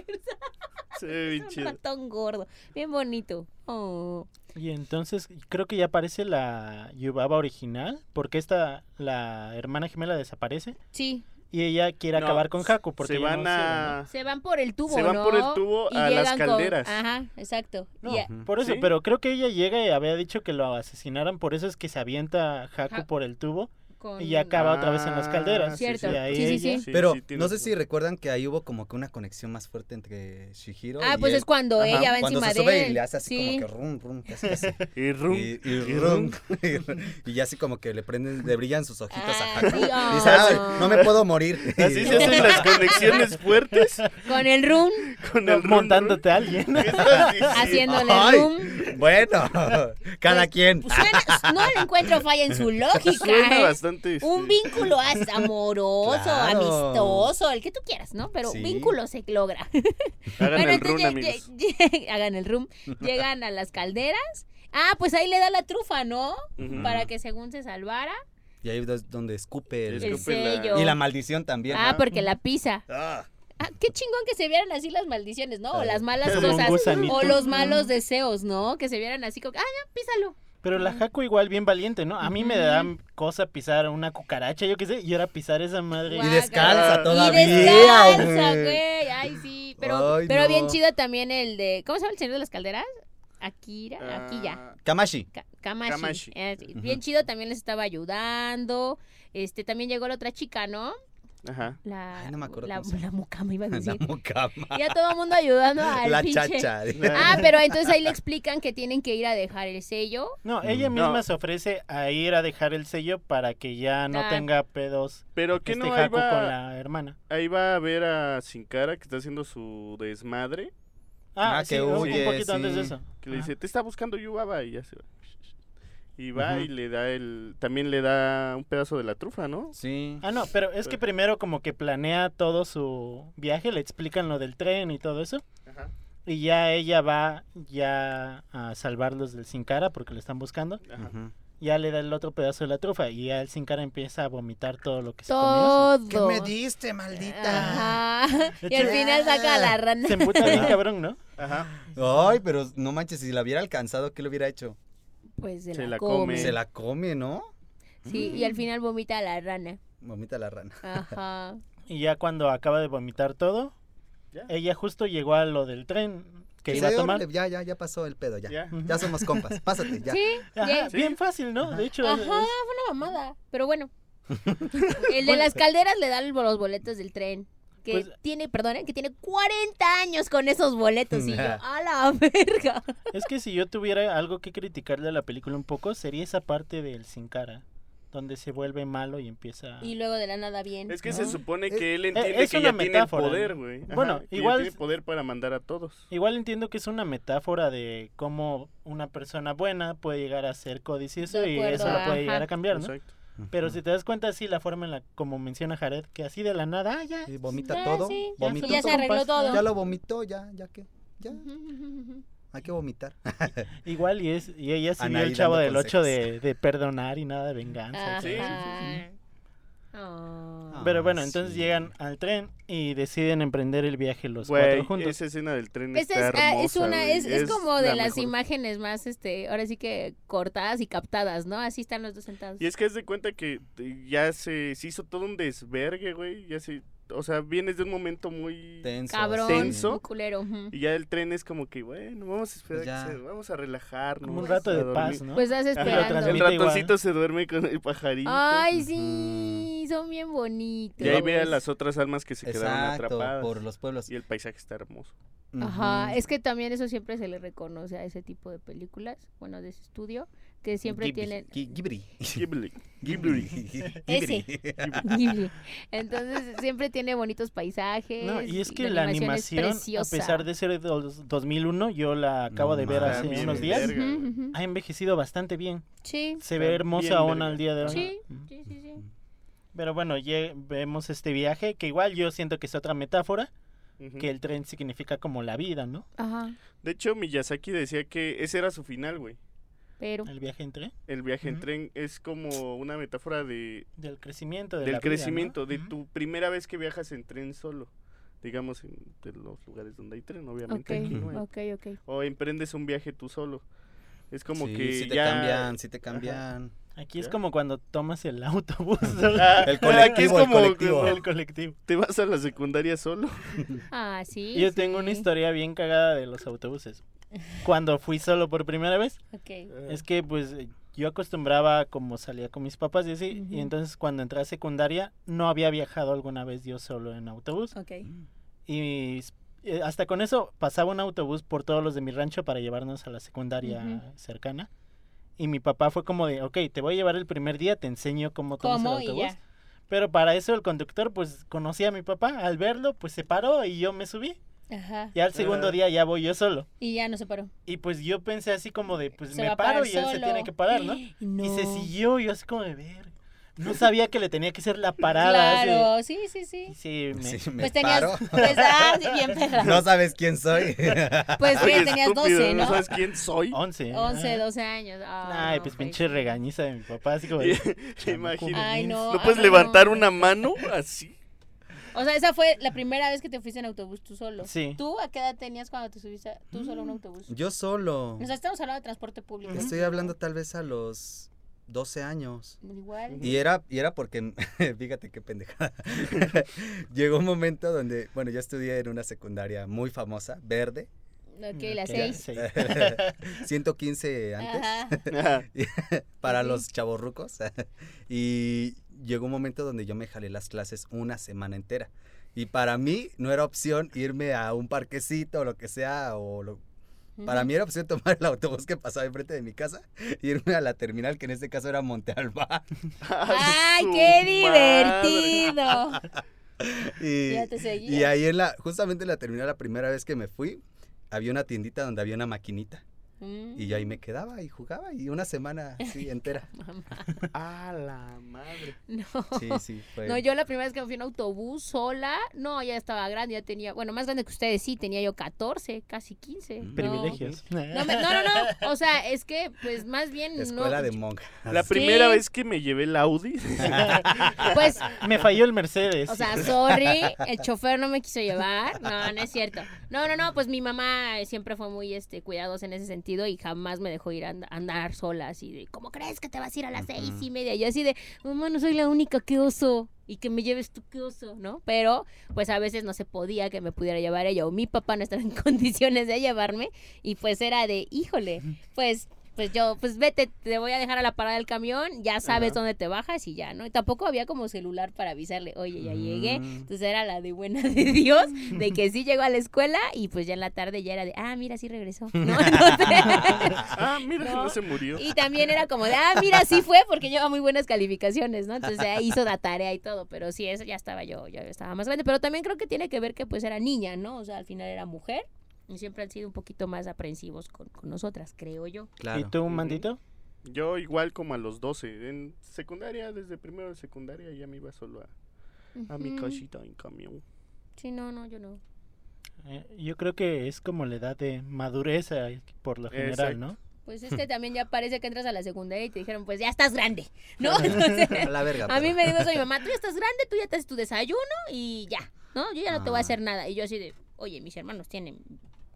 [SPEAKER 4] Se ve bien
[SPEAKER 1] Un
[SPEAKER 4] chido.
[SPEAKER 1] ratón gordo, bien bonito. Oh.
[SPEAKER 2] Y entonces creo que ya aparece la Yubaba original, porque esta, la hermana gemela desaparece
[SPEAKER 1] Sí,
[SPEAKER 2] y ella quiere
[SPEAKER 4] No,
[SPEAKER 2] acabar con Haku porque
[SPEAKER 4] se
[SPEAKER 2] ya no
[SPEAKER 4] van
[SPEAKER 2] sirve, ¿no?
[SPEAKER 4] a...
[SPEAKER 1] se van por el tubo,
[SPEAKER 4] Se van
[SPEAKER 1] ¿no?
[SPEAKER 4] por el tubo
[SPEAKER 1] Y
[SPEAKER 4] a las
[SPEAKER 1] llegan con-
[SPEAKER 4] calderas.
[SPEAKER 1] Ajá, exacto.
[SPEAKER 2] No,
[SPEAKER 1] Y a-
[SPEAKER 3] Ujú.
[SPEAKER 2] Por eso,
[SPEAKER 4] ¿Sí?
[SPEAKER 2] pero creo que ella llega y había dicho que lo asesinaran, por eso es que se avienta Haku
[SPEAKER 1] Ja-
[SPEAKER 2] por el tubo
[SPEAKER 1] con-
[SPEAKER 2] y ya acaba otra vez
[SPEAKER 4] Ah,
[SPEAKER 2] en las calderas.
[SPEAKER 1] sí, Cierto.
[SPEAKER 2] Y ahí
[SPEAKER 1] Sí, sí,
[SPEAKER 2] ella-
[SPEAKER 1] sí.
[SPEAKER 3] Pero
[SPEAKER 4] tienes
[SPEAKER 3] no sé si
[SPEAKER 4] razón.
[SPEAKER 3] recuerdan que ahí hubo como que una conexión más fuerte entre Shihiro
[SPEAKER 1] Ah,
[SPEAKER 3] y
[SPEAKER 1] pues
[SPEAKER 3] él.
[SPEAKER 1] es cuando
[SPEAKER 2] Ajá,
[SPEAKER 1] ella va
[SPEAKER 3] Cuando
[SPEAKER 1] encima
[SPEAKER 3] se
[SPEAKER 1] de él.
[SPEAKER 3] sube y le hace así
[SPEAKER 1] sí.
[SPEAKER 3] como que rum, rum, casi, casi.
[SPEAKER 4] Y rum,
[SPEAKER 3] Y, y
[SPEAKER 4] y
[SPEAKER 3] rum, y ya así como que le prenden, le brillan sus ojitos
[SPEAKER 1] Ah,
[SPEAKER 3] a Haku.
[SPEAKER 1] sí, ah.
[SPEAKER 3] Dice, "Ay, no me puedo morir.
[SPEAKER 4] Así se hacen las conexiones fuertes
[SPEAKER 1] Con el room,
[SPEAKER 4] con el rum,
[SPEAKER 2] montándote a alguien.
[SPEAKER 4] rum. ¿Qué estás diciendo?
[SPEAKER 1] haciéndole
[SPEAKER 3] Ay.
[SPEAKER 1] room.
[SPEAKER 3] Bueno,
[SPEAKER 1] Pues,
[SPEAKER 3] cada quien.
[SPEAKER 1] Suena- no le encuentro falla en su lógica.
[SPEAKER 4] Suena
[SPEAKER 1] ¿eh?
[SPEAKER 4] bastante. este,
[SPEAKER 1] Un vínculo as- amoroso,
[SPEAKER 3] Claro.
[SPEAKER 1] amistoso, el que tú quieras, ¿no? Pero
[SPEAKER 3] Sí.
[SPEAKER 1] vínculo se logra.
[SPEAKER 4] Hagan
[SPEAKER 1] Bueno,
[SPEAKER 4] el rum,
[SPEAKER 1] entonces lleg-
[SPEAKER 4] amigos.
[SPEAKER 1] lleg- hagan el room. Llegan a las calderas. Ah, pues ahí le da la trufa, ¿no?
[SPEAKER 4] Ujú.
[SPEAKER 1] Para que según se salvara
[SPEAKER 3] Y ahí es donde escupe el-
[SPEAKER 1] el
[SPEAKER 4] Escupe la-
[SPEAKER 1] sello.
[SPEAKER 3] y la maldición también.
[SPEAKER 1] ah,
[SPEAKER 4] ¿no?
[SPEAKER 1] porque la pisa.
[SPEAKER 3] Ah,
[SPEAKER 1] Ah, qué chingón que se vieran así las maldiciones, ¿no? O
[SPEAKER 3] Ah.
[SPEAKER 1] las malas
[SPEAKER 2] Como un
[SPEAKER 1] cosas.
[SPEAKER 2] gusanito.
[SPEAKER 1] O los
[SPEAKER 4] Mm.
[SPEAKER 1] malos deseos, ¿no? Que se vieran así como, ah, ya, písalo.
[SPEAKER 2] Pero la Haku igual bien valiente, ¿no? A mí me
[SPEAKER 1] Ujú.
[SPEAKER 2] da cosa pisar una cucaracha, yo qué sé, y ahora pisar esa madre.
[SPEAKER 3] y
[SPEAKER 1] Guau.
[SPEAKER 3] descalza
[SPEAKER 4] Y
[SPEAKER 1] Y
[SPEAKER 3] todavía.
[SPEAKER 1] descalza,
[SPEAKER 3] güey.
[SPEAKER 1] güey. Ay, sí. Pero,
[SPEAKER 3] Ay,
[SPEAKER 1] pero
[SPEAKER 3] no.
[SPEAKER 1] bien chido también el de. ¿Cómo se llama el señor de las calderas? Akira. Aquí ya.
[SPEAKER 4] Ah,
[SPEAKER 3] Kamashi.
[SPEAKER 1] Ka- Kamashi.
[SPEAKER 4] Kamashi.
[SPEAKER 1] Eh, sí,
[SPEAKER 3] Ujú.
[SPEAKER 1] Bien chido también les estaba ayudando. Este también llegó la otra chica, ¿no?
[SPEAKER 4] Ajá.
[SPEAKER 1] La,
[SPEAKER 3] Ay, no me acuerdo
[SPEAKER 1] la,
[SPEAKER 3] cómo se
[SPEAKER 1] la mucama iba a
[SPEAKER 3] La
[SPEAKER 1] decir.
[SPEAKER 3] mucama.
[SPEAKER 1] Y a todo el mundo ayudando al
[SPEAKER 3] La
[SPEAKER 1] pinche-
[SPEAKER 3] chacha.
[SPEAKER 1] Ah, pero entonces ahí le explican que tienen que ir a dejar el sello.
[SPEAKER 2] No, ella
[SPEAKER 3] Mm.
[SPEAKER 2] misma
[SPEAKER 4] No.
[SPEAKER 2] se ofrece a ir a dejar el sello para que ya no
[SPEAKER 1] Ah.
[SPEAKER 2] tenga pedos
[SPEAKER 4] Pero que
[SPEAKER 2] este
[SPEAKER 4] no, ahí
[SPEAKER 2] Haku con
[SPEAKER 4] va,
[SPEAKER 2] la hermana.
[SPEAKER 4] ahí va a ver a Sin Cara que está haciendo su desmadre.
[SPEAKER 2] Ah,
[SPEAKER 3] Ah,
[SPEAKER 2] sí,
[SPEAKER 3] que
[SPEAKER 2] un-
[SPEAKER 3] huye,
[SPEAKER 2] un poquito antes de
[SPEAKER 3] sí.
[SPEAKER 2] eso.
[SPEAKER 4] Que le
[SPEAKER 2] Ajá.
[SPEAKER 4] dice, te está buscando Yubaba. Y ya se va. Y va
[SPEAKER 2] Ujú.
[SPEAKER 4] y le da el. También le da un pedazo de la trufa, ¿no?
[SPEAKER 3] Sí.
[SPEAKER 2] Ah, no, pero es que
[SPEAKER 4] "Pues-".
[SPEAKER 2] primero como que planea todo su viaje, le explican lo del tren y todo eso.
[SPEAKER 4] Ajá.
[SPEAKER 2] Y ya ella va ya a salvarlos del Sin Cara porque lo están buscando.
[SPEAKER 4] Ajá.
[SPEAKER 3] Ujú.
[SPEAKER 2] Ya le da el otro pedazo de la trufa y ya el Sin Cara empieza a vomitar todo lo que se comió.
[SPEAKER 1] Todo.
[SPEAKER 3] ¿Qué me diste, maldita?
[SPEAKER 1] Ajá. Y al
[SPEAKER 2] Ah.
[SPEAKER 1] final saca a la
[SPEAKER 2] Se
[SPEAKER 1] rana.
[SPEAKER 2] emputa bien cabrón, ¿no?
[SPEAKER 4] Ajá.
[SPEAKER 3] Ay, pero no manches, si la hubiera alcanzado, ¿qué le hubiera hecho?
[SPEAKER 1] Pues se,
[SPEAKER 4] Se
[SPEAKER 1] la,
[SPEAKER 4] la
[SPEAKER 1] come.
[SPEAKER 4] come.
[SPEAKER 3] Se la come, ¿no?
[SPEAKER 1] Sí, y al final vomita a la rana.
[SPEAKER 3] Mamita la rana.
[SPEAKER 1] Ajá.
[SPEAKER 2] Y ya cuando acaba de vomitar todo,
[SPEAKER 4] Ya.
[SPEAKER 2] ella justo llegó a lo del tren que
[SPEAKER 3] Sí,
[SPEAKER 2] iba a
[SPEAKER 3] órale,
[SPEAKER 2] tomar.
[SPEAKER 3] Ya, ya, ya pasó el pedo, ya.
[SPEAKER 4] Ya.
[SPEAKER 3] Ya, somos compas, pásate, ya.
[SPEAKER 1] Sí,
[SPEAKER 2] Ajá,
[SPEAKER 1] lleg-
[SPEAKER 4] Sí.
[SPEAKER 2] Bien fácil, ¿no? De hecho,
[SPEAKER 1] Ajá,
[SPEAKER 2] es-
[SPEAKER 1] fue una mamada. Pero bueno. El de las calderas le dan los boletos del tren. Que
[SPEAKER 2] Pues-
[SPEAKER 1] tiene, perdonen, que tiene 40 años con esos boletos. Y yo, a la verga.
[SPEAKER 2] es que si yo tuviera algo que criticarle a la película un poco, sería esa parte del sin cara, donde se vuelve malo y empieza...
[SPEAKER 1] Y luego de la nada bien.
[SPEAKER 4] Es que
[SPEAKER 1] ¿no?
[SPEAKER 4] se supone que él entiende
[SPEAKER 2] es
[SPEAKER 4] que
[SPEAKER 2] una
[SPEAKER 4] ya tiene el
[SPEAKER 2] metáfora,
[SPEAKER 4] poder,
[SPEAKER 2] ¿no?
[SPEAKER 4] güey. Ajá,
[SPEAKER 2] Bueno,
[SPEAKER 4] que ya
[SPEAKER 2] igual-
[SPEAKER 4] Tiene poder para mandar a todos.
[SPEAKER 2] Igual entiendo que es una metáfora de cómo una persona buena puede llegar a ser codicioso
[SPEAKER 1] De
[SPEAKER 2] y
[SPEAKER 1] acuerdo,
[SPEAKER 2] eso lo puede llegar
[SPEAKER 1] ajá.
[SPEAKER 2] a cambiar, ¿no?
[SPEAKER 4] Exacto.
[SPEAKER 2] Pero si te das cuenta, sí, la forma en la, como menciona Jared, que así de la nada, ah, ya,
[SPEAKER 3] Y vomita
[SPEAKER 1] Ah,
[SPEAKER 3] todo.
[SPEAKER 1] sí.
[SPEAKER 2] Ya
[SPEAKER 3] vomitó
[SPEAKER 2] fue.
[SPEAKER 1] Ya se
[SPEAKER 3] todo.
[SPEAKER 1] arregló
[SPEAKER 2] compas.
[SPEAKER 1] todo.
[SPEAKER 3] Ya lo vomitó, ya, ya que. Ya,
[SPEAKER 1] Ujú.
[SPEAKER 3] hay que vomitar.
[SPEAKER 2] igual y es y ella se vio
[SPEAKER 3] Anaí
[SPEAKER 2] el chavo
[SPEAKER 3] dando
[SPEAKER 2] del 8
[SPEAKER 3] consejos.
[SPEAKER 2] de, de perdonar y nada de venganza.
[SPEAKER 1] Ajá.
[SPEAKER 4] sí, sí, sí, sí.
[SPEAKER 1] Ah.
[SPEAKER 2] Pero
[SPEAKER 3] Ah,
[SPEAKER 2] bueno, entonces
[SPEAKER 3] sí.
[SPEAKER 2] llegan al tren y deciden emprender el viaje los
[SPEAKER 4] Güey,
[SPEAKER 2] cuatro juntos.
[SPEAKER 4] esa escena del tren
[SPEAKER 1] Esa
[SPEAKER 4] está
[SPEAKER 1] es, ah, es
[SPEAKER 4] hermosa,
[SPEAKER 1] una,
[SPEAKER 4] güey.
[SPEAKER 1] es, es como de
[SPEAKER 4] la
[SPEAKER 1] las
[SPEAKER 4] mejor.
[SPEAKER 1] imágenes más, este, ahora sí que cortadas y captadas, ¿no? Así están los dos sentados.
[SPEAKER 4] Y es que es de cuenta que eh, ya se, se hizo todo un desvergue, güey. Ya se, o sea, vienes de un momento muy...
[SPEAKER 3] Tenso.
[SPEAKER 1] Cabrón,
[SPEAKER 4] Tenso.
[SPEAKER 1] muy culero. ujú.
[SPEAKER 4] Y ya el tren es como que, bueno, vamos a esperar,
[SPEAKER 3] Pues ya.
[SPEAKER 4] que se- vamos a relajarnos.
[SPEAKER 2] Como un rato
[SPEAKER 4] a
[SPEAKER 2] de
[SPEAKER 4] dormir.
[SPEAKER 2] paz, ¿no?
[SPEAKER 1] Pues estás
[SPEAKER 4] Ajá,
[SPEAKER 2] lo
[SPEAKER 1] esperando.
[SPEAKER 4] el
[SPEAKER 2] transmite igual.
[SPEAKER 4] ratoncito se duerme con el pajarito.
[SPEAKER 1] Ay,
[SPEAKER 3] Ujú.
[SPEAKER 1] sí, Sí, son bien bonitos.
[SPEAKER 4] Y ahí ve a las otras almas que se quedaron
[SPEAKER 3] Exacto,
[SPEAKER 4] atrapadas.
[SPEAKER 3] por los pueblos.
[SPEAKER 4] Y el paisaje está hermoso.
[SPEAKER 1] Ajá,
[SPEAKER 3] Ujú.
[SPEAKER 1] es que también eso siempre se le reconoce a ese tipo de películas, bueno, de ese estudio, que siempre
[SPEAKER 3] Ghibli,
[SPEAKER 1] tienen...
[SPEAKER 3] Ghi- Ghibli.
[SPEAKER 4] Ghibli.
[SPEAKER 3] Ghibli.
[SPEAKER 1] Ese.
[SPEAKER 3] Ghibli.
[SPEAKER 1] Ghibli. Entonces siempre tiene bonitos paisajes.
[SPEAKER 2] No, y es que la
[SPEAKER 1] la
[SPEAKER 2] animación,
[SPEAKER 1] es
[SPEAKER 2] a
[SPEAKER 1] preciosa.
[SPEAKER 2] pesar de ser de los 2001, yo la acabo
[SPEAKER 3] No
[SPEAKER 2] de ver hace
[SPEAKER 4] mames,
[SPEAKER 2] unos
[SPEAKER 4] bien
[SPEAKER 2] días,
[SPEAKER 4] verga.
[SPEAKER 1] Ujú, ujú.
[SPEAKER 2] ha envejecido bastante bien.
[SPEAKER 1] Sí,
[SPEAKER 2] Se
[SPEAKER 4] Está
[SPEAKER 2] ve
[SPEAKER 4] bien
[SPEAKER 2] hermosa aún
[SPEAKER 4] verga.
[SPEAKER 2] al día de hoy.
[SPEAKER 1] sí,
[SPEAKER 2] Ujú.
[SPEAKER 1] sí, sí, sí.
[SPEAKER 2] Pero bueno, ya vemos este viaje, que igual yo siento que es otra metáfora,
[SPEAKER 4] Ujú.
[SPEAKER 2] que el tren significa como la vida, ¿no?
[SPEAKER 1] Ajá,
[SPEAKER 4] De hecho, Miyazaki decía que ese era su final, güey.
[SPEAKER 1] pero...
[SPEAKER 2] El viaje en tren,
[SPEAKER 4] El viaje en
[SPEAKER 2] Ujú.
[SPEAKER 4] tren es como una metáfora de,
[SPEAKER 2] del crecimiento. De
[SPEAKER 4] del
[SPEAKER 2] la vida, ¿no?
[SPEAKER 4] crecimiento, de
[SPEAKER 2] Ujú.
[SPEAKER 4] tu primera vez que viajas en tren solo. Digamos, en de los lugares donde hay tren,
[SPEAKER 1] Ok,
[SPEAKER 4] obviamente. aquí no hay.
[SPEAKER 1] ok, ok.
[SPEAKER 4] O emprendes un viaje tú solo. Es como
[SPEAKER 3] Sí,
[SPEAKER 4] que
[SPEAKER 3] sí te
[SPEAKER 4] ya...
[SPEAKER 3] cambian, sí te cambian.
[SPEAKER 2] Aquí es
[SPEAKER 4] ¿Ya?
[SPEAKER 2] como cuando tomas el autobús.
[SPEAKER 4] Ah,
[SPEAKER 3] El
[SPEAKER 4] aquí es
[SPEAKER 3] colectivo, el
[SPEAKER 4] como
[SPEAKER 3] colectivo.
[SPEAKER 4] cuando
[SPEAKER 2] el colectivo.
[SPEAKER 4] te vas a la secundaria solo.
[SPEAKER 1] Ah, sí.
[SPEAKER 2] Yo tengo una
[SPEAKER 1] sí.
[SPEAKER 2] historia bien cagada de los autobuses. Cuando fui solo por primera vez,
[SPEAKER 1] Ok.
[SPEAKER 4] Ah.
[SPEAKER 2] Es que pues eh, yo acostumbraba como salía con mis papás y así,
[SPEAKER 1] Ujú.
[SPEAKER 2] y entonces cuando entré a secundaria no había viajado alguna vez yo solo en autobús
[SPEAKER 1] Ok.
[SPEAKER 2] y eh, hasta con eso pasaba un autobús por todos los de mi rancho para llevarnos a la secundaria
[SPEAKER 1] Ujú.
[SPEAKER 2] cercana y mi papá fue como de, ok, te voy a llevar el primer día, te enseño cómo tomas
[SPEAKER 1] ¿Cómo?
[SPEAKER 2] el
[SPEAKER 1] Y
[SPEAKER 2] autobús.
[SPEAKER 1] ya.
[SPEAKER 2] Pero para eso el conductor pues conocía a mi papá, al verlo pues se paró y yo me subí.
[SPEAKER 1] Ajá.
[SPEAKER 2] Y al segundo
[SPEAKER 4] Ah.
[SPEAKER 2] día ya voy yo solo.
[SPEAKER 1] Y ya no se paró.
[SPEAKER 2] Y pues yo pensé así como de, pues
[SPEAKER 1] Se va
[SPEAKER 2] me
[SPEAKER 1] a parar
[SPEAKER 2] paro y él se
[SPEAKER 1] solo.
[SPEAKER 2] tiene que parar, ¿no?
[SPEAKER 1] No.
[SPEAKER 2] Y se siguió, yo así como de ver. No sabía que le tenía que hacer la parada. así.
[SPEAKER 1] Claro, sí, sí,
[SPEAKER 2] Y
[SPEAKER 1] sí.
[SPEAKER 2] sí, me-
[SPEAKER 3] Sí, me
[SPEAKER 1] Pues tenías...
[SPEAKER 3] paro.
[SPEAKER 1] Pues, ah, sí, bien perra.
[SPEAKER 3] No sabes quién soy.
[SPEAKER 1] Pues
[SPEAKER 4] Oye,
[SPEAKER 1] que tenías
[SPEAKER 4] estúpido,
[SPEAKER 1] 12, ¿no?
[SPEAKER 4] sabes quién soy?
[SPEAKER 2] 11.
[SPEAKER 1] 11,
[SPEAKER 2] ah.
[SPEAKER 1] 12 años. Ah,
[SPEAKER 2] Ay,
[SPEAKER 1] no,
[SPEAKER 2] pues
[SPEAKER 1] pues.
[SPEAKER 2] pinche regañiza de mi papá, así como de,
[SPEAKER 4] ¿Te imaginas?
[SPEAKER 1] Ay, no.
[SPEAKER 4] ¿No puedes
[SPEAKER 1] ah,
[SPEAKER 4] levantar
[SPEAKER 1] no.
[SPEAKER 4] una mano así?
[SPEAKER 1] O sea, esa fue la primera vez que te fuiste en autobús tú solo.
[SPEAKER 2] Sí.
[SPEAKER 1] ¿Tú a qué edad tenías cuando te subiste a- tú solo a un autobús?
[SPEAKER 3] Yo solo.
[SPEAKER 1] O sea, estamos hablando de transporte público.
[SPEAKER 3] Te Estoy hablando tal vez a los 12 años.
[SPEAKER 1] Igual.
[SPEAKER 3] Y era, y era porque, fíjate qué pendejada. Llegó un momento donde, bueno, yo estudié en una secundaria muy famosa, verde,
[SPEAKER 1] Mm, Ok, las
[SPEAKER 2] Ok,
[SPEAKER 1] 6.
[SPEAKER 2] seis.
[SPEAKER 3] 115 antes,
[SPEAKER 1] Ajá.
[SPEAKER 4] Ah,
[SPEAKER 3] para
[SPEAKER 1] Sí.
[SPEAKER 3] los chavorrucos. y llegó un momento donde yo me jalé las clases una semana entera. Y para mí no era opción irme a un parquecito o lo que sea, o lo- para mí era opción tomar el autobús que pasaba enfrente de mi casa, irme a la terminal, que en este caso era Monte Alba.
[SPEAKER 1] ¡Ay,
[SPEAKER 4] su
[SPEAKER 1] qué
[SPEAKER 4] madre.
[SPEAKER 1] divertido!
[SPEAKER 3] Y,
[SPEAKER 1] Ya te seguía.
[SPEAKER 3] y ahí en la, justamente en la terminal, la primera vez que me fui, había una tiendita donde había una maquinita.
[SPEAKER 1] Mm.
[SPEAKER 3] Y yo ahí me quedaba y jugaba y una semana así entera.
[SPEAKER 4] A la madre.
[SPEAKER 1] No.
[SPEAKER 3] Sí, sí, fue.
[SPEAKER 1] No, yo la primera vez que me fui en autobús sola, no, ya estaba grande, ya tenía, bueno, más grande que ustedes sí, tenía yo 14, casi 15.
[SPEAKER 3] Mm.
[SPEAKER 1] no.
[SPEAKER 2] Privilegios.
[SPEAKER 1] No, me- no, no, no, o sea, es que, pues, más bien,
[SPEAKER 3] Escuela
[SPEAKER 1] no,
[SPEAKER 3] de monja.
[SPEAKER 4] La
[SPEAKER 1] Sí.
[SPEAKER 4] primera vez que me llevé el Audi.
[SPEAKER 1] pues,
[SPEAKER 2] Me falló el Mercedes.
[SPEAKER 1] O sea, sorry, el chofer no me quiso llevar. No, no es cierto. No, no, no, pues mi mamá siempre fue muy este cuidadosa en ese sentido y jamás me dejó ir a and- andar sola así de, ¿cómo crees que te vas a ir a las seis y media? Y así de, mamá, no soy la única, qué oso. Y que me lleves tú, qué oso, ¿no? Pero, pues a veces no se podía que me pudiera llevar ella o mi papá no estaba en condiciones de llevarme. Y pues era de, híjole, pues... Pues yo, pues vete, te voy a dejar a la parada del camión, ya sabes
[SPEAKER 4] Ajá.
[SPEAKER 1] dónde te bajas y ya, ¿no? Y tampoco había como celular para avisarle, oye, ya llegué,
[SPEAKER 3] Mm.
[SPEAKER 1] entonces era la de buena de Dios, de que sí llegó a la escuela y pues ya en la tarde ya era de, ah, mira, sí regresó. ¿no? Entonces,
[SPEAKER 4] ah, mira, no,
[SPEAKER 1] No.
[SPEAKER 4] se murió.
[SPEAKER 1] y también era como de, ah, mira, sí fue porque lleva muy buenas calificaciones, ¿no? Entonces ahí hizo la tarea y todo, pero sí, eso ya estaba yo, ya estaba más grande. Pero también creo que tiene que ver que pues era niña, ¿no? O sea, al final era mujer y siempre han sido un poquito más aprensivos con, con nosotras, creo yo.
[SPEAKER 3] Claro.
[SPEAKER 2] ¿Y tú, un mandito?
[SPEAKER 4] Yo igual como a los 12. En secundaria, desde primero de secundaria, ya me iba solo a, a Ah, mi
[SPEAKER 1] Ujú.
[SPEAKER 4] casita en camión.
[SPEAKER 1] Sí, no, no, yo no.
[SPEAKER 2] Eh, Yo creo que es como la edad de madurez eh, por lo general,
[SPEAKER 4] Exacto.
[SPEAKER 2] ¿no?
[SPEAKER 1] Pues es que también ya parece que entras a la secundaria y te dijeron, pues ya estás grande, ¿no? Entonces,
[SPEAKER 3] A la verga.
[SPEAKER 1] A mí
[SPEAKER 3] pero-
[SPEAKER 1] me dijo eso mi mamá, tú ya estás grande, tú ya te haces tu desayuno y ya, ¿no? Yo ya no te voy a
[SPEAKER 3] Ah.
[SPEAKER 1] hacer nada. Y yo así de, oye, mis hermanos tienen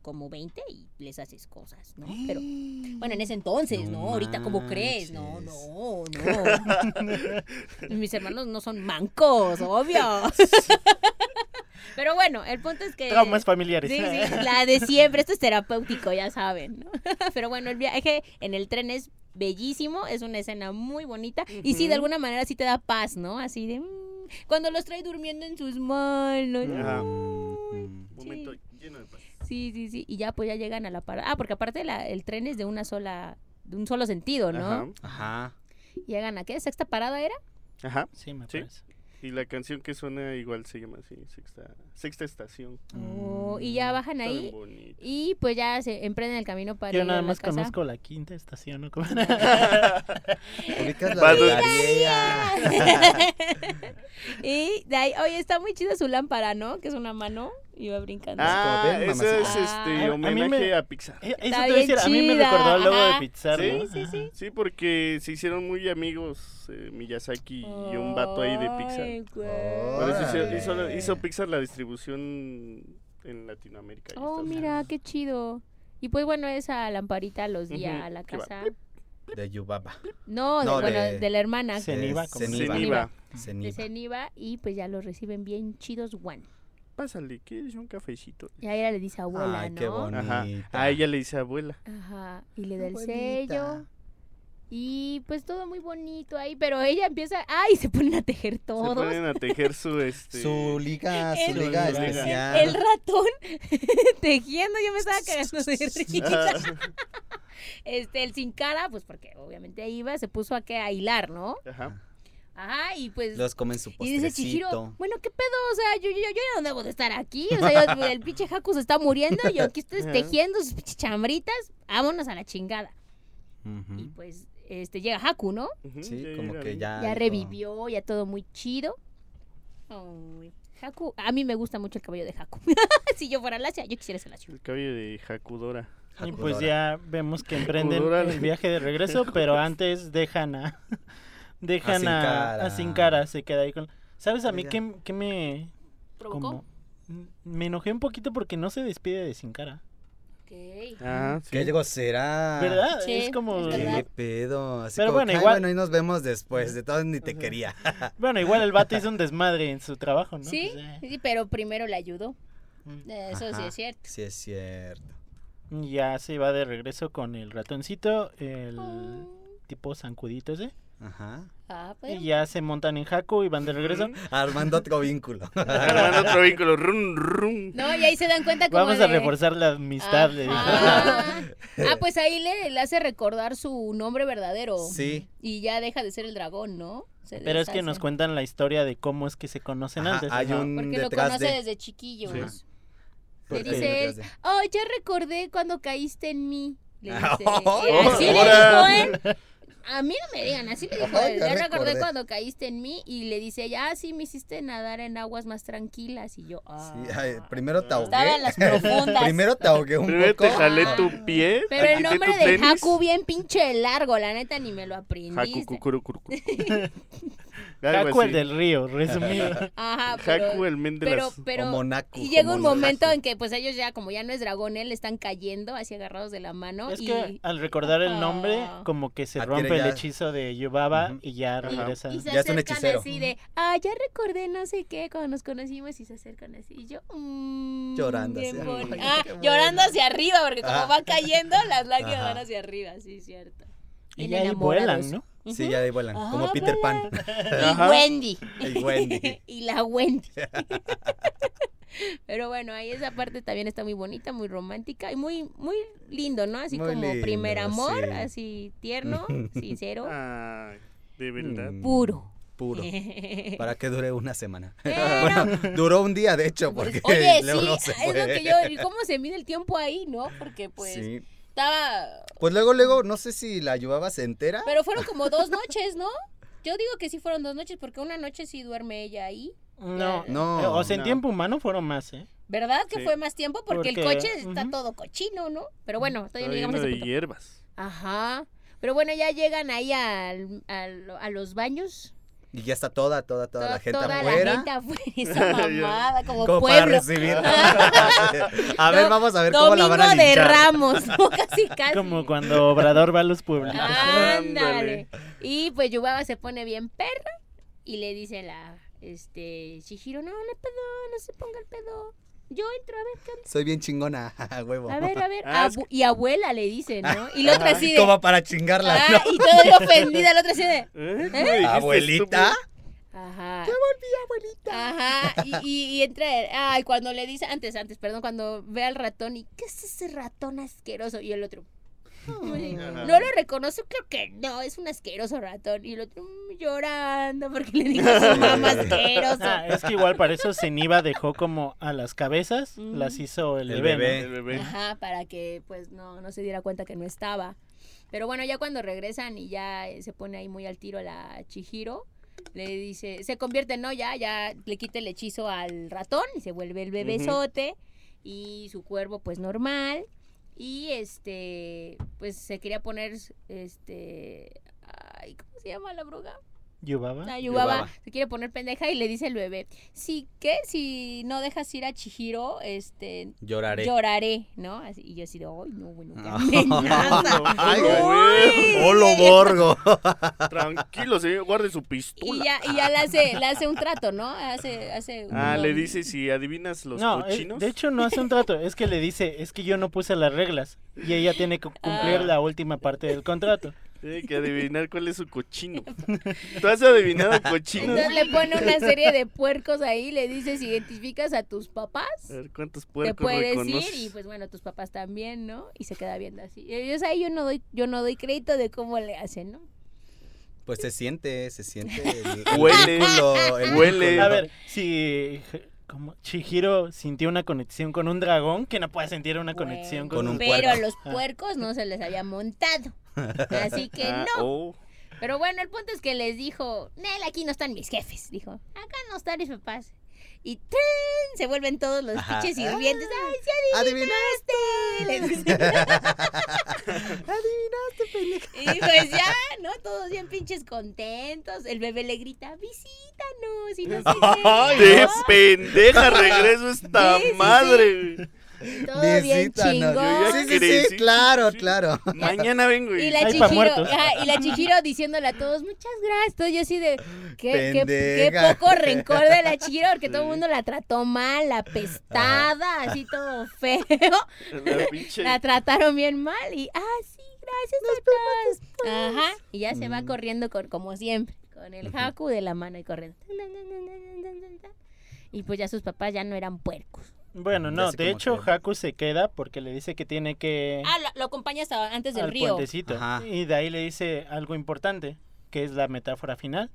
[SPEAKER 1] como 20 y les haces cosas, ¿no? Pero, bueno, en ese entonces, ¿no?
[SPEAKER 3] No
[SPEAKER 1] Ahorita, ¿cómo crees? No,
[SPEAKER 3] manches.
[SPEAKER 1] no, no. mis hermanos no son mancos, obvio. Pero bueno, el punto es que...
[SPEAKER 2] Traumas familiares.
[SPEAKER 1] Sí, sí, la de siempre, esto es terapéutico, ya saben, ¿no? Pero bueno, el viaje en el tren es bellísimo, es una escena muy bonita y sí, de
[SPEAKER 4] Ujú.
[SPEAKER 1] alguna manera sí te da paz, ¿no? Así de... mm, cuando los trae durmiendo en sus manos.
[SPEAKER 4] Ajá.
[SPEAKER 3] Mm, mm.
[SPEAKER 4] Momento
[SPEAKER 1] Sí.
[SPEAKER 4] lleno de paz.
[SPEAKER 1] Sí, sí, sí. Y ya pues ya llegan a la parada. Ah, porque aparte la- el tren es de una sola, de un solo sentido, ¿no? Ah.
[SPEAKER 4] Ajá.
[SPEAKER 3] Ajá.
[SPEAKER 1] Llegan a qué? ¿Sexta parada era?
[SPEAKER 4] Ajá.
[SPEAKER 2] Sí, me
[SPEAKER 4] Sí.
[SPEAKER 2] parece.
[SPEAKER 4] Y la canción que suena igual se llama así, Sexta, sexta Estación.
[SPEAKER 1] Oh, y ya bajan
[SPEAKER 4] Mm, Está bien
[SPEAKER 1] ahí
[SPEAKER 4] bonito.
[SPEAKER 1] y pues ya se emprenden el camino para
[SPEAKER 2] Yo
[SPEAKER 1] ir a
[SPEAKER 2] nada
[SPEAKER 1] la
[SPEAKER 2] más
[SPEAKER 1] casa.
[SPEAKER 2] conozco la quinta estación, ¿no?
[SPEAKER 3] Ubicas la
[SPEAKER 4] Va
[SPEAKER 3] de
[SPEAKER 4] dudando.
[SPEAKER 3] Dariela.
[SPEAKER 1] y de ahí, oye, está muy chida su lámpara, ¿no? Que es una mano y va brincando.
[SPEAKER 4] Ah,
[SPEAKER 3] como, ven,
[SPEAKER 4] eso
[SPEAKER 3] mamacita.
[SPEAKER 4] es
[SPEAKER 1] Ah.
[SPEAKER 4] este
[SPEAKER 2] A- a mí
[SPEAKER 4] homenaje a,
[SPEAKER 2] me-
[SPEAKER 4] Pixar.
[SPEAKER 2] Eh, Eso
[SPEAKER 1] Está
[SPEAKER 2] te iba a
[SPEAKER 1] bien
[SPEAKER 2] decir, a mí me
[SPEAKER 1] chida,
[SPEAKER 2] recordó al logo
[SPEAKER 1] ajá.
[SPEAKER 2] de Pixar,
[SPEAKER 4] Sí,
[SPEAKER 2] ¿no?
[SPEAKER 1] sí, sí.
[SPEAKER 2] Ajá.
[SPEAKER 4] Sí, porque se hicieron muy amigos eh, Miyazaki y un vato ahí de Pixar.
[SPEAKER 1] Ay, güey.
[SPEAKER 4] Por eso
[SPEAKER 3] Órale.
[SPEAKER 4] hizo, hizo la- hizo Pixar la distribución en Latinoamérica. y
[SPEAKER 1] Oh,
[SPEAKER 4] Estados
[SPEAKER 1] mira,
[SPEAKER 4] Unidos.
[SPEAKER 1] qué chido. Y pues bueno, esa lamparita los guía
[SPEAKER 4] Ujú,
[SPEAKER 1] a la
[SPEAKER 4] que va.
[SPEAKER 1] casa.
[SPEAKER 3] De Yubaba.
[SPEAKER 1] No, de,
[SPEAKER 3] No,
[SPEAKER 1] bueno,
[SPEAKER 3] de-
[SPEAKER 1] de la hermana.
[SPEAKER 2] Sí. Ceniva,
[SPEAKER 3] Eh,
[SPEAKER 2] como-
[SPEAKER 3] Ceniva.
[SPEAKER 4] Ceniva.
[SPEAKER 1] De
[SPEAKER 3] Ceniva.
[SPEAKER 1] Ceniva y pues ya los reciben bien chidos, Juan.
[SPEAKER 4] Pásale, ¿quieres un cafecito?
[SPEAKER 1] Y ahí ella le dice abuela,
[SPEAKER 3] Ay,
[SPEAKER 1] ¿no?
[SPEAKER 3] qué bonita.
[SPEAKER 4] Ajá. A ella le dice abuela.
[SPEAKER 1] Ajá, y le da el
[SPEAKER 3] Abuelita.
[SPEAKER 1] sello. Y pues todo muy bonito ahí, pero ella empieza, ay, se ponen a tejer
[SPEAKER 4] Se
[SPEAKER 1] todos.
[SPEAKER 4] ponen a tejer su este.
[SPEAKER 3] Su liga, su
[SPEAKER 1] Eh, El-
[SPEAKER 3] liga
[SPEAKER 2] Su liga.
[SPEAKER 3] especial.
[SPEAKER 1] El ratón tejiendo, yo me estaba cagando de risa.
[SPEAKER 4] Ah,
[SPEAKER 1] Este, el sin cara, pues porque obviamente iba, se puso a, que, a hilar, ¿no?
[SPEAKER 4] Ajá.
[SPEAKER 1] Ajá, y pues...
[SPEAKER 3] Los comen su
[SPEAKER 1] Y dice
[SPEAKER 3] postrecito.
[SPEAKER 1] Chihiro, bueno, ¿qué pedo? O sea, yo, yo, yo ya no debo de estar aquí. O sea, yo- el pinche Haku se está muriendo y yo aquí estoy
[SPEAKER 4] Ajá.
[SPEAKER 1] tejiendo sus pinches chambritas. Vámonos a la chingada. Y
[SPEAKER 3] Ujú.
[SPEAKER 1] pues este llega Haku, ¿no?
[SPEAKER 4] Ujú,
[SPEAKER 3] Sí,
[SPEAKER 4] mm, ya
[SPEAKER 3] como
[SPEAKER 4] llegaron.
[SPEAKER 3] que ya.
[SPEAKER 1] ya
[SPEAKER 3] dijo,
[SPEAKER 1] revivió, ya todo muy chido. Ay, Haku, a mí me gusta mucho el cabello de Haku. si yo fuera Lacia, yo quisiera ser Lacia.
[SPEAKER 4] El cabello de Hakudora.
[SPEAKER 3] "Ah,
[SPEAKER 2] Y
[SPEAKER 3] Hakudora.
[SPEAKER 2] pues ya vemos que emprenden
[SPEAKER 4] Hakudora.
[SPEAKER 2] el viaje de regreso, pero antes dejan a. Dejan
[SPEAKER 3] Sin
[SPEAKER 2] a.
[SPEAKER 3] Cara.
[SPEAKER 2] A Sin Cara, se queda ahí con. ¿Sabes a mí
[SPEAKER 3] Mira.
[SPEAKER 2] qué, qué me.
[SPEAKER 1] ¿Provocó?
[SPEAKER 2] como- Me enojé un poquito porque no se despide de Sin Cara.
[SPEAKER 1] Ok.
[SPEAKER 4] Ah, sí.
[SPEAKER 3] ¿Qué llegó será?
[SPEAKER 2] ¿Verdad?
[SPEAKER 1] Sí,
[SPEAKER 2] es como.
[SPEAKER 1] es
[SPEAKER 3] ¿Qué
[SPEAKER 1] verdad.
[SPEAKER 3] pedo? Así
[SPEAKER 2] Pero
[SPEAKER 3] como
[SPEAKER 2] bueno,
[SPEAKER 3] que, "Ay,
[SPEAKER 2] igual-
[SPEAKER 3] bueno, ahí nos vemos después. De todas ni te quería.
[SPEAKER 2] Bueno, igual el vato hizo un desmadre en su trabajo, ¿no?
[SPEAKER 1] ¿Sí?
[SPEAKER 2] Pues, eh,
[SPEAKER 1] sí, pero primero le ayudó.
[SPEAKER 2] Mm.
[SPEAKER 1] Eso sí
[SPEAKER 3] Ajá.
[SPEAKER 1] es cierto.
[SPEAKER 3] Sí, es cierto.
[SPEAKER 2] ya se va de regreso con el ratoncito, el
[SPEAKER 1] Oh.
[SPEAKER 2] tipo zancudito ese.
[SPEAKER 3] Ajá.
[SPEAKER 1] Ah, pues.
[SPEAKER 2] Y ya se montan en Haku y van de regreso.
[SPEAKER 1] Ah,
[SPEAKER 3] Armando otro vínculo.
[SPEAKER 4] Armando otro vínculo. Rum, rum.
[SPEAKER 1] No, y ahí se dan cuenta como
[SPEAKER 2] Vamos a
[SPEAKER 1] de-
[SPEAKER 2] reforzar la amistad. le dijo.
[SPEAKER 1] Ajá. Ah, pues ahí le, le hace recordar su nombre verdadero.
[SPEAKER 3] Sí.
[SPEAKER 1] Y ya deja de ser el dragón, ¿no? Se
[SPEAKER 2] Pero es que
[SPEAKER 1] deshace.
[SPEAKER 2] nos cuentan la historia de cómo es que se conocen
[SPEAKER 3] Ajá,
[SPEAKER 2] antes.
[SPEAKER 3] hay
[SPEAKER 2] ¿no?
[SPEAKER 3] un
[SPEAKER 1] Porque lo
[SPEAKER 3] detrás
[SPEAKER 1] conoce
[SPEAKER 3] de.
[SPEAKER 1] desde chiquillos.
[SPEAKER 4] Sí.
[SPEAKER 1] Le
[SPEAKER 3] Porque-
[SPEAKER 1] dice él,
[SPEAKER 3] detrás de-
[SPEAKER 1] oh, ya recordé cuando caíste en mí. Le dice,
[SPEAKER 3] Ah,
[SPEAKER 1] Eh, así le
[SPEAKER 4] ahora.
[SPEAKER 1] dijo él. A mí no me digan, así le dijo
[SPEAKER 3] Ajá,
[SPEAKER 1] él.
[SPEAKER 3] ya
[SPEAKER 1] Ya, recordé,
[SPEAKER 3] recordé".
[SPEAKER 1] cuando caíste en mí y le dice ella, ah, sí, me hiciste nadar en aguas más tranquilas. Y yo, ah.
[SPEAKER 3] Sí, ay, primero te ahogué.
[SPEAKER 1] Estaba en las profundas.
[SPEAKER 3] Primero te ahogué un
[SPEAKER 4] Primero
[SPEAKER 3] poco.
[SPEAKER 4] te jalé
[SPEAKER 1] Ah.
[SPEAKER 4] tu pie.
[SPEAKER 1] Pero
[SPEAKER 4] te
[SPEAKER 1] el
[SPEAKER 4] quité
[SPEAKER 1] nombre
[SPEAKER 4] tu
[SPEAKER 1] de
[SPEAKER 4] tenis.
[SPEAKER 1] Haku bien pinche largo, la neta ni me lo
[SPEAKER 4] Haku,
[SPEAKER 1] aprendiste.
[SPEAKER 4] cucuru, cucuru. Algo
[SPEAKER 2] Haku el
[SPEAKER 4] así.
[SPEAKER 2] del río, resumido.
[SPEAKER 1] Ajá, Ah, pero,
[SPEAKER 4] Haku, el men de
[SPEAKER 1] pero,
[SPEAKER 4] las...
[SPEAKER 1] pero,
[SPEAKER 3] o Monaco.
[SPEAKER 1] y llega un
[SPEAKER 3] como
[SPEAKER 1] momento
[SPEAKER 3] Monaco.
[SPEAKER 1] en que pues ellos ya como ya no es dragón, él están cayendo así agarrados de la mano
[SPEAKER 2] es
[SPEAKER 1] y
[SPEAKER 2] que al recordar el nombre,
[SPEAKER 1] Ah.
[SPEAKER 2] como que se
[SPEAKER 3] Adquiere
[SPEAKER 2] rompe el
[SPEAKER 3] ya-
[SPEAKER 2] hechizo de Yubaba
[SPEAKER 3] Ujú.
[SPEAKER 2] y ya
[SPEAKER 4] Ajá.
[SPEAKER 2] regresa.
[SPEAKER 1] Y se
[SPEAKER 3] Ya es un
[SPEAKER 1] acercan
[SPEAKER 3] hechicero.
[SPEAKER 1] así de, ah, ya recordé no sé qué cuando nos conocimos y se acercan así. Y yo, mm,
[SPEAKER 3] Llorando
[SPEAKER 1] bien
[SPEAKER 3] hacia
[SPEAKER 1] boni-
[SPEAKER 3] arriba.
[SPEAKER 1] Ah,
[SPEAKER 3] Qué bueno.
[SPEAKER 1] llorando hacia arriba, porque como
[SPEAKER 3] Ah.
[SPEAKER 1] va cayendo, las lágrimas
[SPEAKER 3] Ajá.
[SPEAKER 1] van hacia arriba, sí, cierto.
[SPEAKER 2] Y
[SPEAKER 1] Bien
[SPEAKER 2] ya ahí
[SPEAKER 1] enamorados.
[SPEAKER 2] vuelan, ¿no?
[SPEAKER 3] Sí, ya ahí vuelan.
[SPEAKER 1] Ah,
[SPEAKER 3] como Peter Pan.
[SPEAKER 1] Y
[SPEAKER 4] Ajá.
[SPEAKER 1] Wendy.
[SPEAKER 3] Y Wendy.
[SPEAKER 1] y la Wendy. Pero bueno, ahí esa parte también está muy bonita, muy romántica y muy muy lindo, ¿no? Así
[SPEAKER 3] Muy
[SPEAKER 1] como primer
[SPEAKER 3] lindo,
[SPEAKER 1] amor,
[SPEAKER 3] sí.
[SPEAKER 1] así tierno, sincero,
[SPEAKER 4] Ay, Ah, de verdad.
[SPEAKER 3] Mm,
[SPEAKER 1] puro.
[SPEAKER 3] Puro. Para que dure una semana.
[SPEAKER 1] Pero-
[SPEAKER 3] Bueno, duró un día, de hecho, porque
[SPEAKER 1] Pues, Oye,
[SPEAKER 3] luego
[SPEAKER 1] sí,
[SPEAKER 3] no se
[SPEAKER 1] es lo
[SPEAKER 3] fue.
[SPEAKER 1] que yo, ¿y ¿cómo se mide el tiempo ahí, no? Porque pues
[SPEAKER 3] Sí.
[SPEAKER 1] estaba,
[SPEAKER 3] Pues luego, luego, no sé si la ayudaba se entera.
[SPEAKER 1] pero fueron como dos noches, ¿no? Yo digo que sí fueron dos noches porque una noche sí duerme ella ahí,
[SPEAKER 2] No.
[SPEAKER 3] No.
[SPEAKER 2] eh, O sea, en
[SPEAKER 4] No.
[SPEAKER 2] tiempo humano fueron más, ¿eh?
[SPEAKER 1] ¿verdad? Que
[SPEAKER 4] Sí.
[SPEAKER 1] fue más tiempo porque, el
[SPEAKER 2] Porque,
[SPEAKER 1] coche está
[SPEAKER 2] ujú.
[SPEAKER 1] todo cochino, ¿no? Pero bueno, todavía
[SPEAKER 4] Está
[SPEAKER 1] no llegamos a ese
[SPEAKER 4] lleno de
[SPEAKER 1] punto.
[SPEAKER 4] hierbas.
[SPEAKER 1] Ajá. Pero bueno, ya llegan ahí al, al- a los baños.
[SPEAKER 3] Y ya está toda, toda, toda
[SPEAKER 1] To-
[SPEAKER 3] la gente
[SPEAKER 1] toda
[SPEAKER 3] afuera.
[SPEAKER 1] la gente afuera, esa mamada, como,
[SPEAKER 3] como para
[SPEAKER 1] pueblo.
[SPEAKER 3] recibirla. a ver,
[SPEAKER 1] No,
[SPEAKER 3] vamos a ver cómo la van a
[SPEAKER 1] Domingo de
[SPEAKER 3] linchar.
[SPEAKER 1] Ramos, ¿no? Casi, casi.
[SPEAKER 2] Como cuando Obrador va a los pueblos.
[SPEAKER 1] Ah, Ándale. Y pues Yubaba se pone bien perra y le dice la este Shihiro, no, no hay pedo, no se ponga el pedo. Yo entro a ver, ¿qué onda?
[SPEAKER 3] Soy bien chingona, a huevo.
[SPEAKER 1] A ver, a ver.
[SPEAKER 4] Ah, es
[SPEAKER 1] abu- Y abuela le dice, ¿no? Y la otra así de.
[SPEAKER 3] Como para chingarla, ¿no?
[SPEAKER 1] Ah, y todavía ofendida, la otra así de.
[SPEAKER 4] ¿Eh? ¿Me dijiste
[SPEAKER 3] Abuelita.
[SPEAKER 1] Ajá. Ya volví, abuelita. Ajá. Y, y, y entra. Ay, cuando le dice. Antes, antes, perdón. Cuando ve al ratón y. ¿Qué es ese ratón asqueroso? Y el otro. "Ay,
[SPEAKER 4] Ajá.
[SPEAKER 1] No lo reconoce, creo que no, es un asqueroso ratón. Y el otro mm, llorando porque le dijo a su mamá
[SPEAKER 2] Ah,
[SPEAKER 1] asqueroso.
[SPEAKER 2] es que igual para eso Zeniba dejó como a las cabezas,
[SPEAKER 1] Ujú.
[SPEAKER 2] las hizo el,
[SPEAKER 3] El
[SPEAKER 2] bebé. ¿no?
[SPEAKER 3] bebé.
[SPEAKER 4] estúpido? El bebé.
[SPEAKER 1] Ajá, para que pues no, no se diera cuenta que no estaba. Pero bueno, ya cuando regresan y ya eh, se pone ahí muy al tiro la Chihiro, le dice, se convierte, no, ya, ya le quita el hechizo al ratón y se vuelve el bebesote y su cuervo pues normal. Y este, pues se quería poner, este, ay, ¿cómo se llama la bruja?
[SPEAKER 2] Ah, Yubaba.
[SPEAKER 1] La Yubaba
[SPEAKER 3] Yubaba.
[SPEAKER 1] se quiere poner pendeja y le dice el bebé, sí, ¿qué? Si no dejas ir a Chihiro, este,
[SPEAKER 3] Lloraré.
[SPEAKER 1] lloraré, ¿no? Así- y yo así de, ay, no, bueno, qué
[SPEAKER 3] Ah.
[SPEAKER 1] amenaza".
[SPEAKER 4] Ay,
[SPEAKER 1] Uy.
[SPEAKER 4] güey.
[SPEAKER 3] ¡Holo Borgo!
[SPEAKER 4] Tranquilo, señor, guarde su
[SPEAKER 1] Y
[SPEAKER 4] pistola.
[SPEAKER 1] ya, y ya le hace, le hace un trato, ¿no? Hace, hace
[SPEAKER 4] Ah,
[SPEAKER 1] un-
[SPEAKER 4] le dice si adivinas los
[SPEAKER 2] No, eh,
[SPEAKER 4] cochinos.
[SPEAKER 2] de hecho no hace un trato, es que le dice, es que yo no puse las reglas y ella tiene que cumplir
[SPEAKER 4] Ah.
[SPEAKER 2] la última parte del contrato.
[SPEAKER 4] Tiene que adivinar cuál es su cochino. ¿Tú has adivinado cochinos?
[SPEAKER 1] Entonces le pone una serie de puercos ahí, le dice, si identificas a tus papás,
[SPEAKER 4] A ver cuántos
[SPEAKER 1] te
[SPEAKER 4] puercos
[SPEAKER 1] puedes
[SPEAKER 4] reconoces.
[SPEAKER 1] ir y pues bueno, tus papás también, ¿no? Y se queda viendo así. Y Yo, o sea, yo no doy, yo no doy crédito de cómo le hacen, ¿no?
[SPEAKER 3] Pues se siente, se siente. el- el
[SPEAKER 4] Huele.
[SPEAKER 3] vínculo, el
[SPEAKER 4] Huele.
[SPEAKER 3] vínculo.
[SPEAKER 2] A ver, si como Chihiro sintió una conexión con un dragón, que no puede sentir una conexión con,
[SPEAKER 1] Bueno,
[SPEAKER 3] un
[SPEAKER 1] Pero a
[SPEAKER 3] puerco.
[SPEAKER 1] los puercos no se les había montado. Así que
[SPEAKER 4] Ah,
[SPEAKER 1] no.
[SPEAKER 4] oh.
[SPEAKER 1] Pero bueno, el punto es que les dijo, Nel, aquí no están mis jefes. Dijo, acá no están mis papás. Y ¡trin! se vuelven todos los
[SPEAKER 3] Ajá.
[SPEAKER 1] pinches sirvientes. ¡Ay, sí
[SPEAKER 3] Adivina.
[SPEAKER 1] adivinaste! Les dice.
[SPEAKER 3] Adivinaste, pendeja.
[SPEAKER 1] y pues ya, ¿no? Todos bien pinches contentos. El bebé le grita, visítanos. Y no sé qué,
[SPEAKER 4] ¡De
[SPEAKER 1] ¿no?
[SPEAKER 4] pendeja regreso esta
[SPEAKER 1] Sí, sí, sí.
[SPEAKER 4] madre! güey.
[SPEAKER 1] Todo bien
[SPEAKER 3] Visítanos.
[SPEAKER 1] chingón.
[SPEAKER 4] Yo
[SPEAKER 3] Sí,
[SPEAKER 4] ya
[SPEAKER 3] sí,
[SPEAKER 4] crecí.
[SPEAKER 3] sí, claro,
[SPEAKER 4] Sí.
[SPEAKER 3] claro.
[SPEAKER 4] Mañana vengo y...
[SPEAKER 1] Y la,
[SPEAKER 2] Ay, pa'
[SPEAKER 1] Chihiro,
[SPEAKER 2] muertos.
[SPEAKER 1] ajá, y la Chihiro diciéndole a todos, muchas gracias. Todo yo así de, qué, qué- qué
[SPEAKER 3] Pendeja.
[SPEAKER 1] poco rencor de la Chihiro, porque todo el
[SPEAKER 4] Sí.
[SPEAKER 1] mundo la trató mal, la pestada, así todo feo.
[SPEAKER 4] La pinche...
[SPEAKER 1] La trataron bien mal y, ah, sí, gracias a todos. Ajá, y ya se va
[SPEAKER 3] Mm.
[SPEAKER 1] corriendo con, como siempre, con el
[SPEAKER 3] Ujú.
[SPEAKER 1] haku de la mano y corriendo. Y pues ya sus papás ya no eran puercos.
[SPEAKER 2] Bueno,
[SPEAKER 3] Ya
[SPEAKER 2] no,
[SPEAKER 3] sé
[SPEAKER 2] de
[SPEAKER 3] cómo
[SPEAKER 2] hecho
[SPEAKER 3] queda.
[SPEAKER 2] Haku se queda porque le dice que tiene que
[SPEAKER 1] Ah, lo, lo acompaña hasta antes del
[SPEAKER 2] al
[SPEAKER 1] río.
[SPEAKER 2] puentecito
[SPEAKER 3] Ajá.
[SPEAKER 2] y de ahí le dice algo importante, que es la metáfora final.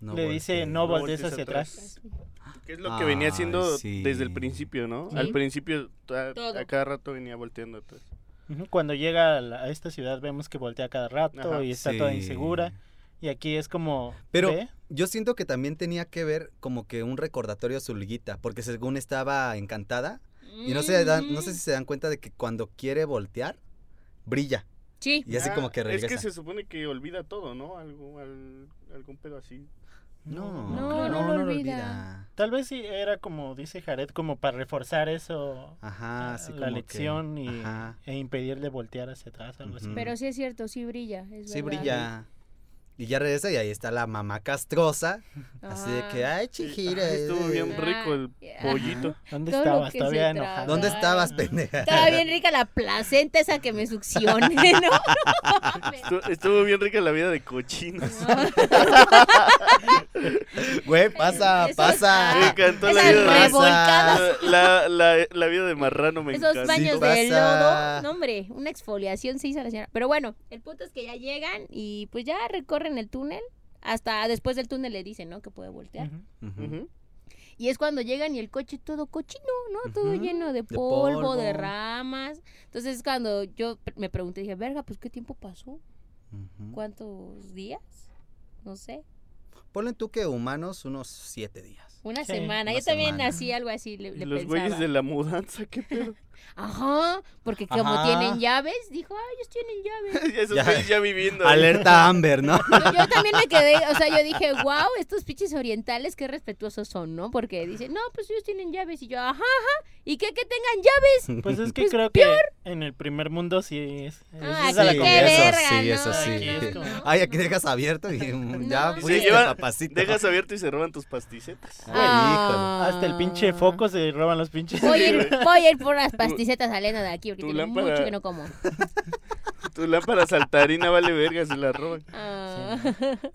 [SPEAKER 3] No
[SPEAKER 2] le dice
[SPEAKER 3] voltees.
[SPEAKER 2] no
[SPEAKER 4] No
[SPEAKER 2] voltees
[SPEAKER 4] voltees
[SPEAKER 2] hacia
[SPEAKER 4] atrás.
[SPEAKER 2] atrás.
[SPEAKER 4] Que es lo que venía
[SPEAKER 3] Ay,
[SPEAKER 4] haciendo
[SPEAKER 3] sí.
[SPEAKER 4] desde el principio, ¿no?
[SPEAKER 1] Sí.
[SPEAKER 4] Al principio a,
[SPEAKER 1] Todo.
[SPEAKER 4] a cada rato venía volteando atrás.
[SPEAKER 2] Ujú, Cuando llega a, la- a esta ciudad vemos que voltea cada rato
[SPEAKER 4] Ajá.
[SPEAKER 2] y está toda
[SPEAKER 3] Sí.
[SPEAKER 2] insegura. Y aquí es como...
[SPEAKER 3] Pero-
[SPEAKER 2] ve,
[SPEAKER 3] Yo siento que también tenía que ver como que un recordatorio a su liguita, porque según estaba encantada, y no se dan,
[SPEAKER 1] Mm.
[SPEAKER 3] no sé si se dan cuenta de que cuando quiere voltear, brilla.
[SPEAKER 1] Sí.
[SPEAKER 3] Y así
[SPEAKER 4] Ah,
[SPEAKER 3] como que regresa.
[SPEAKER 4] Es que se supone que olvida todo, ¿no? Algo, al- algún pedo así.
[SPEAKER 3] No,
[SPEAKER 1] No,
[SPEAKER 3] creo-
[SPEAKER 1] no lo olvida.
[SPEAKER 2] Tal vez sí era como dice Jared, como para reforzar eso,
[SPEAKER 3] Ajá, así
[SPEAKER 2] la
[SPEAKER 3] como
[SPEAKER 2] lección
[SPEAKER 3] que...
[SPEAKER 2] y,
[SPEAKER 3] Ajá.
[SPEAKER 2] e impedirle voltear hacia atrás, algo así.
[SPEAKER 3] Ujú.
[SPEAKER 1] Pero sí es cierto, sí brilla. es
[SPEAKER 3] Sí
[SPEAKER 1] verdad.
[SPEAKER 3] brilla. Y ya regresa y ahí está la mamá castrosa, así de
[SPEAKER 1] Ajá.
[SPEAKER 3] que, ay,
[SPEAKER 4] Sí,
[SPEAKER 3] Chihiro.
[SPEAKER 4] ay, estuvo
[SPEAKER 3] eh,
[SPEAKER 4] bien rico el
[SPEAKER 1] Ah,
[SPEAKER 4] pollito.
[SPEAKER 2] ¿Dónde
[SPEAKER 1] Todo lo
[SPEAKER 2] estabas?
[SPEAKER 1] que
[SPEAKER 2] Todavía
[SPEAKER 1] se
[SPEAKER 2] enojada.
[SPEAKER 1] traga.
[SPEAKER 3] ¿Dónde
[SPEAKER 1] Ay.
[SPEAKER 3] estabas, pendeja?
[SPEAKER 1] Estaba bien rica la placenta esa que me succioné, ¿no?
[SPEAKER 4] Estuvo, estuvo bien rica la vida de cochinos.
[SPEAKER 3] Güey, pasa,
[SPEAKER 1] Esos-
[SPEAKER 4] Me
[SPEAKER 3] pasa.
[SPEAKER 1] ah,
[SPEAKER 4] encantó la
[SPEAKER 1] esas
[SPEAKER 4] vida de...
[SPEAKER 1] revolcadas.
[SPEAKER 4] La, la- la vida de marrano me
[SPEAKER 1] Esos
[SPEAKER 4] encanta.
[SPEAKER 1] baños
[SPEAKER 3] Sí
[SPEAKER 1] de
[SPEAKER 3] pasa.
[SPEAKER 1] lodo. No, hombre, una exfoliación se hizo a la señora. Pero bueno, el punto es que ya llegan y pues ya recorren el túnel. Hasta después del túnel le dicen, ¿no? Que puede voltear.
[SPEAKER 2] Ujú.
[SPEAKER 3] Ujú.
[SPEAKER 4] Ujú.
[SPEAKER 1] Y es cuando llegan y el coche todo cochino, ¿no? Todo
[SPEAKER 3] Ujú.
[SPEAKER 1] lleno de
[SPEAKER 3] De
[SPEAKER 1] polvo, de
[SPEAKER 3] polvo.
[SPEAKER 1] ramas. Entonces es cuando yo pre- me pregunté, dije, verga, pues ¿qué tiempo pasó?
[SPEAKER 3] Mm. Ujú.
[SPEAKER 1] ¿Cuántos días? No sé.
[SPEAKER 3] Ponle tú que humanos unos siete días.
[SPEAKER 1] Una
[SPEAKER 2] Sí,
[SPEAKER 1] semana.
[SPEAKER 3] una
[SPEAKER 1] yo también
[SPEAKER 3] semana.
[SPEAKER 1] así, algo así le,
[SPEAKER 4] Y
[SPEAKER 1] le
[SPEAKER 4] los
[SPEAKER 1] pensaba.
[SPEAKER 4] güeyes de la mudanza, qué pedo.
[SPEAKER 1] Ajá, porque como
[SPEAKER 3] Ajá.
[SPEAKER 1] tienen llaves, dijo, ay, ellos tienen llaves.
[SPEAKER 4] ya esos
[SPEAKER 3] Ya.
[SPEAKER 4] güeyes ya viviendo. ahí.
[SPEAKER 3] Alerta Amber, ¿no?
[SPEAKER 1] Yo, yo también me quedé, o sea, yo dije, wow, estos pinches orientales, qué respetuosos son, ¿no? Porque dicen, no, pues ellos tienen llaves. Y yo, ajá, ajá, ¿y qué que tengan llaves?
[SPEAKER 2] Pues es que
[SPEAKER 1] Pues
[SPEAKER 2] creo que en el primer mundo sí es. es
[SPEAKER 1] Ah,
[SPEAKER 2] esa la
[SPEAKER 1] qué
[SPEAKER 2] confianza.
[SPEAKER 1] verga,
[SPEAKER 3] sí,
[SPEAKER 1] ¿no?
[SPEAKER 3] eso sí.
[SPEAKER 2] Ay, es como-
[SPEAKER 3] Ay, aquí dejas abierto y mm, ya
[SPEAKER 1] No.
[SPEAKER 4] Se
[SPEAKER 3] fuiste,
[SPEAKER 4] llevan-
[SPEAKER 3] papacito.
[SPEAKER 4] Dejas abierto y se roban tus pasticetas.
[SPEAKER 3] Ay, híjole.
[SPEAKER 1] Ah.
[SPEAKER 2] Hasta el pinche foco se roban los pinches.
[SPEAKER 1] Voy a,
[SPEAKER 4] Sí,
[SPEAKER 1] ir,
[SPEAKER 4] güey.
[SPEAKER 1] voy a ir por las pasticetas saliendo de aquí, porque
[SPEAKER 4] tu
[SPEAKER 1] tiene
[SPEAKER 4] lámpara-
[SPEAKER 1] mucho que no como.
[SPEAKER 4] Tu lámpara saltarina vale verga, se la roban.
[SPEAKER 1] Ah.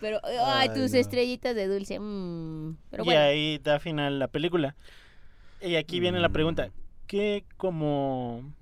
[SPEAKER 1] Pero, ay,
[SPEAKER 3] Ay,
[SPEAKER 1] tus
[SPEAKER 3] no.
[SPEAKER 1] estrellitas de dulce. mm. Pero
[SPEAKER 2] Y
[SPEAKER 1] bueno,
[SPEAKER 2] ahí da final la película. Y aquí viene la
[SPEAKER 3] Mm.
[SPEAKER 2] pregunta. ¿Qué como...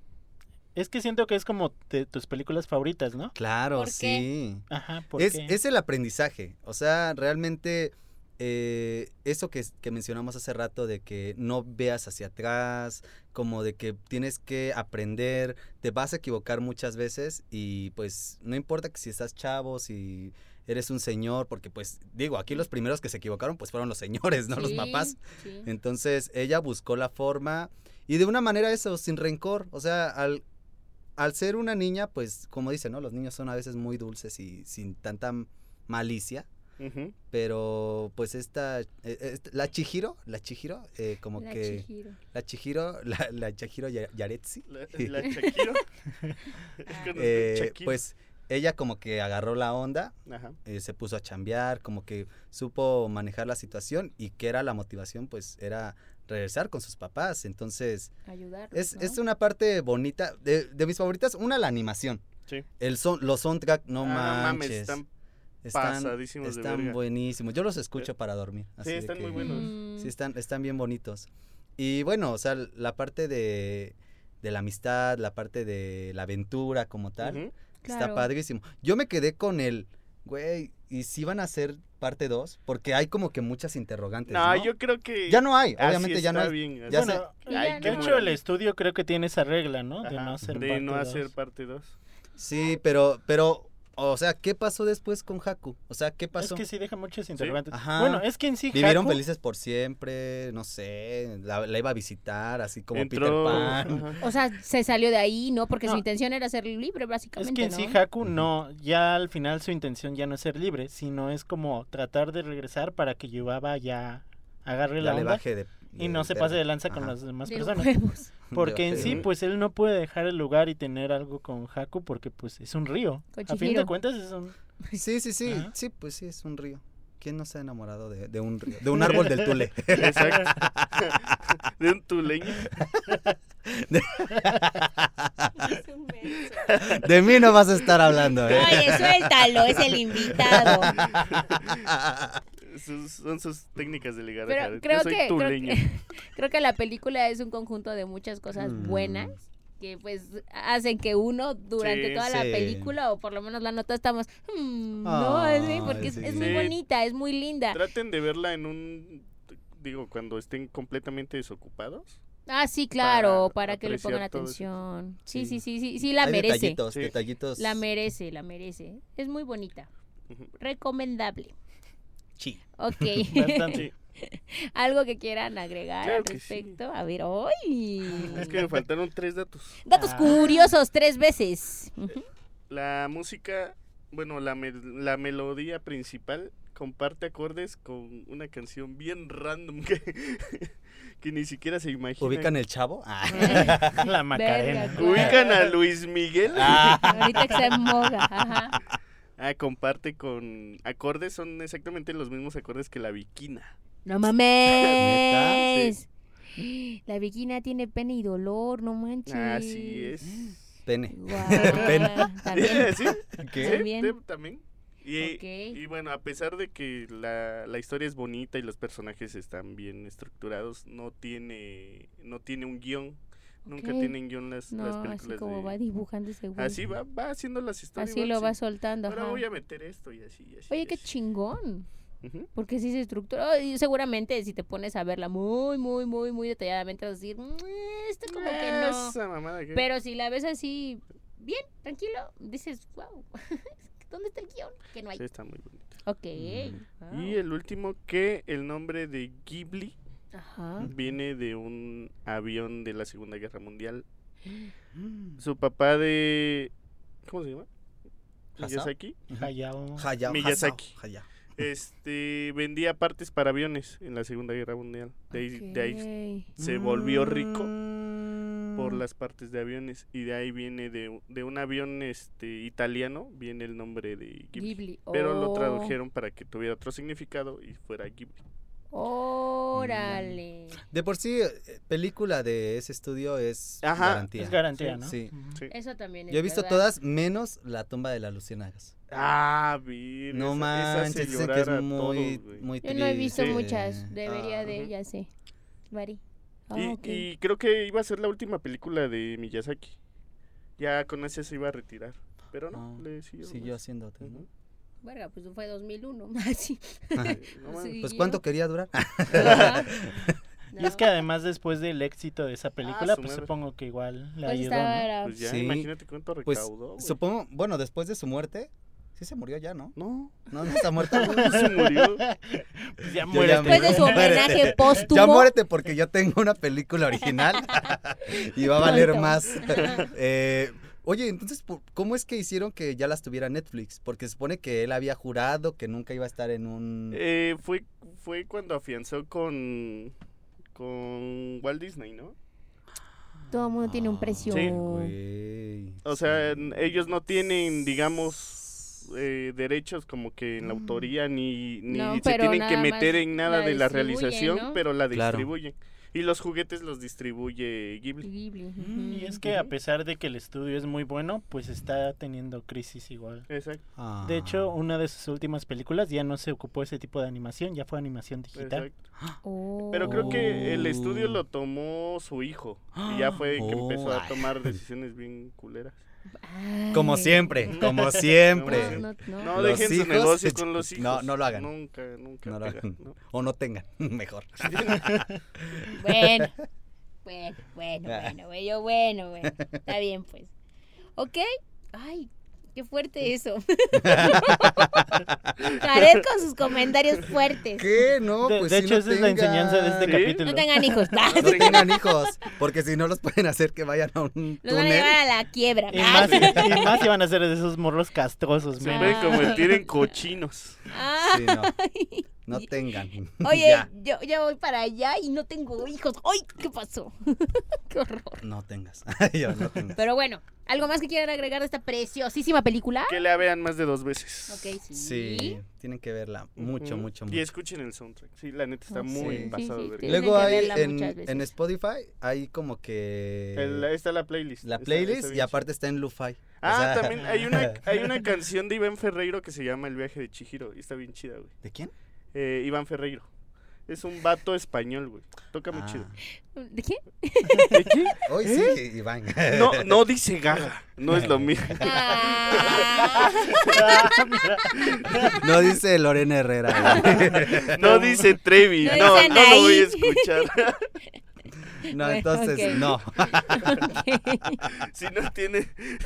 [SPEAKER 2] Es que siento que es como de tus películas favoritas, ¿no?
[SPEAKER 3] Claro,
[SPEAKER 1] ¿Por qué?
[SPEAKER 3] sí.
[SPEAKER 2] Ajá, porque...
[SPEAKER 3] Es, es el aprendizaje. O sea, realmente eh, eso que, que mencionamos hace rato de que no veas hacia atrás, como de que tienes que aprender, te vas a equivocar muchas veces y pues no importa que si estás chavo, si eres un señor, porque pues digo, aquí los primeros que se equivocaron pues fueron los señores, no los
[SPEAKER 1] sí,
[SPEAKER 3] papás.
[SPEAKER 1] sí.
[SPEAKER 3] Entonces ella buscó la forma y de una manera eso, sin rencor. O sea, al, al ser una niña, pues como dicen, ¿no? Los niños son a veces muy dulces y sin tanta malicia.
[SPEAKER 4] Ujú.
[SPEAKER 3] Pero pues esta, eh, eh, la Chihiro, la Chihiro, eh, como
[SPEAKER 1] La
[SPEAKER 3] que
[SPEAKER 1] Chihiro.
[SPEAKER 3] la Chihiro, la, la Chihiro Ya- Yaretsi,
[SPEAKER 4] La, la Shakiro. Es que no
[SPEAKER 3] eh,
[SPEAKER 4] es Shakiro.
[SPEAKER 3] pues ella como que agarró la onda,
[SPEAKER 4] Ajá.
[SPEAKER 3] eh, se puso a chambear, como que supo manejar la situación y que era la motivación, pues era regresar con sus papás. Entonces,
[SPEAKER 1] Ayudarlos,
[SPEAKER 3] Es,
[SPEAKER 1] ¿no?
[SPEAKER 3] es una parte bonita. De, de mis favoritas, una, la animación.
[SPEAKER 4] Sí.
[SPEAKER 3] El son, los soundtrack, no
[SPEAKER 4] Ah,
[SPEAKER 3] manches.
[SPEAKER 4] mames, están,
[SPEAKER 3] están
[SPEAKER 4] pasadísimos de
[SPEAKER 3] están
[SPEAKER 4] verga.
[SPEAKER 3] buenísimos. Yo los escucho para dormir. así de
[SPEAKER 4] están muy
[SPEAKER 3] que-
[SPEAKER 4] buenos.
[SPEAKER 1] Mm.
[SPEAKER 3] Sí, están, están bien bonitos. Y bueno, o sea, la parte de, de la amistad, la parte de la aventura como tal,
[SPEAKER 4] Ujú.
[SPEAKER 1] Claro.
[SPEAKER 3] está padrísimo. Yo me quedé con el, güey, ¿y si van a hacer parte 2? Porque hay como que muchas interrogantes.
[SPEAKER 4] No,
[SPEAKER 3] No,
[SPEAKER 4] yo creo que.
[SPEAKER 3] Ya no hay,
[SPEAKER 4] así
[SPEAKER 3] obviamente ya no
[SPEAKER 4] está
[SPEAKER 3] hay.
[SPEAKER 4] bien,
[SPEAKER 3] ya
[SPEAKER 4] así.
[SPEAKER 3] sé.
[SPEAKER 2] bueno,
[SPEAKER 1] Y ya
[SPEAKER 4] Ay,
[SPEAKER 1] no.
[SPEAKER 2] de
[SPEAKER 4] qué
[SPEAKER 2] hecho el estudio creo que tiene esa regla, ¿no? De
[SPEAKER 4] Ajá,
[SPEAKER 2] no hacer...
[SPEAKER 4] de
[SPEAKER 2] parte
[SPEAKER 4] no
[SPEAKER 2] dos.
[SPEAKER 4] hacer parte 2.
[SPEAKER 3] Sí, pero, pero, o sea, ¿qué pasó después con Haku? O sea, ¿qué pasó?
[SPEAKER 2] Es que sí deja muchos interrogantes.
[SPEAKER 3] Ajá.
[SPEAKER 2] Bueno, es que en sí...
[SPEAKER 3] Vivieron
[SPEAKER 2] Haku-
[SPEAKER 3] felices por siempre, no sé, la, la iba a visitar, así como
[SPEAKER 4] Entró.
[SPEAKER 3] Peter Pan.
[SPEAKER 4] ajá.
[SPEAKER 1] O sea, se salió de ahí, ¿no? Porque su
[SPEAKER 2] No.
[SPEAKER 1] intención era ser libre,
[SPEAKER 2] Es
[SPEAKER 1] básicamente,
[SPEAKER 2] que en
[SPEAKER 1] ¿no?
[SPEAKER 2] sí Haku
[SPEAKER 3] Ujú.
[SPEAKER 2] no, ya al final su intención ya no es ser libre, sino es como tratar de regresar para que Yubaba ya agarre
[SPEAKER 3] Ya
[SPEAKER 2] la
[SPEAKER 3] le
[SPEAKER 2] onda
[SPEAKER 3] baje de,
[SPEAKER 2] y no se pase de lanza con
[SPEAKER 3] Ajá.
[SPEAKER 2] las demás
[SPEAKER 1] De
[SPEAKER 2] personas.
[SPEAKER 1] huevos.
[SPEAKER 2] Porque en
[SPEAKER 3] De
[SPEAKER 2] sí,
[SPEAKER 4] huevos.
[SPEAKER 2] pues él no puede dejar el lugar y tener algo con Haku porque pues es un río.
[SPEAKER 1] Con
[SPEAKER 2] a fin de
[SPEAKER 1] Chihiro.
[SPEAKER 2] cuentas es un...
[SPEAKER 3] Sí, sí, sí,
[SPEAKER 2] Ajá.
[SPEAKER 3] sí, pues sí, es un río. ¿Quién no se ha enamorado de, de un río? De un árbol del tule.
[SPEAKER 4] Exacto. de un tuleño.
[SPEAKER 3] De mí no vas a estar hablando, ¿eh?
[SPEAKER 1] Oye, suéltalo, es el invitado.
[SPEAKER 4] Sus- son sus técnicas de ligar.
[SPEAKER 1] Pero
[SPEAKER 4] Jared.
[SPEAKER 1] creo
[SPEAKER 4] Yo soy
[SPEAKER 1] que- creo
[SPEAKER 4] tuleño.
[SPEAKER 1] Creo que la película es un conjunto de muchas cosas
[SPEAKER 3] Mm.
[SPEAKER 1] buenas que pues hacen que uno durante
[SPEAKER 4] Sí,
[SPEAKER 1] toda la
[SPEAKER 3] sí.
[SPEAKER 1] película o por lo menos la nota estamos "Mm, no es bien", porque es,
[SPEAKER 3] Ay,
[SPEAKER 1] es
[SPEAKER 4] sí.
[SPEAKER 1] muy
[SPEAKER 4] Sí.
[SPEAKER 1] bonita es muy linda
[SPEAKER 4] Traten de verla en un. Digo, cuando estén completamente desocupados.
[SPEAKER 1] ah sí claro para,
[SPEAKER 4] Para
[SPEAKER 1] que le pongan
[SPEAKER 4] apreciar todo eso.
[SPEAKER 1] atención sí sí
[SPEAKER 4] Sí.
[SPEAKER 1] sí sí sí la
[SPEAKER 3] Hay
[SPEAKER 1] merece
[SPEAKER 3] detallitos,
[SPEAKER 4] Sí.
[SPEAKER 3] detallitos.
[SPEAKER 1] la merece la merece es muy bonita
[SPEAKER 4] Ujú.
[SPEAKER 1] recomendable
[SPEAKER 3] Sí.
[SPEAKER 1] Ok.
[SPEAKER 2] Bastante.
[SPEAKER 1] algo que quieran agregar
[SPEAKER 4] Claro
[SPEAKER 1] al
[SPEAKER 4] que sí.
[SPEAKER 1] respecto a ver hoy
[SPEAKER 4] Es que me faltaron tres datos.
[SPEAKER 1] datos
[SPEAKER 2] Ah.
[SPEAKER 1] curiosos tres veces Ujú.
[SPEAKER 4] La música, bueno, la, me- la melodía principal comparte acordes con una canción bien random que, que ni siquiera se imagina.
[SPEAKER 3] ¿Ubican el chavo? Ah.
[SPEAKER 2] La Macarena.
[SPEAKER 1] Verga, güey.
[SPEAKER 4] ¿Ubican a Luis Miguel.
[SPEAKER 3] Ah,
[SPEAKER 1] Ahorita que está en moda, ajá.
[SPEAKER 4] Ah, comparte con acordes, son exactamente los mismos acordes que la viquina.
[SPEAKER 1] No mames. La viquina tiene pena y dolor, no manches.
[SPEAKER 4] Así es.
[SPEAKER 3] Pene.
[SPEAKER 1] Guau,
[SPEAKER 3] Pena.
[SPEAKER 1] Mm. También.
[SPEAKER 4] ¿Sí?
[SPEAKER 3] ¿Qué?
[SPEAKER 4] sí,
[SPEAKER 1] También.
[SPEAKER 4] tem- también. Y,
[SPEAKER 1] Ok.
[SPEAKER 4] y bueno, a pesar de que la, la historia es bonita y los personajes están bien estructurados, no tiene, no tiene un guión. Nunca
[SPEAKER 1] Ok.
[SPEAKER 4] tienen guión las,
[SPEAKER 1] No,
[SPEAKER 4] las
[SPEAKER 1] así
[SPEAKER 4] películas.
[SPEAKER 1] como
[SPEAKER 4] de-
[SPEAKER 1] va dibujando ese güey.
[SPEAKER 4] así va, va haciendo las historias.
[SPEAKER 1] Así
[SPEAKER 4] igual,
[SPEAKER 1] lo
[SPEAKER 4] sí.
[SPEAKER 1] va soltando.
[SPEAKER 4] Ahora
[SPEAKER 1] ajá.
[SPEAKER 4] voy a meter esto y así. y así, y
[SPEAKER 1] Oye, qué
[SPEAKER 4] así.
[SPEAKER 1] chingón.
[SPEAKER 4] Ujú.
[SPEAKER 1] Porque sí se estructuró. Y seguramente si te pones a verla muy, muy, muy, muy detalladamente vas a decir, "Mm, esto como que no.
[SPEAKER 4] Esa mamada que-
[SPEAKER 1] Pero si la ves así, bien, tranquilo, dices, wow, ¿dónde está el guión? Que no hay.
[SPEAKER 4] Sí, está muy bonito.
[SPEAKER 1] Ok. Ah.
[SPEAKER 3] Mm.
[SPEAKER 1] wow.
[SPEAKER 4] Y el último que el nombre de Ghibli
[SPEAKER 1] Ajá.
[SPEAKER 4] viene de un avión de la Segunda Guerra Mundial. Su papá de... ¿Cómo se llama?
[SPEAKER 3] ¿Hasao?
[SPEAKER 4] Miyazaki.
[SPEAKER 2] Hayao.
[SPEAKER 3] Hayao
[SPEAKER 4] Miyazaki.
[SPEAKER 3] Hasao, Hayao.
[SPEAKER 4] Este, vendía partes para aviones en la Segunda Guerra Mundial. De ahí, de ahí se volvió rico
[SPEAKER 2] Mm.
[SPEAKER 3] Mm.
[SPEAKER 4] por las partes de aviones y de ahí viene de, de un avión este italiano viene el nombre de Ghibli,
[SPEAKER 1] Ghibli.
[SPEAKER 4] pero lo
[SPEAKER 1] Oh,
[SPEAKER 4] tradujeron para que tuviera otro significado y fuera Ghibli
[SPEAKER 1] Órale.
[SPEAKER 4] Mm.
[SPEAKER 3] De por sí, eh, película de ese estudio es
[SPEAKER 4] Ajá,
[SPEAKER 3] garantía.
[SPEAKER 2] Es garantía, ¿no?
[SPEAKER 3] Sí.
[SPEAKER 2] Ujú.
[SPEAKER 4] Sí.
[SPEAKER 1] Eso también es
[SPEAKER 3] Yo he visto
[SPEAKER 1] verdad.
[SPEAKER 3] todas menos La tumba de las luciérnagas.
[SPEAKER 4] ah vir
[SPEAKER 3] No
[SPEAKER 4] esa- esa hace
[SPEAKER 3] manches, dicen que es
[SPEAKER 4] llorar a
[SPEAKER 3] muy,
[SPEAKER 4] todos, güey.
[SPEAKER 3] muy
[SPEAKER 1] Yo
[SPEAKER 3] triste.
[SPEAKER 1] no he visto
[SPEAKER 4] Sí.
[SPEAKER 1] muchas. Debería
[SPEAKER 4] Ah.
[SPEAKER 1] de,
[SPEAKER 4] Ujú.
[SPEAKER 1] ya sé. Vari. Ah,
[SPEAKER 4] y,
[SPEAKER 1] ok.
[SPEAKER 4] y creo que iba a ser la última película de Miyazaki ya con esa se iba a retirar pero no,
[SPEAKER 3] Ah,
[SPEAKER 4] le siguieron
[SPEAKER 3] Siguió
[SPEAKER 4] más.
[SPEAKER 3] haciendo otras,
[SPEAKER 4] Ujú.
[SPEAKER 3] ¿no?
[SPEAKER 1] Verga, pues fue 2001. Así.
[SPEAKER 4] Eh, no mames.
[SPEAKER 1] Sí.
[SPEAKER 3] Pues ¿cuánto quería durar?
[SPEAKER 1] Ajá.
[SPEAKER 2] Y es que además después del éxito de esa película,
[SPEAKER 4] su
[SPEAKER 2] pues
[SPEAKER 4] madre.
[SPEAKER 2] supongo que igual le
[SPEAKER 1] Pues
[SPEAKER 2] ayudó,
[SPEAKER 1] estaba-
[SPEAKER 2] ¿no?
[SPEAKER 4] Pues ya,
[SPEAKER 3] Sí.
[SPEAKER 4] imagínate cuánto
[SPEAKER 3] Pues
[SPEAKER 4] recaudó güey.
[SPEAKER 3] supongo, bueno, después de su muerte, sí se murió ya, ¿no?
[SPEAKER 4] no
[SPEAKER 3] No, no está muerto.
[SPEAKER 4] se murió
[SPEAKER 2] Pues ya
[SPEAKER 3] Yo
[SPEAKER 2] muérete,
[SPEAKER 3] ya
[SPEAKER 1] Después de
[SPEAKER 2] güey.
[SPEAKER 1] su homenaje
[SPEAKER 3] Muérete.
[SPEAKER 1] póstumo.
[SPEAKER 3] Ya muérete porque yo tengo una película original y va a valer
[SPEAKER 1] Pronto.
[SPEAKER 3] más. Eh, oye, entonces, ¿por- ¿cómo es que hicieron que ya las tuviera Netflix? Porque se supone que él había jurado que nunca iba a estar en un...
[SPEAKER 4] Eh, fue, fue cuando afianzó con, con Walt Disney, ¿no?
[SPEAKER 1] Todo el mundo tiene un precio.
[SPEAKER 4] Sí.
[SPEAKER 3] Güey,
[SPEAKER 4] O sea,
[SPEAKER 3] sí.
[SPEAKER 2] eh,
[SPEAKER 4] n- ellos no tienen, digamos, eh, derechos como que en la autoría ni, ni
[SPEAKER 1] No,
[SPEAKER 4] se
[SPEAKER 1] pero
[SPEAKER 4] tienen que
[SPEAKER 1] nada más
[SPEAKER 4] meter en nada
[SPEAKER 1] la
[SPEAKER 4] de la
[SPEAKER 1] distribuyen,
[SPEAKER 4] realización,
[SPEAKER 1] ¿no?
[SPEAKER 4] pero la
[SPEAKER 3] Claro.
[SPEAKER 4] distribuyen. Y los juguetes los distribuye Ghibli.
[SPEAKER 1] Ghibli, ujú.
[SPEAKER 2] Mm, Y es que a pesar de que el estudio es muy bueno, pues está teniendo crisis igual.
[SPEAKER 4] Exacto,
[SPEAKER 3] Ah.
[SPEAKER 2] De hecho, una de sus últimas películas ya no se ocupó ese tipo de animación, ya fue animación digital.
[SPEAKER 4] exacto.
[SPEAKER 1] Oh.
[SPEAKER 4] Pero creo que el estudio
[SPEAKER 3] Oh.
[SPEAKER 4] lo tomó su hijo. Y ya fue que empezó
[SPEAKER 3] Oh.
[SPEAKER 4] a tomar decisiones bien culeras.
[SPEAKER 1] Ay.
[SPEAKER 3] Como siempre, como
[SPEAKER 1] No,
[SPEAKER 3] siempre.
[SPEAKER 1] no, no.
[SPEAKER 4] No
[SPEAKER 3] Los
[SPEAKER 4] dejen su
[SPEAKER 3] hijos-
[SPEAKER 4] negocio con los hijos.
[SPEAKER 3] No, no lo hagan.
[SPEAKER 4] Nunca, nunca.
[SPEAKER 3] No lo
[SPEAKER 4] pega,
[SPEAKER 3] hagan.
[SPEAKER 4] ¿no?
[SPEAKER 3] O no tengan, mejor.
[SPEAKER 1] Bueno, bueno, bueno,
[SPEAKER 2] Ah.
[SPEAKER 1] bueno, güey, yo bueno, bueno. Está bien, pues. ¿Ok? Ay, qué fuerte eso. Jared con sus comentarios fuertes.
[SPEAKER 3] ¿Qué? No,
[SPEAKER 2] de
[SPEAKER 3] pues
[SPEAKER 2] de
[SPEAKER 3] sí,
[SPEAKER 2] hecho,
[SPEAKER 3] no
[SPEAKER 2] esa es la enseñanza de este
[SPEAKER 4] ¿Sí?
[SPEAKER 2] capítulo.
[SPEAKER 1] No tengan hijos.
[SPEAKER 4] No
[SPEAKER 3] No
[SPEAKER 4] dejen-
[SPEAKER 3] tengan hijos, porque si no los pueden hacer que vayan a un
[SPEAKER 1] Los van a
[SPEAKER 3] túnel.
[SPEAKER 1] llevar a la quiebra.
[SPEAKER 2] Y más, y más iban a ser de esos morros castrosos,
[SPEAKER 4] Se
[SPEAKER 2] men.
[SPEAKER 1] ve-
[SPEAKER 4] pueden convertir en cochinos.
[SPEAKER 1] Ah,
[SPEAKER 3] Sí, no. No tengan.
[SPEAKER 1] oye,
[SPEAKER 3] Ya,
[SPEAKER 1] yo ya voy para allá y no tengo hijos. ¡Ay! ¿Qué pasó? qué horror.
[SPEAKER 3] No tengas. Yo, no tengas.
[SPEAKER 1] Pero bueno, ¿algo más que quieran agregar de esta preciosísima película?
[SPEAKER 4] Que la vean más de dos veces.
[SPEAKER 1] Ok, sí.
[SPEAKER 3] Sí, tienen que verla mucho,
[SPEAKER 4] Ujú.
[SPEAKER 3] mucho,
[SPEAKER 4] Y
[SPEAKER 3] mucho.
[SPEAKER 4] escuchen el soundtrack. Sí, la neta está
[SPEAKER 1] Oh,
[SPEAKER 4] muy
[SPEAKER 3] sí.
[SPEAKER 4] pasado
[SPEAKER 1] Sí, sí,
[SPEAKER 4] de
[SPEAKER 1] sí.
[SPEAKER 4] verga.
[SPEAKER 3] Luego
[SPEAKER 1] que
[SPEAKER 3] hay
[SPEAKER 1] verla
[SPEAKER 3] en,
[SPEAKER 1] muchas veces.
[SPEAKER 3] en Spotify, hay como que
[SPEAKER 4] El- Ahí está la playlist.
[SPEAKER 3] la
[SPEAKER 4] Está-
[SPEAKER 3] playlist
[SPEAKER 4] está
[SPEAKER 3] y
[SPEAKER 4] bien
[SPEAKER 3] aparte está en Lufi.
[SPEAKER 4] chida. Ah, también hay una, hay una canción de Iván Ferreiro que se llama El viaje de Chihiro. Y está bien chida, güey.
[SPEAKER 3] ¿De quién?
[SPEAKER 4] Eh, Iván Ferreiro. Es un vato español, güey. Toca muy
[SPEAKER 3] Ah.
[SPEAKER 4] chido.
[SPEAKER 1] ¿De qué?
[SPEAKER 4] ¿De qué?
[SPEAKER 3] Hoy sí, Iván.
[SPEAKER 4] No, no dice gaga. No es lo mismo.
[SPEAKER 1] Ah.
[SPEAKER 3] No dice Lorena Herrera.
[SPEAKER 4] No dice Trevi.
[SPEAKER 1] No
[SPEAKER 4] No,
[SPEAKER 1] dice
[SPEAKER 4] no lo voy a
[SPEAKER 1] Anaí.
[SPEAKER 4] escuchar.
[SPEAKER 3] güey. No, entonces,
[SPEAKER 1] Ok.
[SPEAKER 3] no.
[SPEAKER 4] Si no tiene.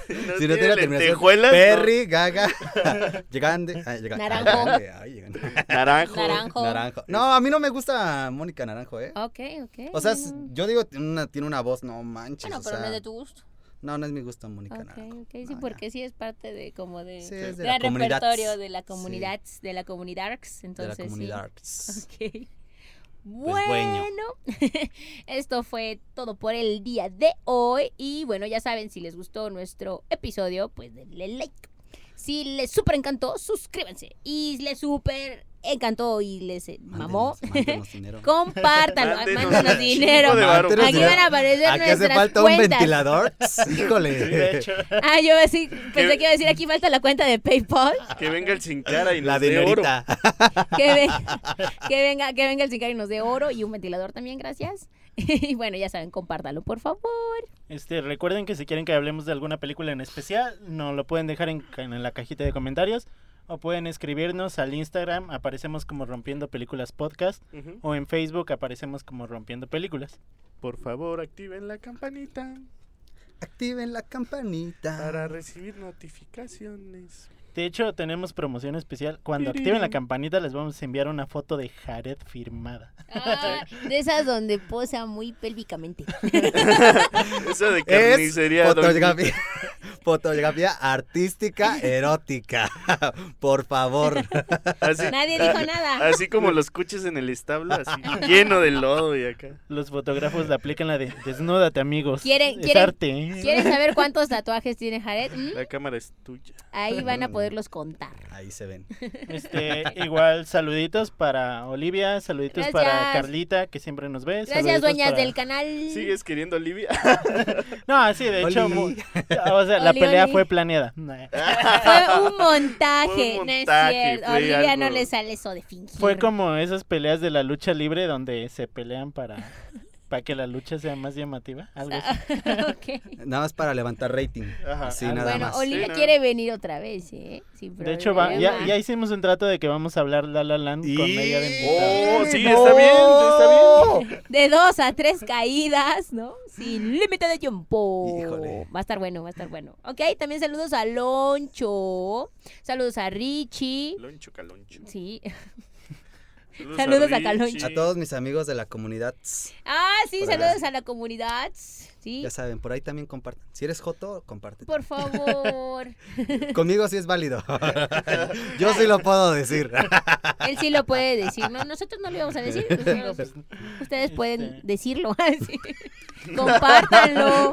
[SPEAKER 3] Si no tiene terminación.
[SPEAKER 4] lentejuelas, no.
[SPEAKER 3] Perry, Gaga, Llegande. ay, llega-
[SPEAKER 1] Naranjo.
[SPEAKER 3] Llegande, ay, Llegande.
[SPEAKER 4] Naranjo.
[SPEAKER 1] Naranjo.
[SPEAKER 3] Naranjo. No, a mí no me gusta Mónica Naranjo, ¿eh?
[SPEAKER 1] Ok, ok.
[SPEAKER 3] O sea,
[SPEAKER 1] bueno.
[SPEAKER 3] yo digo, tiene una, tiene una voz, no manches.
[SPEAKER 1] Bueno,
[SPEAKER 3] o
[SPEAKER 1] pero no
[SPEAKER 3] sea,
[SPEAKER 1] es de tu gusto.
[SPEAKER 3] No, no es mi gusto Mónica
[SPEAKER 1] Ok,
[SPEAKER 3] Naranjo.
[SPEAKER 1] ok. Sí,
[SPEAKER 3] No, ya.
[SPEAKER 1] porque sí es parte de como de...
[SPEAKER 3] Sí, es de
[SPEAKER 1] gran
[SPEAKER 3] la comunidad.
[SPEAKER 1] repertorio de la
[SPEAKER 3] Sí,
[SPEAKER 1] comunidad, de la comunidad,
[SPEAKER 3] de la
[SPEAKER 1] entonces
[SPEAKER 3] comunidad.
[SPEAKER 1] sí. Ok.
[SPEAKER 3] bueno.
[SPEAKER 1] Bueno, esto fue todo por el día de hoy y bueno, ya saben, si les gustó nuestro episodio, pues denle like. Si les super encantó, suscríbanse. Y les super encantó y les eh, mamó,
[SPEAKER 3] Mándenos- mándenos dinero.
[SPEAKER 1] compártalo,
[SPEAKER 4] Mándenos
[SPEAKER 1] mándanos
[SPEAKER 4] un
[SPEAKER 1] dinero.
[SPEAKER 4] chingo de varo.
[SPEAKER 3] Mándenos
[SPEAKER 1] Aquí
[SPEAKER 3] dinero.
[SPEAKER 1] van a aparecer
[SPEAKER 3] ¿A qué hace
[SPEAKER 1] nuestras
[SPEAKER 3] falta un
[SPEAKER 1] cuentas.
[SPEAKER 3] ventilador?
[SPEAKER 2] Sí, de
[SPEAKER 3] Híjole.
[SPEAKER 2] hecho.
[SPEAKER 1] Ah, yo así pensé que iba a decir aquí falta la cuenta de PayPal.
[SPEAKER 4] Que venga el sin cara y
[SPEAKER 3] La
[SPEAKER 4] nos dé oro.
[SPEAKER 3] dinerita.
[SPEAKER 1] Que, venga, que venga, que venga el Sincari y nos dé oro y un ventilador también, gracias. Y bueno, ya saben, compártalo, por favor.
[SPEAKER 2] Este, recuerden que si quieren que hablemos de alguna película en especial, nos lo pueden dejar en, ca- en la cajita de comentarios o pueden escribirnos al Instagram, aparecemos como Rompiendo Películas Podcast
[SPEAKER 4] Ujú.
[SPEAKER 2] o en Facebook aparecemos como Rompiendo Películas.
[SPEAKER 4] Por favor, activen la campanita
[SPEAKER 3] Activen la campanita.
[SPEAKER 4] para recibir notificaciones.
[SPEAKER 2] De hecho, tenemos promoción especial. Cuando activen la campanita les vamos a enviar una foto de Jared firmada.
[SPEAKER 1] Ah, de esas donde posa muy pélvicamente.
[SPEAKER 4] Eso de
[SPEAKER 3] Es
[SPEAKER 4] carnicería. don
[SPEAKER 3] fotografía, fotografía artística erótica. Por favor.
[SPEAKER 4] Quijote. Así,
[SPEAKER 1] Nadie dijo nada.
[SPEAKER 4] así como los coches en el establo, así lleno de lodo y acá.
[SPEAKER 2] Los fotógrafos le aplican la de desnúdate, amigos.
[SPEAKER 1] ¿Quieren-
[SPEAKER 2] es
[SPEAKER 1] quieren-
[SPEAKER 2] arte, ¿eh?
[SPEAKER 1] ¿Quieren saber cuántos tatuajes tiene Jared? Mm,
[SPEAKER 4] La cámara es tuya.
[SPEAKER 1] Ahí van a poderlos contar.
[SPEAKER 3] Ahí se ven.
[SPEAKER 2] Este, igual saluditos para Olivia, saluditos para
[SPEAKER 1] Gracias.
[SPEAKER 2] Carlita, que siempre nos ve.
[SPEAKER 1] Gracias,
[SPEAKER 2] saluditos
[SPEAKER 1] dueñas
[SPEAKER 2] para-
[SPEAKER 1] del canal.
[SPEAKER 4] ¿Sigues queriendo a Olivia?
[SPEAKER 2] No, sí, de hecho,
[SPEAKER 3] Oli.
[SPEAKER 2] mu- o sea, la
[SPEAKER 1] Oli,
[SPEAKER 2] pelea
[SPEAKER 1] oli.
[SPEAKER 2] fue planeada.
[SPEAKER 4] Ah,
[SPEAKER 1] Fue un montaje.
[SPEAKER 4] Fue un
[SPEAKER 1] no es
[SPEAKER 4] montaje,
[SPEAKER 1] cierto.
[SPEAKER 4] fue
[SPEAKER 1] Olivia no
[SPEAKER 4] algo-
[SPEAKER 1] le sale eso de fingir.
[SPEAKER 2] Fue como esas peleas de la lucha libre donde se pelean para, para que la lucha sea más llamativa. Algo
[SPEAKER 1] Ah,
[SPEAKER 2] así.
[SPEAKER 1] Ok.
[SPEAKER 3] Nada más para levantar rating.
[SPEAKER 4] Ajá.
[SPEAKER 3] Así
[SPEAKER 2] Ah,
[SPEAKER 3] nada
[SPEAKER 1] Bueno,
[SPEAKER 3] más.
[SPEAKER 1] Olivia
[SPEAKER 4] Sí, ¿no?
[SPEAKER 1] quiere venir otra vez, ¿eh? Sin
[SPEAKER 2] De hecho, va- ya,
[SPEAKER 1] problema.
[SPEAKER 2] ya hicimos un trato de que vamos a hablar La La Land con ella de invitada.
[SPEAKER 4] Oh, sí, está bien, está bien.
[SPEAKER 1] De dos a tres caídas, ¿no? Sin límite de tiempo.
[SPEAKER 3] Híjole.
[SPEAKER 1] Va a estar bueno, va a estar bueno. Ok, también saludos a Loncho. Saludos a Richie.
[SPEAKER 4] Loncho, caloncho.
[SPEAKER 1] Sí. Saludos a Caloncho.
[SPEAKER 3] A todos mis amigos de la comunidad,
[SPEAKER 1] Ah, sí,
[SPEAKER 3] Por
[SPEAKER 1] saludos a la comunidad. Sí.
[SPEAKER 3] ya saben, por ahí también compartan. Si eres Joto, comparte.
[SPEAKER 1] Por favor.
[SPEAKER 3] Conmigo sí es válido. Yo sí lo puedo decir.
[SPEAKER 1] Él sí lo puede decir. No, nosotros no lo íbamos a decir. pero pues, ustedes pueden
[SPEAKER 2] Este.
[SPEAKER 1] decirlo. así. Compártanlo.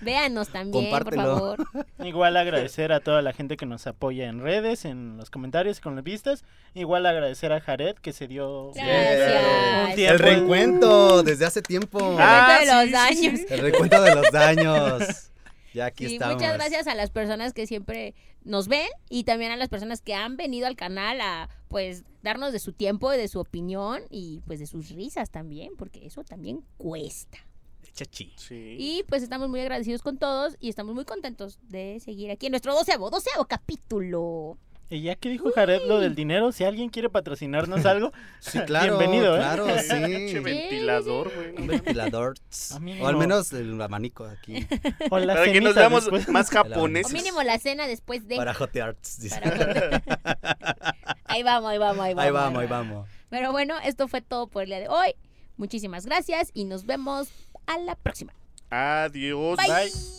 [SPEAKER 1] Véanos también,
[SPEAKER 3] Compártelo.
[SPEAKER 1] por favor.
[SPEAKER 2] Igual agradecer a toda la gente que nos apoya en redes, en los comentarios, con las vistas. Igual agradecer a Jared que se dio
[SPEAKER 1] Gracias.
[SPEAKER 2] Un tiempo.
[SPEAKER 3] El recuento desde hace tiempo.
[SPEAKER 1] Ah, de los
[SPEAKER 4] sí, sí,
[SPEAKER 1] daños.
[SPEAKER 4] sí.
[SPEAKER 3] El recuento de los daños. Ya aquí
[SPEAKER 1] Sí,
[SPEAKER 3] estamos.
[SPEAKER 1] muchas gracias a las personas que siempre nos ven y también a las personas que han venido al canal a pues darnos de su tiempo, de su opinión y pues de sus risas también, porque eso también cuesta.
[SPEAKER 3] Chachi.
[SPEAKER 4] Sí.
[SPEAKER 1] Y pues estamos muy agradecidos con todos y estamos muy contentos de seguir aquí en nuestro doceavo, doceavo capítulo.
[SPEAKER 2] Y ya que dijo Jared lo del dinero, si alguien quiere patrocinarnos algo,
[SPEAKER 3] Sí, claro.
[SPEAKER 2] Bienvenido, ¿eh?
[SPEAKER 3] Claro,
[SPEAKER 4] Pinche
[SPEAKER 3] sí.
[SPEAKER 4] ventilador, güey. no
[SPEAKER 3] Un
[SPEAKER 4] mames.
[SPEAKER 3] ventilador.
[SPEAKER 2] Amigo.
[SPEAKER 3] O al menos el abanico aquí.
[SPEAKER 2] o la
[SPEAKER 4] Para que nos
[SPEAKER 2] cenita
[SPEAKER 4] veamos
[SPEAKER 2] después.
[SPEAKER 4] más
[SPEAKER 1] O
[SPEAKER 4] japoneses.
[SPEAKER 1] mínimo la cena después de...
[SPEAKER 3] Para jotear. dice.
[SPEAKER 1] para- ahí vamos, ahí vamos, ahí vamos.
[SPEAKER 3] Ahí vamos, ahí vamos.
[SPEAKER 1] Pero bueno, esto fue todo por el día de hoy. Muchísimas gracias y nos vemos a la próxima.
[SPEAKER 4] Adiós.
[SPEAKER 1] Bye.
[SPEAKER 4] Bye.